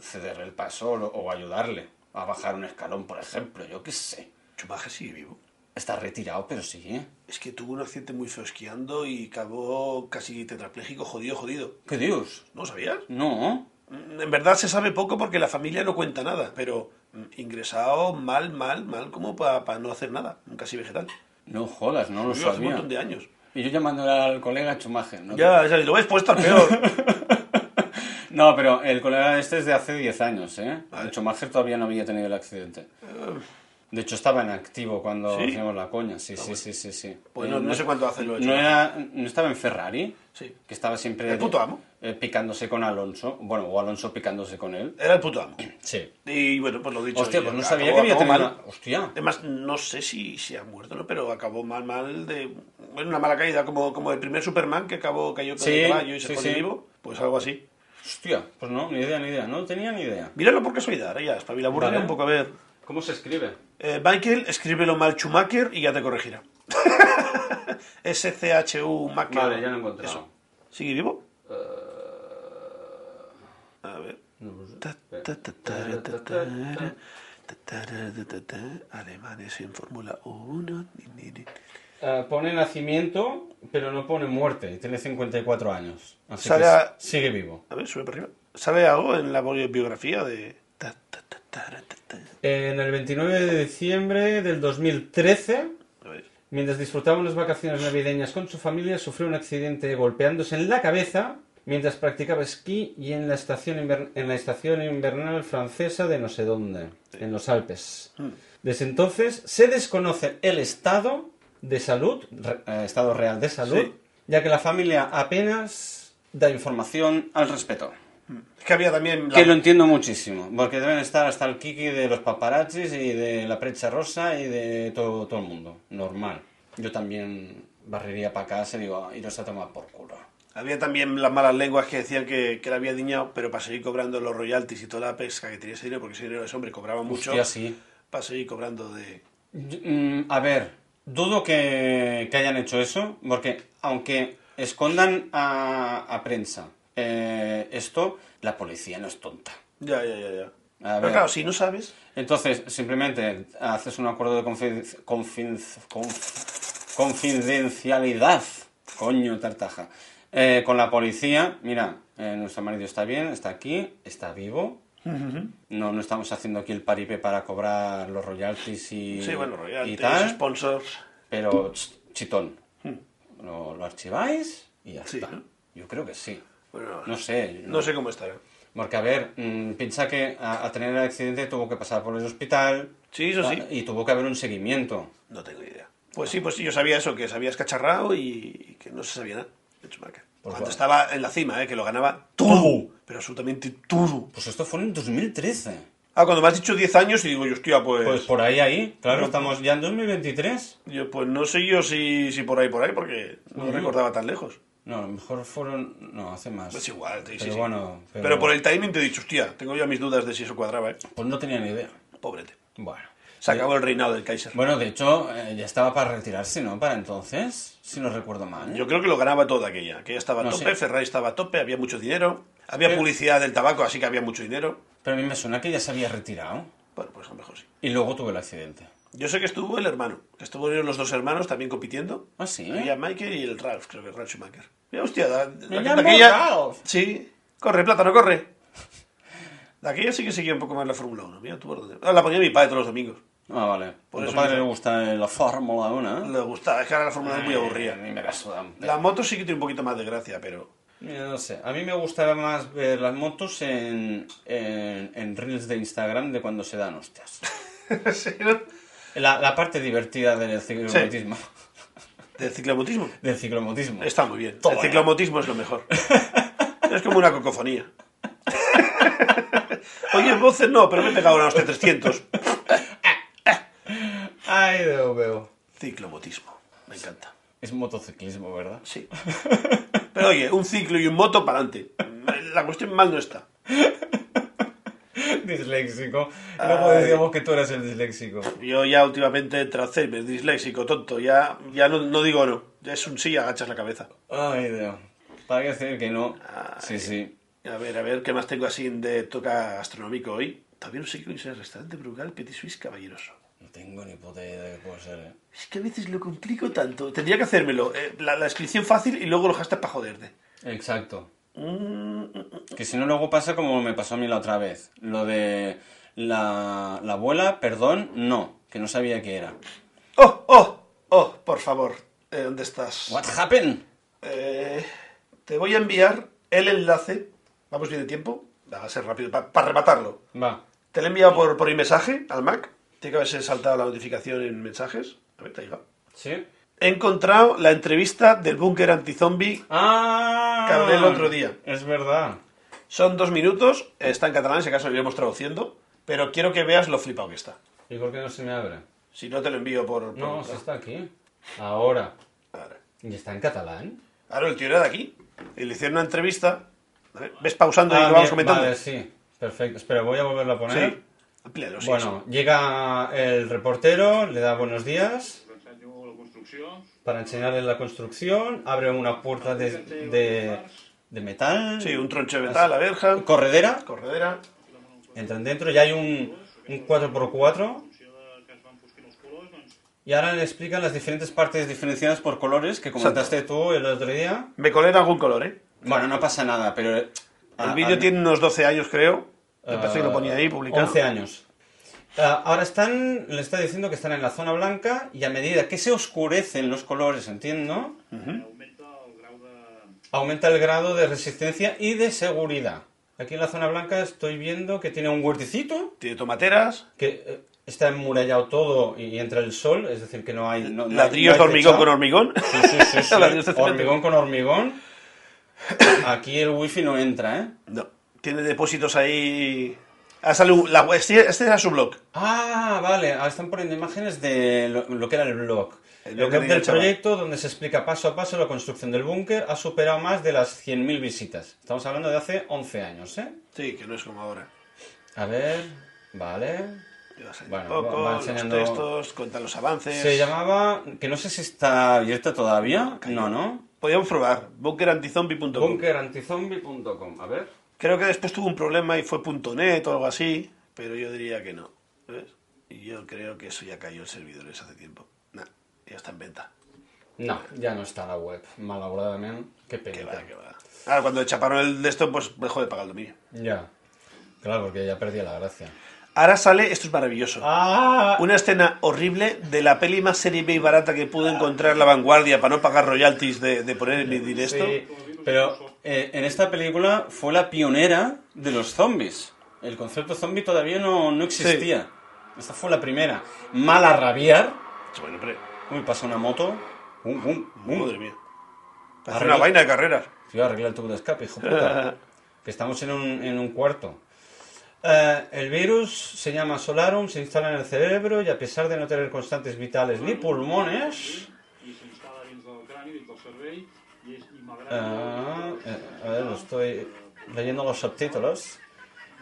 S1: cederle el paso o, lo- o ayudarle a bajar un escalón, por ejemplo, yo qué sé.
S2: Schumacher sigue vivo.
S1: Está retirado, pero sigue.
S2: Es que tuvo un accidente muy feo esquiando y acabó casi tetrapléjico, jodido, jodido.
S1: ¿Qué dios?
S2: ¿No lo sabías?
S1: No.
S2: Mm, En verdad se sabe poco porque la familia no cuenta nada, pero mm, ingresado mal, mal, mal, como para no hacer nada, un casi vegetal.
S1: No jodas, no lo
S2: Vivió hace un
S1: sabía.
S2: montón de años.
S1: Y yo llamándole al colega Schumacher, ¿no?
S2: Ya, ya, y lo ves puesto al peor.
S1: No, pero el colega este es de hace 10 años, ¿eh?
S2: Vale. Ah.
S1: El Schumacher todavía no había tenido el accidente. De hecho, estaba en activo cuando
S2: ¿Sí? Ah,
S1: hacíamos la coña. Sí, sí, sí, sí, sí.
S2: Pues
S1: Eh,
S2: no, no sé cuánto hace lo hecho.
S1: no era, ¿No estaba en Ferrari?
S2: Sí.
S1: Que estaba siempre...
S2: El puto amo.
S1: eh, picándose con Alonso. Bueno, o Alonso picándose con él.
S2: Era el puto amo.
S1: Sí.
S2: Y bueno, pues lo dicho.
S1: Hostia,
S2: y
S1: pues no
S2: acabó-
S1: sabía que había
S2: acabó
S1: tenido...
S2: mal.
S1: una- Hostia.
S2: Además, no sé si, si ha muerto, ¿no? Pero acabó mal, mal de... bueno, una mala caída, como, como el primer Superman que acabó, cayó con
S1: Sí,
S2: el caballo y se
S1: sí,
S2: fue
S1: sí.
S2: vivo. Pues algo así.
S1: Hostia. Pues no, ni idea, ni idea. No tenía ni idea.
S2: Míralo por casualidad, ahora ya, espabila, búrrate
S1: Vale.
S2: un poco, a ver.
S1: ¿Cómo se escribe?
S2: Eh, Michael, escríbelo mal Schumacher y ya te corregirá. S-C-H-U Macker.
S1: Vale, ya lo he encontrado.
S2: Eso. ¿Sigue vivo? A ver. Ta, ta, ta, ta, ta, ta, ta, ta, ta, ta, ta. Alemanes en Fórmula 1. Ni, ni, ni.
S1: Eh, pone nacimiento, pero no pone muerte. y Tiene 54 años. Así
S2: Sale
S1: que
S2: a-
S1: sigue vivo.
S2: A ver, sube para arriba. ¿Sale algo en la bi- biografía de.? ta, ta, ta, ta, ta, ta?
S1: En el 29 de diciembre del 2013,
S2: A ver.
S1: mientras disfrutaba unas vacaciones navideñas con su familia, sufrió un accidente golpeándose en la cabeza mientras practicaba esquí y en la estación, inver- en la estación invernal francesa de no sé dónde, en los Alpes. Desde entonces se desconoce el estado de salud, re- eh, estado real de salud,
S2: Sí.
S1: ya que la familia apenas da información al respecto.
S2: Es que había también. la-
S1: mm. Que lo entiendo muchísimo, porque deben estar hasta el kiki de los paparazzis y de la precha rosa y de todo, todo el mundo. Normal. Yo también barrería para casa y digo, "Ah, iros a tomar por culo.
S2: Había también las malas lenguas que decían que, que la había diñado, pero para seguir cobrando los royalties y toda la pesca que tenía ese dinero, porque ese dinero ese hombre cobraba mucho,
S1: Hostia, sí.
S2: para seguir cobrando de...
S1: Yo- mm, A ver, dudo que, que hayan hecho eso, porque aunque escondan a, a prensa eh, esto, la policía no es tonta.
S2: Ya, ya, ya, ya.
S1: A
S2: Pero
S1: ver.
S2: claro, si no sabes...
S1: Entonces, simplemente haces un acuerdo de confidenci- confin- conf- confidencialidad, coño, tartaja, eh, con la policía. Mira, eh, nuestro marido está bien, está aquí, está vivo. No, no estamos haciendo aquí el paripe para cobrar los royalties y,
S2: Sí, bueno,
S1: y
S2: royalties,
S1: tal,
S2: sponsors...
S1: pero ch- chitón. Lo, lo archiváis y ya
S2: Hmm. Sí,
S1: está.
S2: ¿no?
S1: Yo creo que sí.
S2: Bueno,
S1: No sé.
S2: no sé cómo estará.
S1: Porque, a ver, mm, piensa que a, a tener el accidente tuvo que pasar por el hospital.
S2: Sí, eso
S1: ah,
S2: sí.
S1: Y tuvo que haber un seguimiento.
S2: No tengo idea. Pues sí, pues sí, yo sabía eso, que se había escacharrado y y que no se sabía nada de Schumacher. Cuando
S1: bueno.
S2: estaba en la cima, ¿eh? que lo ganaba todo, pero absolutamente todo.
S1: Pues esto fue en 2013.
S2: Ah, cuando me has dicho 10 años y digo, yo, hostia, pues...
S1: Pues por ahí, ahí. Claro, estamos ya en 2023.
S2: Yo, pues no sé yo si, si por ahí, por ahí, porque no recordaba tan lejos.
S1: No, a lo mejor fueron... No, hace más.
S2: Pues igual, sí, sí,
S1: Pero
S2: sí.
S1: bueno,
S2: pero...
S1: pero-
S2: por el timing te he dicho, hostia, tengo ya mis dudas de si eso cuadraba, ¿eh?
S1: Pues no tenía ni idea.
S2: Pobrete.
S1: Bueno.
S2: Se acabó el reinado del Kaiser.
S1: Bueno, de hecho, eh, ya estaba para retirarse, ¿no? Para entonces, si no recuerdo mal.
S2: Yo creo que lo ganaba toda aquella. Aquella estaba a
S1: No
S2: tope,
S1: sé.
S2: Ferrari estaba a tope, había mucho dinero. Había
S1: Pero-
S2: publicidad del tabaco, así que había mucho dinero.
S1: Pero a mí me suena que ya se había retirado.
S2: Bueno, pues a lo mejor sí.
S1: Y luego tuvo el accidente.
S2: Yo sé que estuvo el hermano. que Estuvieron los dos hermanos también compitiendo.
S1: Ah, sí.
S2: Había Michael y el Ralph, creo que Ralph Schumacher. Mira, hostia, la, la-
S1: llamo
S2: de aquella-
S1: Ralph.
S2: Sí. Corre, plátano, corre. De aquella sí que seguía un poco más la Fórmula 1. Mira, tú por dónde. Ah, La ponía mi padre todos los domingos.
S1: Ah, vale.
S2: Por
S1: a tu
S2: eso
S1: padre
S2: no-
S1: le gusta eh, la Fórmula 1, ¿eh?
S2: Le gustaba, es que ahora la Fórmula 1 es muy
S1: A
S2: aburrida.
S1: mí me la suda un pelo.
S2: La moto sí que tiene un poquito más de gracia, pero.
S1: Mira, no sé. A mí me gustaba más ver las motos en, en, en reels de Instagram de cuando se dan hostias.
S2: Sí, ¿no?
S1: La, la parte divertida del ciclomotismo.
S2: Del ciclomotismo.
S1: Del ciclomotismo.
S2: Está muy bien.
S1: Toma
S2: el
S1: ya.
S2: ciclomotismo es lo mejor. es como una cacofonía. Oye, voces no, pero me he pegado una hostia 300.
S1: Ay, lo veo.
S2: Ciclomotismo. Me encanta.
S1: Es motociclismo, ¿verdad?
S2: Sí. Pero oye, un ciclo y un moto para adelante. La cuestión mal no está.
S1: disléxico. Luego
S2: Ay.
S1: decíamos que tú eras el disléxico.
S2: Yo ya últimamente, tras hacerme disléxico, tonto, ya, ya no, no digo no. Ya es un sí y agachas la cabeza.
S1: Ay, Dios. Para decir que no. Sí, sí.
S2: A ver, a ver, ¿qué más tengo así de toca gastronómico hoy? También un ciclo en el restaurante Brugal Petit Suisse Caballeroso.
S1: No tengo ni puta idea de qué puede ser, ¿eh?
S2: Es que a veces lo complico tanto. Tendría que hacérmelo. eh, la, la descripción fácil y luego los hashtags para joderte.
S1: Exacto.
S2: Mm, mm, mm.
S1: Que si no, luego pasa como me pasó a mí la otra vez. Lo de la, la abuela, perdón, no. Que no sabía qué era.
S2: ¡Oh, oh, oh! Por favor, eh, ¿dónde estás?
S1: What happened?
S2: Eh, te voy a enviar el enlace. Vamos bien de tiempo. Va a ser rápido para rematarlo.
S1: Va.
S2: Te lo he enviado por, por mensaje al Mac. Tiene que haberse saltado la notificación en mensajes. A ver, te ha llegado.
S1: ¿Sí?
S2: He encontrado la entrevista del búnker antizombie.
S1: ¡Ah!
S2: Que hablé el otro día.
S1: Es verdad.
S2: Son dos minutos. Está en catalán, si acaso lo iremos traduciendo. Pero quiero que veas lo flipado que está.
S1: ¿Y por qué no se me abre?
S2: Si no, te lo envío por... por-
S1: No, se está aquí. Ahora.
S2: Ahora.
S1: ¿Y está en catalán?
S2: Ahora, el tío era de aquí. Y le hicieron una entrevista. A ver, ¿Ves pausando y
S1: Ah,
S2: lo vamos
S1: bien,
S2: comentando?
S1: Vale, sí. Perfecto. Espera, voy a volverlo a poner.
S2: Sí. Amplíalo, sí, sí.
S1: Bueno, llega el reportero, le da buenos días
S3: Ensenyo la construcció.
S1: para enseñarle la construcción, abre una puerta de, de, de metal,
S2: Sí, un troncho de metal, la verja,
S1: corredera,
S2: corredera.
S1: entran dentro y hay un, un 4x4
S3: En funció de que es van fosquint els colors, doncs,
S1: y ahora le explican las diferentes partes diferenciadas por colores que comentaste tú el otro día.
S2: Me colé en algún color, ¿eh?
S1: Bueno, no pasa nada, pero... ah, El
S2: El vídeo tiene unos 12 años, creo. Me parece que lo ponía ahí publicado.
S1: 11 Ah, años. Ah, ahora están, le está diciendo que están en la zona blanca y a medida que se oscurecen los colores, entiendo,
S3: augmenta el grau de...
S1: aumenta el grado de resistencia y de seguridad. Aquí en la zona blanca estoy viendo que tiene un huertecito
S2: Tiene tomateras,
S1: que eh, está emmurallado todo y entra el sol, es decir, que no hay... No, no
S2: ladrillos
S1: hay-
S2: de
S1: no hay techo.
S2: hormigón con hormigón.
S1: Sí, sí, sí, sí.
S2: Ladrillos de cemento.
S1: hormigón con hormigón. Aquí el wifi no entra, ¿eh?
S2: No, tiene depósitos ahí. Ha salido la web- Este, este era su blog.
S1: Ah, vale, ahora están poniendo imágenes de lo, lo que era el blog.
S2: El
S1: El
S2: blog
S1: blog
S2: que tenía
S1: del
S2: el chaval.
S1: proyecto, donde se explica paso a paso la construcción del búnker, ha superado más de las 100.000 visitas. Estamos hablando de hace 11 años, ¿eh?
S2: Sí, que no es como ahora.
S1: A ver, vale.
S2: Te vas ahí
S1: Bueno,
S2: un poco,
S1: va- va enseñando-
S2: los textos, cuentan los avances.
S1: Se llamaba, que no sé si está abierta todavía. No, no.
S2: Podíamos probar, bunkerantizombie.com.
S1: Bunkerantizombie.com, a ver.
S2: Creo que después tuvo un problema y fue .net o algo así, pero yo diría que no. ¿Ves? Y yo creo que eso ya cayó en servidores hace tiempo. Nah, ya está en venta.
S1: No, ya no está la web, malauradamente. Qué pena.
S2: Que va, que va. Ahora, cuando chaparon el de esto, pues dejó de pagar el dominio.
S1: Ya. Claro, porque ya perdí la gracia.
S2: Ahora sale, esto es maravilloso,
S1: ¡Ah!
S2: una escena horrible de la peli más serie B y barata que pude encontrar en La Vanguardia para no pagar royalties de, de poner en mi directo.
S1: Sí, Pero eh, en esta película fue la pionera de los zombies. El concepto zombie todavía no, no existía. Esta fue la primera. Mala rabiar.
S2: Bueno, pero...
S1: Uy, pasa una moto. Bum, bum, bum.
S2: Madre mía. Hacer
S1: Arriba.
S2: una vaina de carreras.
S1: Tío, arregla el tubo de escape, hijo puta. que estamos en un, en un cuarto. Eh, el virus se llama Solarum, se instala en el cerebro y a pesar de no tener constantes vitales ni pulmones...
S3: i s'instal·la dins del crani, dins del cervell, i, és, i malgrat...
S1: Ah, eh, a ver, lo estoy leyendo los subtítulos.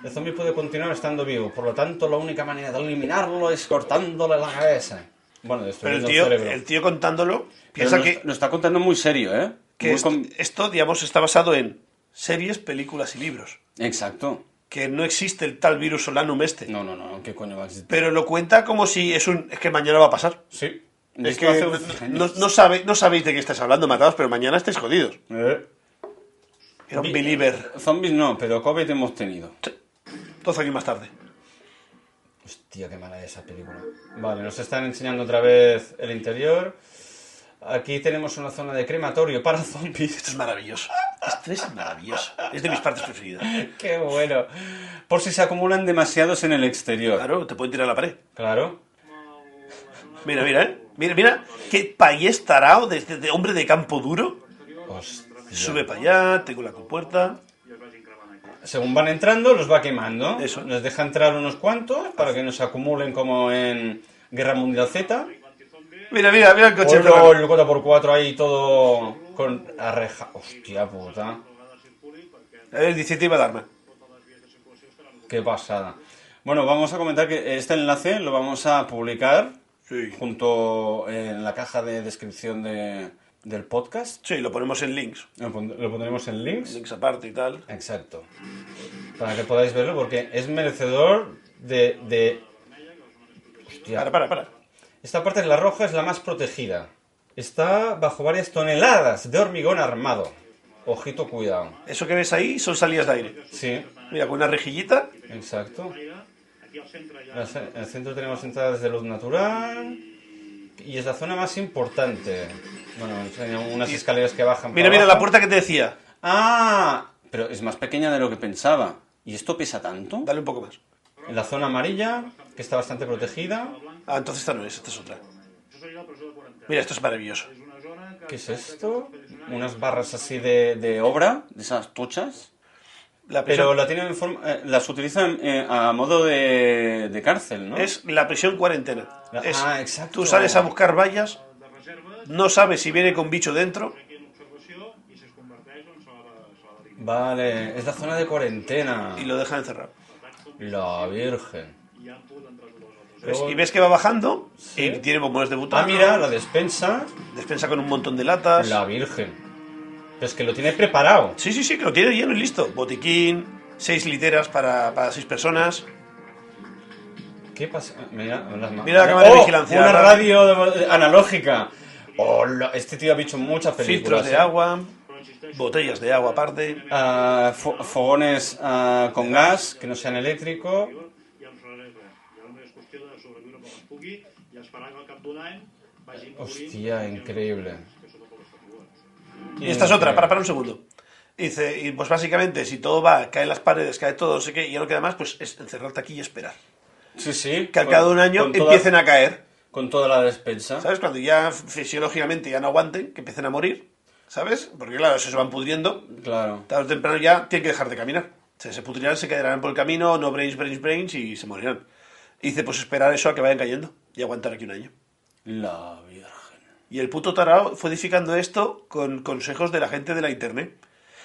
S1: El zombie puede continuar estando vivo, por lo tanto la única manera de eliminarlo es cortándole la cabeza. Bueno,
S2: Pero el
S1: destruyendo
S2: tío,
S1: el cerebro.
S2: el tío contándolo,
S1: Pero
S2: piensa
S1: nos-
S2: que,
S1: nos está contando muy serio, ¿eh?
S2: que
S1: Muy
S2: esto,
S1: com-
S2: esto, digamos, está basado en series, películas y libros.
S1: Exacto.
S2: Que no existe el tal virus solanum este.
S1: No, no, no, ¿qué coño va a existir?
S2: Pero lo cuenta como si es un. Es que mañana va a pasar.
S1: Sí.
S2: Es
S1: Esto
S2: que
S1: hace
S2: no,
S1: un-
S2: no- no sabe- no sabéis de qué estáis hablando, matados, pero mañana estáis jodidos.
S1: Eh.
S2: Era un believer.
S1: Zombies no, pero COVID hemos tenido.
S2: 12 años más tarde.
S1: Hostia, qué mala es esa película. Vale, nos están enseñando otra vez el interior. Aquí tenemos una zona de crematorio para zombies.
S2: Esto es maravilloso. Esto es maravilloso. Es de mis partes preferidas.
S1: Qué bueno. Por si se acumulan demasiados en el exterior.
S2: Claro, te pueden tirar a la pared.
S1: Claro.
S2: Mira, mira, ¿eh? Mira, mira. Qué país tarao de, de- de hombre de campo duro.
S1: Hostia.
S2: Pues, Sube para allá, tengo la compuerta.
S3: I es vagin cremant aquí.
S1: Según van entrando, los va quemando.
S2: Eso.
S1: Nos deja entrar unos cuantos para que nos acumulen como en Guerra Mundial Z.
S2: Mira, mira, mira el coche.
S1: Otro el cota por cuatro ahí todo con la reja. Hostia puta.
S2: A ver, iniciativa de arma.
S1: Qué pasada. Bueno, vamos a comentar que este enlace lo vamos a publicar
S2: Sí.
S1: junto eh, en la caja de descripción de- del podcast.
S2: Sí, lo ponemos en links.
S1: Lo pon- lo pondremos en links.
S2: Links aparte y tal.
S1: Exacto. Para que podáis verlo, porque es merecedor de. de- Hostia.
S2: Para, para, para.
S1: Esta parte de la roja es la más protegida. Está bajo varias toneladas de hormigón armado. Ojito, cuidado.
S2: Eso que ves ahí son salidas de aire.
S1: Sí,
S2: Mira, con una rejillita.
S1: exacto.
S3: Aquí al centre hi
S1: En
S3: ha...
S1: el ce- en el centro tenemos entradas de luz natural. Y es la zona más importante. Bueno, enseña unas escaleras que bajan.
S2: Mira,
S1: para
S2: mira la
S1: abajo.
S2: puerta que te decía.
S1: ¡Ah! Pero es más pequeña de lo que pensaba. ¿Y esto pesa tanto?
S2: Dale un poco más.
S1: En la zona amarilla, que está bastante protegida.
S2: Ah, entonces esta no es, esta es otra.
S3: Això seria la presó de quarantena.
S2: Mira, esto es maravilloso.
S3: És una zona que...
S1: ¿Qué es esto? Unas barras así de, de obra, de esas tochas.
S2: La prisión-
S1: Pero la tienen en forma, eh, las utilizan eh, a modo de, de cárcel, ¿no?
S2: Es la prisión cuarentena.
S1: La-
S2: Es-
S1: ah, exacto.
S2: Tú sales a buscar vallas,
S3: de reserva,
S2: no sabes si viene con bicho dentro.
S3: aquí en observació, i si es converteix en sala de, sala de línia.
S1: Vale, es la zona de cuarentena.
S2: y lo dejan encerrado.
S1: La Virgen.
S3: I ja han pogut entrar tots els altres.
S2: ¿Ves?
S1: Luego-
S2: Y ves que va bajando
S1: Sí.
S2: y tiene bombones de
S1: Ah,
S2: butano.
S1: mira, la despensa.
S2: Despensa con un montón de latas.
S1: La Virgen. Pero es que lo tiene preparado.
S2: Sí, sí, sí, que lo tiene lleno y listo. Botiquín, seis literas para, para seis personas.
S1: ¿Qué pasa? Mira, las ma-
S2: Mira la cámara de
S1: ¡Oh!
S2: vigilancia.
S1: Una radio de- analógica. Hola, este tío ha visto muchas películas.
S2: Filtros de
S1: ¿eh?
S2: agua, botellas de agua aparte.
S1: Ah, fo- fogones ah, con gas que no sean eléctrico.
S3: Hi ha un solarès verd. I ara només és qüestió de sobreviure com es pugui i esperar que al cap d'un any vagin
S1: Hostia, increíble.
S3: que sota poc es tatuen.
S2: Y esta es otra, para, para un segundo. Y dice, y pues básicamente, si todo va, caen las paredes, cae todo, no sé qué, y ya no queda más, pues es encerrarte aquí y esperar.
S1: Sí, sí.
S2: Que al cabo de un año
S1: toda-
S2: empiecen a caer.
S1: Con toda la despensa.
S2: ¿Sabes? Cuando ya fisiológicamente ya no aguanten, que empiecen a morir, ¿sabes? Porque claro, se van pudriendo,
S1: Claro.
S2: tarde o temprano ya tienen que dejar de caminar. Se, se pudrirán, se quedarán por el camino, no brains, brains, brains y se morirán. Y dice, pues esperar eso a que vayan cayendo y aguantar aquí un año.
S1: La Virgen.
S2: Y el puto tarao fue edificando esto con consejos de la gente de la internet.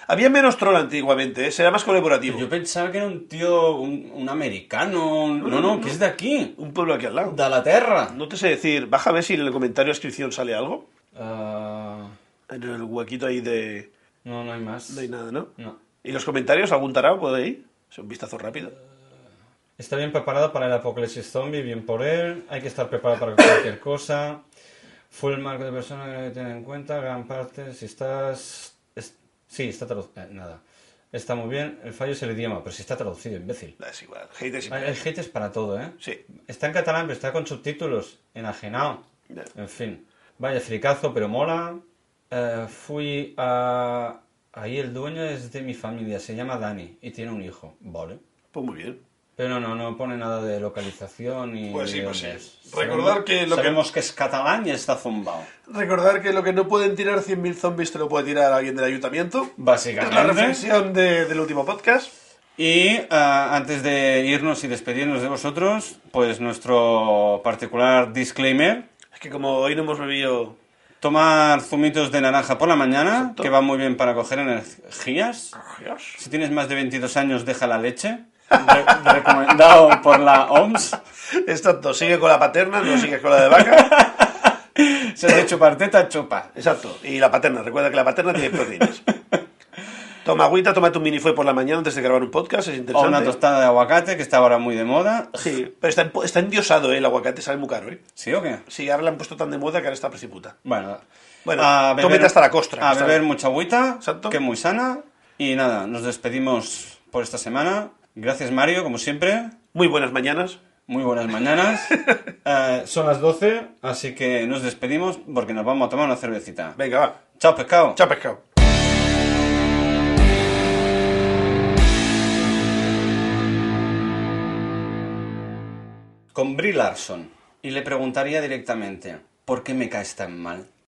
S2: Había menos troll antiguamente, ¿eh? era más colaborativo.
S1: Yo pensaba que era un tío, un, un americano. un- No, no, que es de aquí.
S2: Un pueblo aquí al lado.
S1: De la Tierra.
S2: No te sé decir, baja a ver si en el comentario de descripción sale algo.
S1: Ah,
S2: En el huequito ahí de...
S1: no, no hay más.
S2: No hay nada, ¿no?
S1: No.
S2: ¿Y los comentarios? ¿Algún tarao puede ir? Es un vistazo rápido.
S1: Está bien preparado para el apocalipsis zombie, bien por él. Hay que estar preparado para cualquier cosa. Fue el marco de persona que tener en cuenta, gran parte. Si estás. es- Sí, está traducido. nada. Está muy bien. El fallo es el idioma, pero si está traducido, imbécil.
S2: Es igual. Haters y-
S1: Hay, hay haters para todo, ¿eh?
S2: Sí.
S1: Está en catalán, pero está con subtítulos. Enajenado.
S2: Ya.
S1: En fin. Vaya fricazo, pero mola. Eh, fui a, Ahí el dueño es de mi familia, se llama Dani y tiene un hijo. Vale.
S2: Pues muy bien.
S1: Pero no, no pone nada de localización y.
S2: Pues sí,
S1: de
S2: pues
S1: dónde
S2: sí.
S1: es.
S2: Recordar
S1: Sabemos-
S2: que lo que-
S1: Sabemos que es catalán y está zumbao.
S2: Recordar que lo que no pueden tirar 100.000 zombies te lo puede tirar alguien del ayuntamiento. Es la
S1: Básicamente.
S2: reflexión de- del último podcast.
S1: Y ah, antes de irnos y despedirnos de vosotros, pues nuestro particular disclaimer.
S2: Es que como hoy no hemos bebido...
S1: Tomar zumitos de naranja por la mañana,
S2: Exacto.
S1: que va muy bien para coger energías.
S2: ¡Oh, Dios.
S1: Si tienes más de 22 años, deja la leche. Re- recomendado por la OMS.
S2: Es tanto, sigue con la paterna, no sigues con la de vaca.
S1: Se te chupar teta, chupa.
S2: Exacto, y la paterna. Recuerda que la paterna tiene proteínas. Toma agüita, tómate un minifue por la mañana antes de grabar un podcast, es
S1: O
S2: interesante.
S1: una tostada de aguacate, que está ahora muy de moda.
S2: Sí, pero está, en- está endiosado, ¿eh? El aguacate sale muy caro, ¿eh?
S1: ¿Sí o qué?
S2: Sí, ahora la han puesto tan de moda que ahora está preciputa.
S1: Bueno,
S2: Bueno, tómate hasta la costra,
S1: A
S2: hasta
S1: beber
S2: la-
S1: mucha agüita,
S2: Exacto.
S1: que es muy sana. Y nada, nos despedimos por esta semana. Gracias, Mario, como siempre.
S2: Muy buenas mañanas.
S1: Muy buenas mañanas. Eh, son las 12, así que nos despedimos porque nos vamos a tomar una cervecita.
S2: Venga, va.
S1: Chao, pescado.
S2: Chao, pescado.
S1: Con Brie Larson. Y le preguntaría directamente, ¿por qué me caes tan mal?